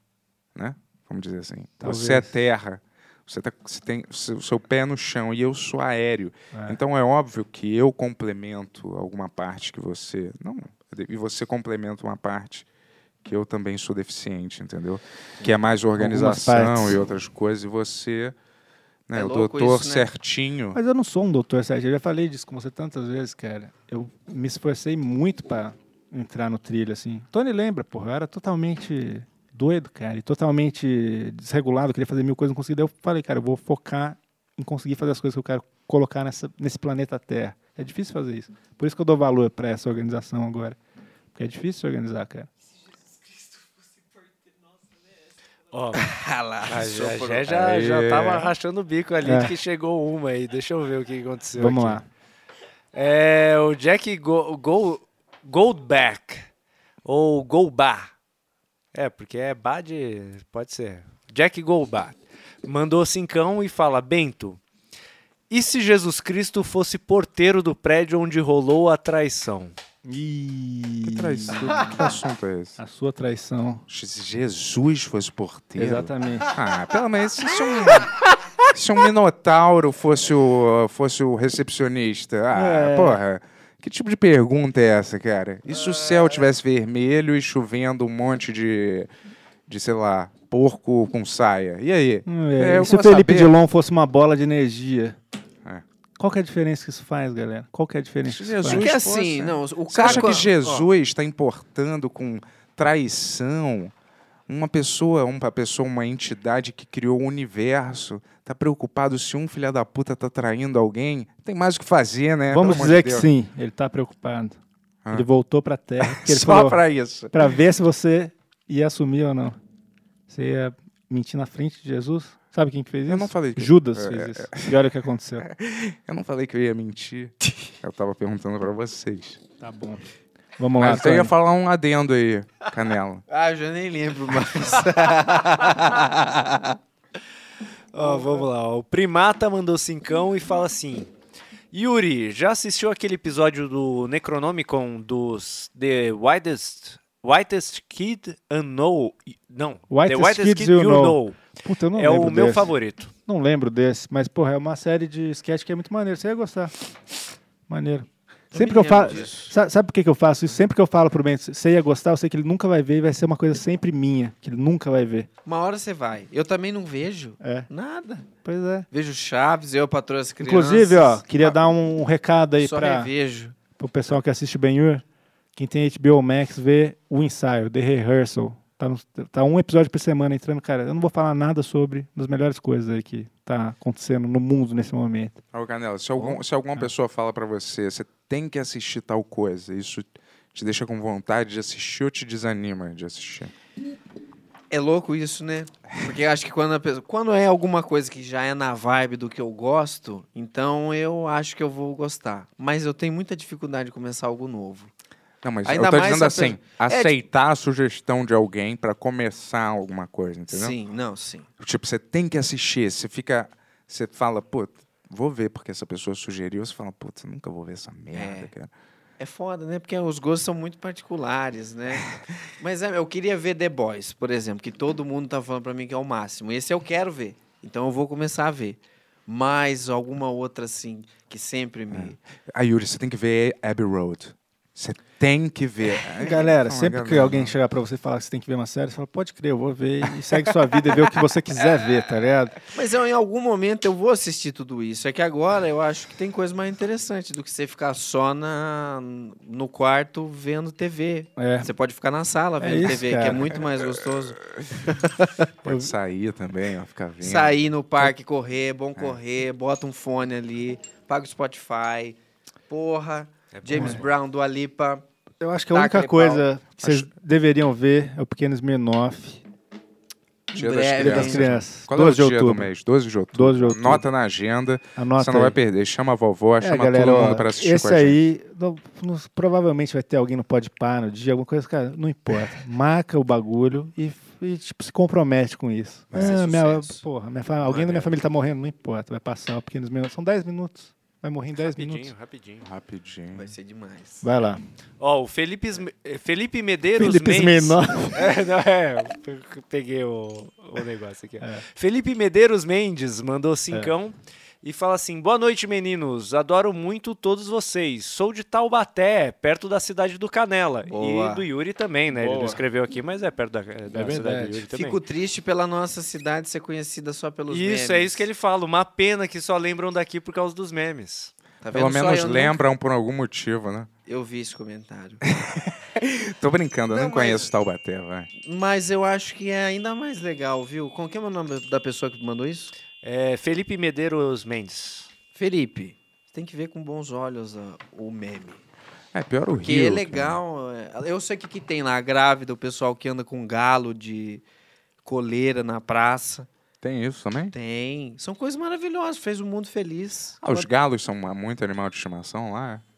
né? Vamos dizer assim. Talvez. Você é terra. Você, tá, você tem o seu, seu pé no chão e eu sou aéreo. Então é óbvio que eu complemento alguma parte que você. Não, e você complementa uma parte que eu também sou deficiente, entendeu? Que é mais organização partes. e outras coisas. E você. Né, É o louco doutor isso, né? certinho. Mas eu não sou um doutor, Sérgio. Eu já falei disso com você tantas vezes, cara. Eu me esforcei muito pra entrar no trilho, assim. Tony lembra, porra. Eu era totalmente doido, cara. E totalmente desregulado. Queria fazer mil coisas, não conseguia. Daí eu falei, cara, eu vou focar em conseguir fazer as coisas que eu quero colocar nessa, nesse planeta Terra. É difícil fazer isso. Por isso que eu dou valor pra essa organização agora. Porque é difícil se organizar, cara. Ó, *laughs* Ah lá, a sou Jé- por- Jé já, Aê. já tava rachando o bico ali É. que chegou uma aí. Deixa eu ver o que aconteceu Vamos aqui. lá. É o Jack Go, Go- Goldback. Ou Golbar. É, porque é bar de. Pode ser. Jack Goldbar. Mandou cincão e fala: Bento, e se Jesus Cristo fosse porteiro do prédio onde rolou a traição? E... Que traição? que assunto *laughs* é esse? A sua traição. Se Jesus fosse porteiro. Exatamente. Ah, pelo menos se se um, se um minotauro fosse o, fosse o recepcionista. Ah, É. porra. Que tipo de pergunta é essa, cara? E se o céu tivesse vermelho e chovendo um monte de, de sei lá, porco com saia? E aí? Hum, É, É, eu e se o vou Felipe saber. Dilon fosse uma bola de energia? É. Qual que é a diferença que isso faz, galera? Qual que é a diferença que isso Jesus. faz? Porque Deus assim, fosse. não, o Você acha Caco- que Jesus está importando com traição uma pessoa, um, uma pessoa, uma entidade que criou o universo? Tá preocupado se um filho da puta tá traindo alguém? Tem mais o que fazer, né? Vamos Pelo amor dizer de que Deus. sim, ele tá preocupado. Ah. Ele voltou pra *laughs* Terra porque ele Só falou, pra... pra isso. ver se você ia assumir ou não. Você ia mentir na frente de Jesus? Sabe quem que fez isso? Eu não falei que- Judas É, fez isso. E olha o que *laughs* aconteceu. Eu não falei que eu *laughs* ia mentir. Eu tava perguntando pra vocês. Tá bom. Vamos lá, Mas eu Tony. ia falar um adendo aí, Canela. Ah, eu já nem lembro mais. Ó, vamos lá. ó. O Primata mandou cincão e fala assim: Yuri, já assistiu aquele episódio do Necronomicon dos The Whitest, Whitest Kid and Know? Não, Whitest The Whitest Kids You Know. Puta, eu não É lembro o meu desse. favorito. Não lembro desse, mas, porra, é uma série de sketch que é muito maneiro. Você ia gostar. Maneiro. Sempre que eu lembro falo. disso. Sa- Sabe por que, que eu faço isso? Sempre que eu falo pro Bento, você ia gostar, eu sei que ele nunca vai ver e vai ser uma coisa sempre minha, que ele nunca vai ver. *laughs* Uma hora você vai. Eu também não vejo É. nada. Pois é. Vejo Chaves, eu patroa as crianças. Ah, Inclusive, ó, queria dar um recado aí Só pra, revejo. pro pessoal que assiste Ben Hur. Quem tem HBO Max, vê o ensaio, The Rehearsal. Tá, no- tá um episódio por semana entrando, cara. Eu não vou falar nada sobre as melhores coisas aí que tá acontecendo no mundo nesse momento. Ô, Canela, se, algum- se Ah. alguma pessoa fala pra você, você tem que assistir tal coisa, isso te deixa com vontade de assistir ou te desanima de assistir? É louco isso, né? Porque eu acho que quando, a pessoa, quando é alguma coisa que já é na vibe do que eu gosto, então eu acho que eu vou gostar. Mas eu tenho muita dificuldade de começar algo novo. Não, mas Ainda eu tô mais dizendo se a assim, pessoa- É, aceitar a sugestão de alguém pra começar alguma coisa, entendeu? Sim, não, sim. Tipo, você tem que assistir, você fica, você fala, pô, vou ver porque essa pessoa sugeriu, você fala, putz, nunca vou ver essa merda, É. cara. É foda, né? Porque os gostos são muito particulares, né? Mas é, eu queria ver The Boys, por exemplo, que todo mundo tá falando pra mim que é o máximo. Esse eu quero ver. Então eu vou começar a ver. Mas alguma outra, assim, que sempre me. Aí, Ah, Yuri, você tem que ver Abbey Road. Você tem que ver. É. Aí, Galera, fala, sempre que galera, alguém chegar pra você e falar que você tem que ver uma série, você fala, pode crer, eu vou ver e segue sua vida e vê o que você quiser ver, tá ligado? Mas eu, em algum momento eu vou assistir tudo isso. É que agora eu acho que tem coisa mais interessante do que você ficar só na, no quarto vendo TV. É. Você pode ficar na sala É vendo isso, TV, que cara. é muito mais gostoso. Pode sair também, ó, ficar é. vendo. Sair no parque, correr, é bom correr, bota um fone ali, paga o Spotify. Porra, É James Brown, do Alipa. Eu acho que a Tá, única aquele coisa que vocês deveriam ver é o Pequenos Menor, Dia das breve. Dia das Crianças. Crianças. Qual é o 12 de dia do outubro. mês? 12 de outubro. 12 de outubro. Nota na agenda. Anota você não aí. vai perder. Chama a vovó, É, chama galera, todo ó, mundo pra assistir esse com a gente. aí, não- não- provavelmente vai ter alguém no pode par no dia, alguma coisa, cara, não *laughs* importa. Marca o bagulho e, e, tipo, se compromete com isso. Ah, Vai ser minha, sucesso. porra, minha fa- alguém da minha família tá morrendo, não importa, vai passar ó, pequenos minutos. São 10 minutos, vai morrer em 10 Rapidinho, minutos. rapidinho. Hum. Rapidinho. Vai ser demais. Vai lá. Ó, o Felipe, Esme- eh, Felipe Medeiros Felipe Mendes. Menor. É, não é. eu Peguei o, o negócio aqui. ó. Felipe Medeiros Mendes mandou cincão e fala assim: Boa noite, meninos. Adoro muito todos vocês. Sou de Taubaté, perto da cidade do Canela. Boa. E do Yuri também, né? Ele não Boa. escreveu aqui, mas é perto da, da cidade verdade. do Yuri também. Fico triste pela nossa cidade ser conhecida só pelos isso, memes. é isso que ele fala. Uma pena que só lembram daqui por causa dos memes. Tá Pelo vendo só? menos Eu nunca- lembram por algum motivo, né? Eu vi esse comentário. Tô brincando, eu Não, não mas- conheço Taubaté, vai. Mas eu acho que é ainda mais legal, viu? Como que é o nome da pessoa que mandou isso? É, Felipe Medeiros Mendes. Felipe. Você tem que ver com bons olhos ó, o meme. É pior o Porque Rio. é cara. legal. é, Eu sei o que, que tem lá, a grávida, o pessoal que anda com galo de coleira na praça. Tem isso também? Tem. São coisas maravilhosas, fez o mundo feliz. Ah, os galos são muito animal de estimação lá. é?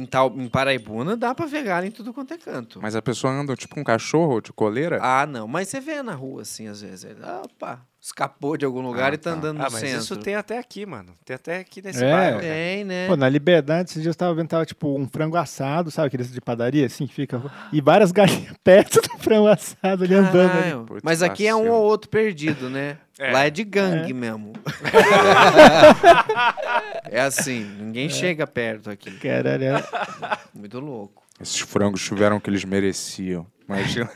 Em, tal, em Paraibuna dá pra ver galo em tudo quanto é canto. Mas a pessoa anda tipo um cachorro de coleira. Ah, não. Mas você vê na rua, assim, às vezes. ele, Opa, escapou de algum lugar Ah, e tá tá. andando no Ah, mas centro. isso tem até aqui, mano. Tem até aqui nesse É. bairro. cara. Tem, né? Pô, na Liberdade, esses dias eu tava vendo, tava tipo um frango assado, sabe, aqueles de padaria, assim, que fica, e várias galinhas *laughs* perto do frango assado ali andando. ali. Caralho. Putz, Mas aqui é um vacilo. ou outro perdido, né? É. Lá é de gangue *laughs* mesmo. é assim, ninguém chega perto aqui. Caralho, é- Muito louco. Esses frangos tiveram o que eles mereciam. *laughs* Imagina.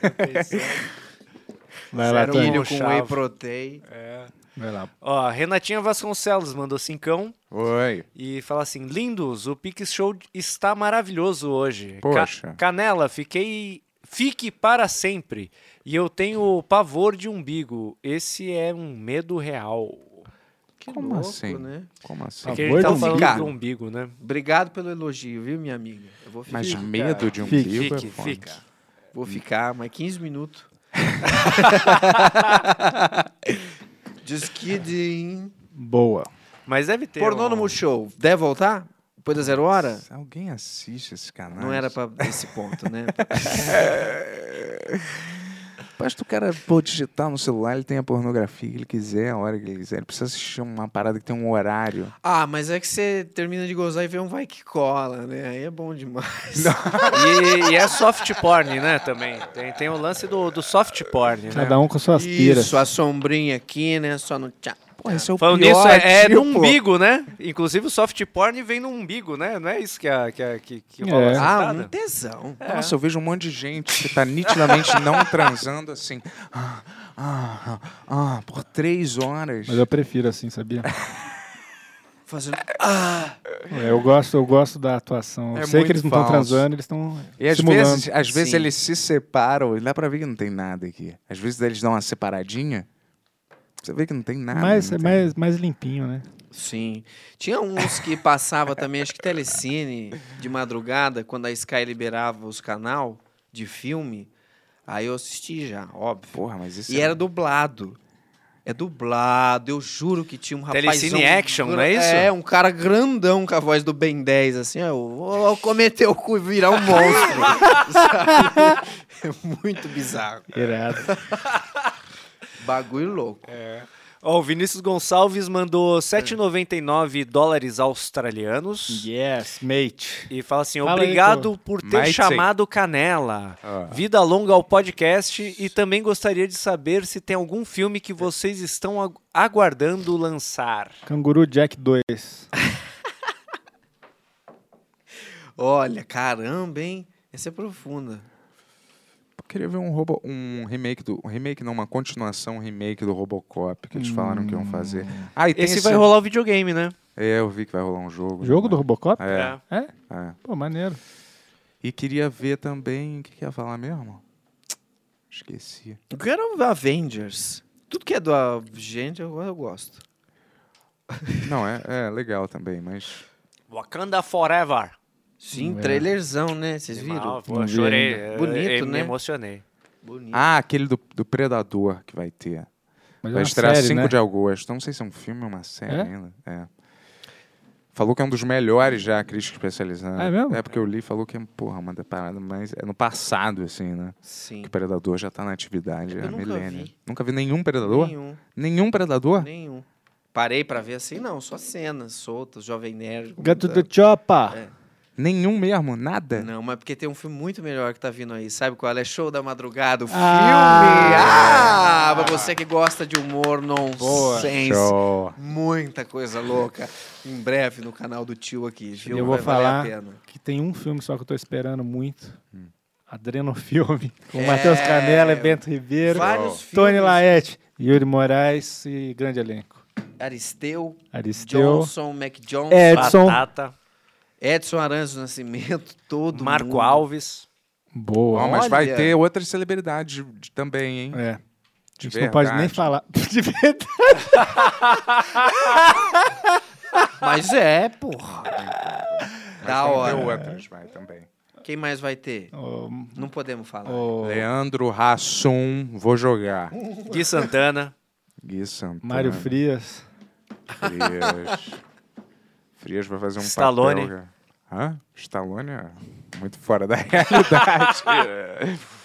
Vai lá, Sério, Tony. Milho Milho com com whey whey protein. É. Vai lá. Ó, Renatinha Vasconcelos mandou cincão Oi. e fala assim: Lindos, o Pix Show está maravilhoso hoje. Ca- Poxa. Canela, fiquei. Fique para sempre. E eu tenho pavor de umbigo. Esse é um medo real. Que Como louco, assim? né? Como assim? Porque a Pavor gente tá de falando umbigo? do umbigo, né? Obrigado pelo elogio, viu, minha amiga? Eu vou ficar. Mas medo de um Fique. bico Fique, é foda. fique. Vou ficar mais 15 *laughs* minutos. Just kidding. Boa. Mas deve ter. um Pornô no Multishow, deve voltar? Depois da zero hora? Se Alguém assiste esse canal? Não era pra esse ponto, né? Parece que o cara pô, digitar no celular, ele tem a pornografia que ele quiser, a hora que ele quiser. Ele precisa assistir uma parada que tem um horário. Ah, mas é que você termina de gozar e vê um vai que cola, né? Aí é bom demais. E, e é soft porn, né? Também. Tem, tem o lance do, do soft porn, né? Cada um com suas piras. Isso, a sombrinha aqui, né? Só no tchá. Pô, esse é o Falando pior nisso, é, é tipo. no umbigo, né? Inclusive o soft porn vem no umbigo, né? Não é isso que, a, que, a, que, que rola É. essa Ah, parada? um tesão. Nossa, eu vejo um monte de gente que tá nitidamente não transando assim. Ah, ah, ah, ah, por três horas. Mas eu prefiro assim, *laughs* sabia? Fazendo... É, eu gosto, eu gosto da atuação. Eu É sei que eles muito não estão falso. transando, eles estão E às simulando. vezes, ah, às vezes Sim. eles se separam e dá pra ver que não tem nada aqui. Às vezes eles dão uma separadinha, você vê que não tem nada. mais, não tem- é mais, mais limpinho, né? Sim. Tinha uns que passava também, acho que telecine, de madrugada, quando a Sky liberava os canal de filme. Aí eu assisti já, óbvio. Porra, mas isso é um E era dublado. É dublado, eu juro que tinha um rapaz. Telecine action, não é isso? É, um cara grandão com a voz do Ben 10, assim, ó, eu vou comer teu cu e virar um *laughs* monstro. sabe? *laughs* é muito bizarro. Irado. *laughs* Bagulho louco. Ó, o Vinícius Gonçalves É. mandou 7,99 dólares australianos. Yes, mate. E fala assim: Fala aí, obrigado por ter Maite. chamado Canela. Ah. Vida longa ao podcast. E também gostaria de saber se tem algum filme que vocês estão agu- aguardando lançar. Canguru Jack 2. Olha, caramba, hein? Essa é profunda. Eu queria ver um robo, um remake do, um remake não, uma continuação, um remake do Robocop que eles falaram que iam fazer. Ah, e tem Esse vai rolar o videogame, né? É, eu vi que vai rolar um jogo. Jogo do né? Robocop? É, É? é. Pô, maneiro. E queria ver também, o que, que ia falar mesmo? Esqueci. Eu quero Avengers. Tudo que é do gente, eu, eu gosto. Não, é, é legal também, mas Wakanda Forever. Sim, Não é. trailerzão, né? Vocês Ah, viram? pô, Não vi chorei. ainda. eh, Bonito, eh, Me né? emocionei. Bonito. ah, aquele do, do Predador que vai ter. Mas é Vai uma estrear série, 5 né? de agosto. Não sei se é um filme ou uma série É? ainda. É. Falou que é um dos melhores já, a crítica especializada. É mesmo? É porque eu li e falou que é, porra, uma da parada, mas é no passado, assim, né? Sim. Que o Predador já tá na atividade Eu há nunca milênio. vi. Nunca vi nenhum Predador? Nenhum, Nenhum, Predador? nenhum. Parei pra ver assim, não, só cenas soltas, Jovem Nerd. Gato comentando. do É. Chopa. Nenhum mesmo? Nada? Não, mas porque tem um filme muito melhor que tá vindo aí, sabe qual é? Show da Madrugada, o filme! Ah! Ah! Pra você que gosta de humor nonsense, Show. muita coisa louca. Em breve no canal do tio aqui, viu? Eu vou Vai valer falar a pena. que tem um filme só que eu tô esperando muito. Adrenofilme. Com É. Matheus Canela e Bento Ribeiro. Vários Tony filmes. Laet, Yuri Moraes e grande elenco. Aristeu, Aristeu. Johnson, Mac Johnson, É. Edson. Batata. Edson Arantes do Nascimento, todo Marco mundo. Alves. Ó, Boa. mas vai Olha. ter outras celebridades de- também, hein? É. A De gente não pode verdade. nem falar. *laughs* De verdade. Mas é, *laughs* porra. Mas da vão hora. ter um, é outras, vai também. Quem mais vai ter? Ô, Não podemos falar. ô, Leandro Hassum, vou jogar. Gui Santana. Gui Santana. Mário Frias. Frias. Frias vai fazer um Stallone. papel... cara. Hã? Stallone é muito fora da *laughs* realidade.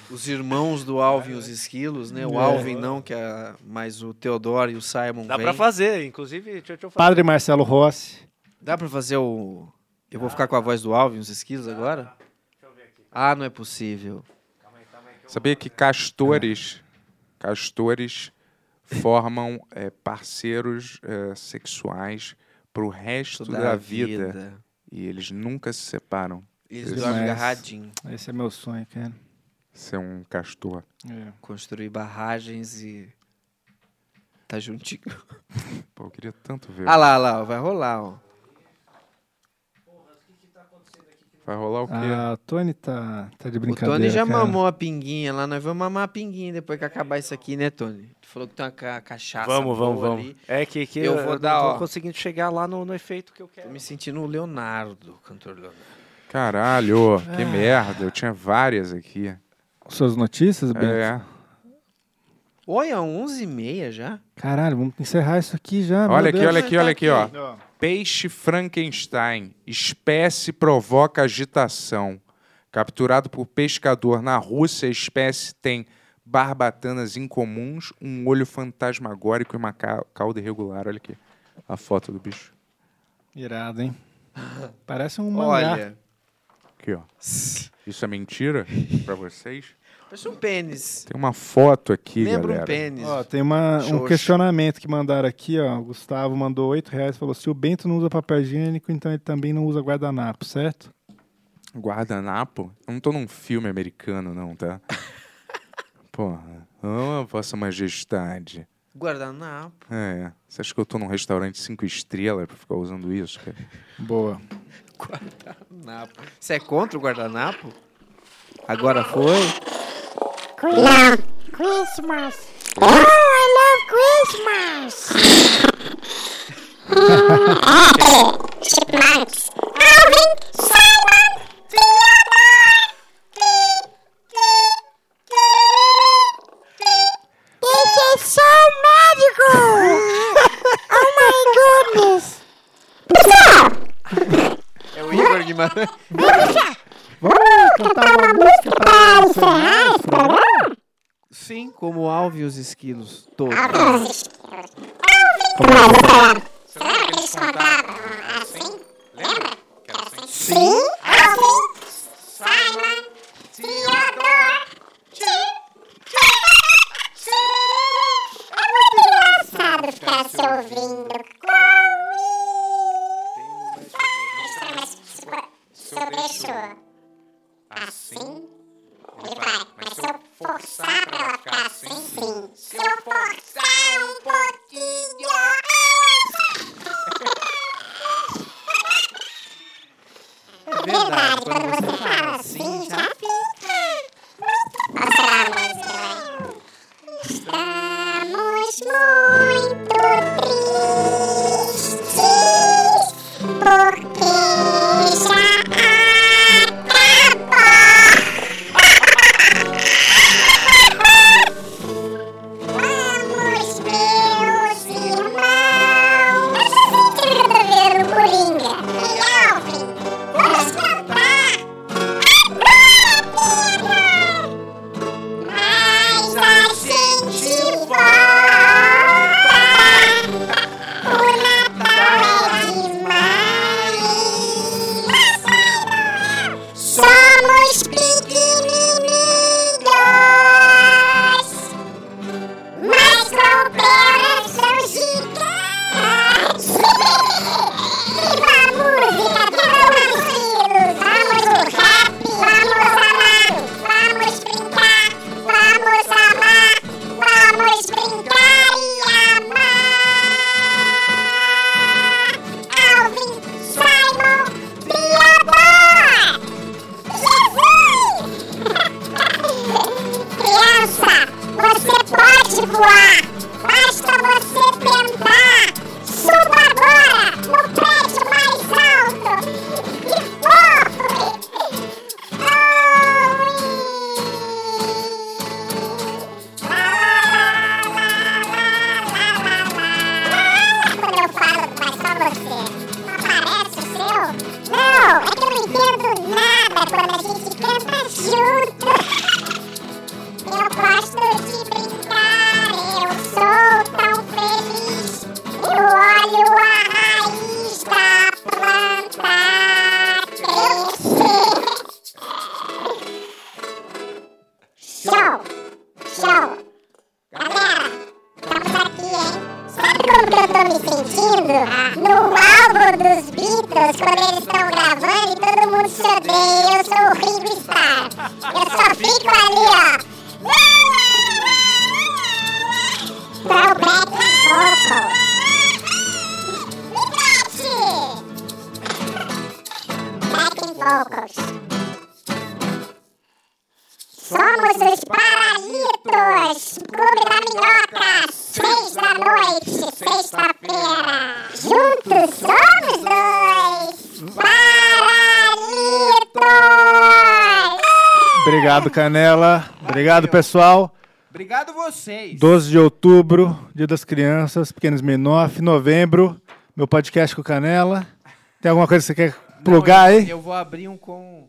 Os irmãos do Alvin e os esquilos, né? O Alvin não, que é mais o Teodoro e o Simon. Dá vem. pra fazer, inclusive. Deixa, deixa eu falar. Padre Marcelo Rossi. Dá pra fazer o. Eu vou ficar com a voz do Alvin e os esquilos agora? Ah, não é possível. Sabia que castores, castores formam é, parceiros é, sexuais pro resto Toda da, a vida. E eles nunca se separam. Eles Isso. dormem Mas- agarradinho. Esse é meu sonho, cara. Ser um castor. É. Construir barragens e. Tá juntinho. Pô, eu queria tanto ver. Ah lá, lá, ó, vai rolar, ó. Vai rolar o quê? Ah, o Tony tá, tá de O brincadeira. Tony já cara. mamou a pinguinha lá, nós vamos mamar a pinguinha depois que acabar isso aqui, né, Tony? Tu falou que tem uma ca- cachaça. Vamos, vamos, boa vamos. ali. É que, que Eu eu, vou não dar, tô ó. conseguindo chegar lá no, no efeito que eu Tô quero. me sentindo o Leonardo, cantor Leonardo. Caralho, É. que merda. Eu tinha várias aqui. Suas notícias, Bento? É. Olha, 11h30 já? Caralho, vamos encerrar isso aqui já. meu Olha aqui, Deus. Tá olha aqui, olha aqui, ó. Ó. Peixe Frankenstein. Espécie provoca agitação. Capturado por pescador na Rússia, a espécie tem barbatanas incomuns, um olho fantasmagórico e uma ca- cauda irregular. Olha aqui a foto do bicho. Irado, hein? Parece um mangá. Olha. Aqui, ó. Isso é mentira pra vocês? Parece um pênis. Tem uma foto aqui, Lembra galera. um pênis. Ó, tem uma- um Xoxa. questionamento que mandaram aqui, ó. O Gustavo mandou 8 reais e falou: se o Bento não usa papel higiênico, então ele também não usa guardanapo, certo? Guardanapo? Eu não tô num filme americano, não, *laughs* tá? Porra. Ô, Vossa Majestade. Guardanapo. É, você acha que eu tô num restaurante cinco estrelas pra ficar usando isso, cara? Boa. Guardanapo. Você é contra o guardanapo? Agora foi? Someone, someone, *laughs* É o Igor Guimarães. Vamos cantar uma música pra encerrar esse programa? Sim, como o alvo e os esquilos todos. um É verdade, quando você fala assim, já *laughs* Ah, Obrigado, Canela. Obrigado, pessoal. Obrigado vocês. 12 de outubro, Dia das Crianças, Pequenos Menof, novembro, meu podcast com Canela. Tem alguma coisa que você quer plugar eu, aí? Eu vou abrir um com.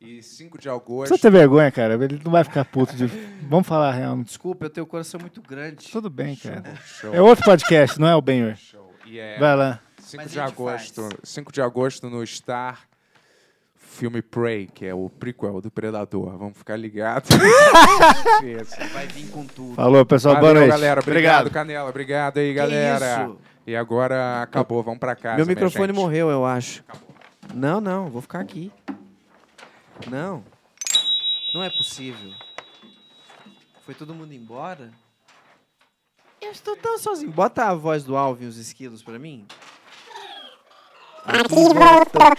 E 5 de agosto. Você tá tem vergonha, cara. Ele não vai ficar puto de. Vamos falar a real. Desculpa, eu tenho o coração muito grande. Tudo bem, cara. Show, É outro podcast, não é o Benhur. show. E é Vai lá. 5 Mas de a gente agosto. 5 de agosto no Star. Filme Prey, que é o prequel do Predador. Vamos ficar ligados. Isso. Vai vir com tudo. Falou, pessoal. Valeu, Boa noite. galera. Obrigado, Obrigado. Canela. Obrigado aí, galera. isso? E agora acabou. Vamos pra casa. Meu minha microfone gente. morreu, eu acho. Não, não, vou ficar aqui. Não. Não é possível. Foi todo mundo embora? Eu estou tão sozinho. Bota a voz do Alvin e os esquilos pra mim. Aqui voltou.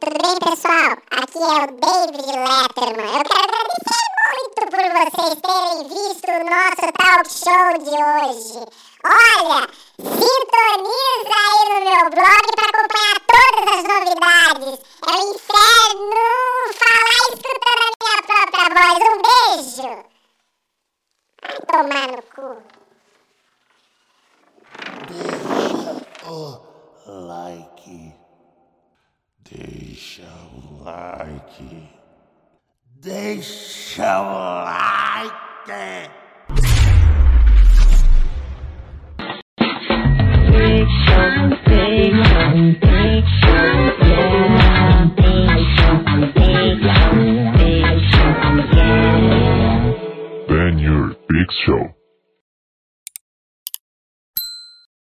Tudo bem, pessoal? Aqui é o David Letterman. Eu quero agradecer muito por vocês terem visto o nosso talk show de hoje. Olha, sintoniza aí no meu blog para acompanhar todas as novidades. É um inferno falar escutando a minha própria voz. Um beijo! tomar no cu. like. Deixa o like. Deixa o like.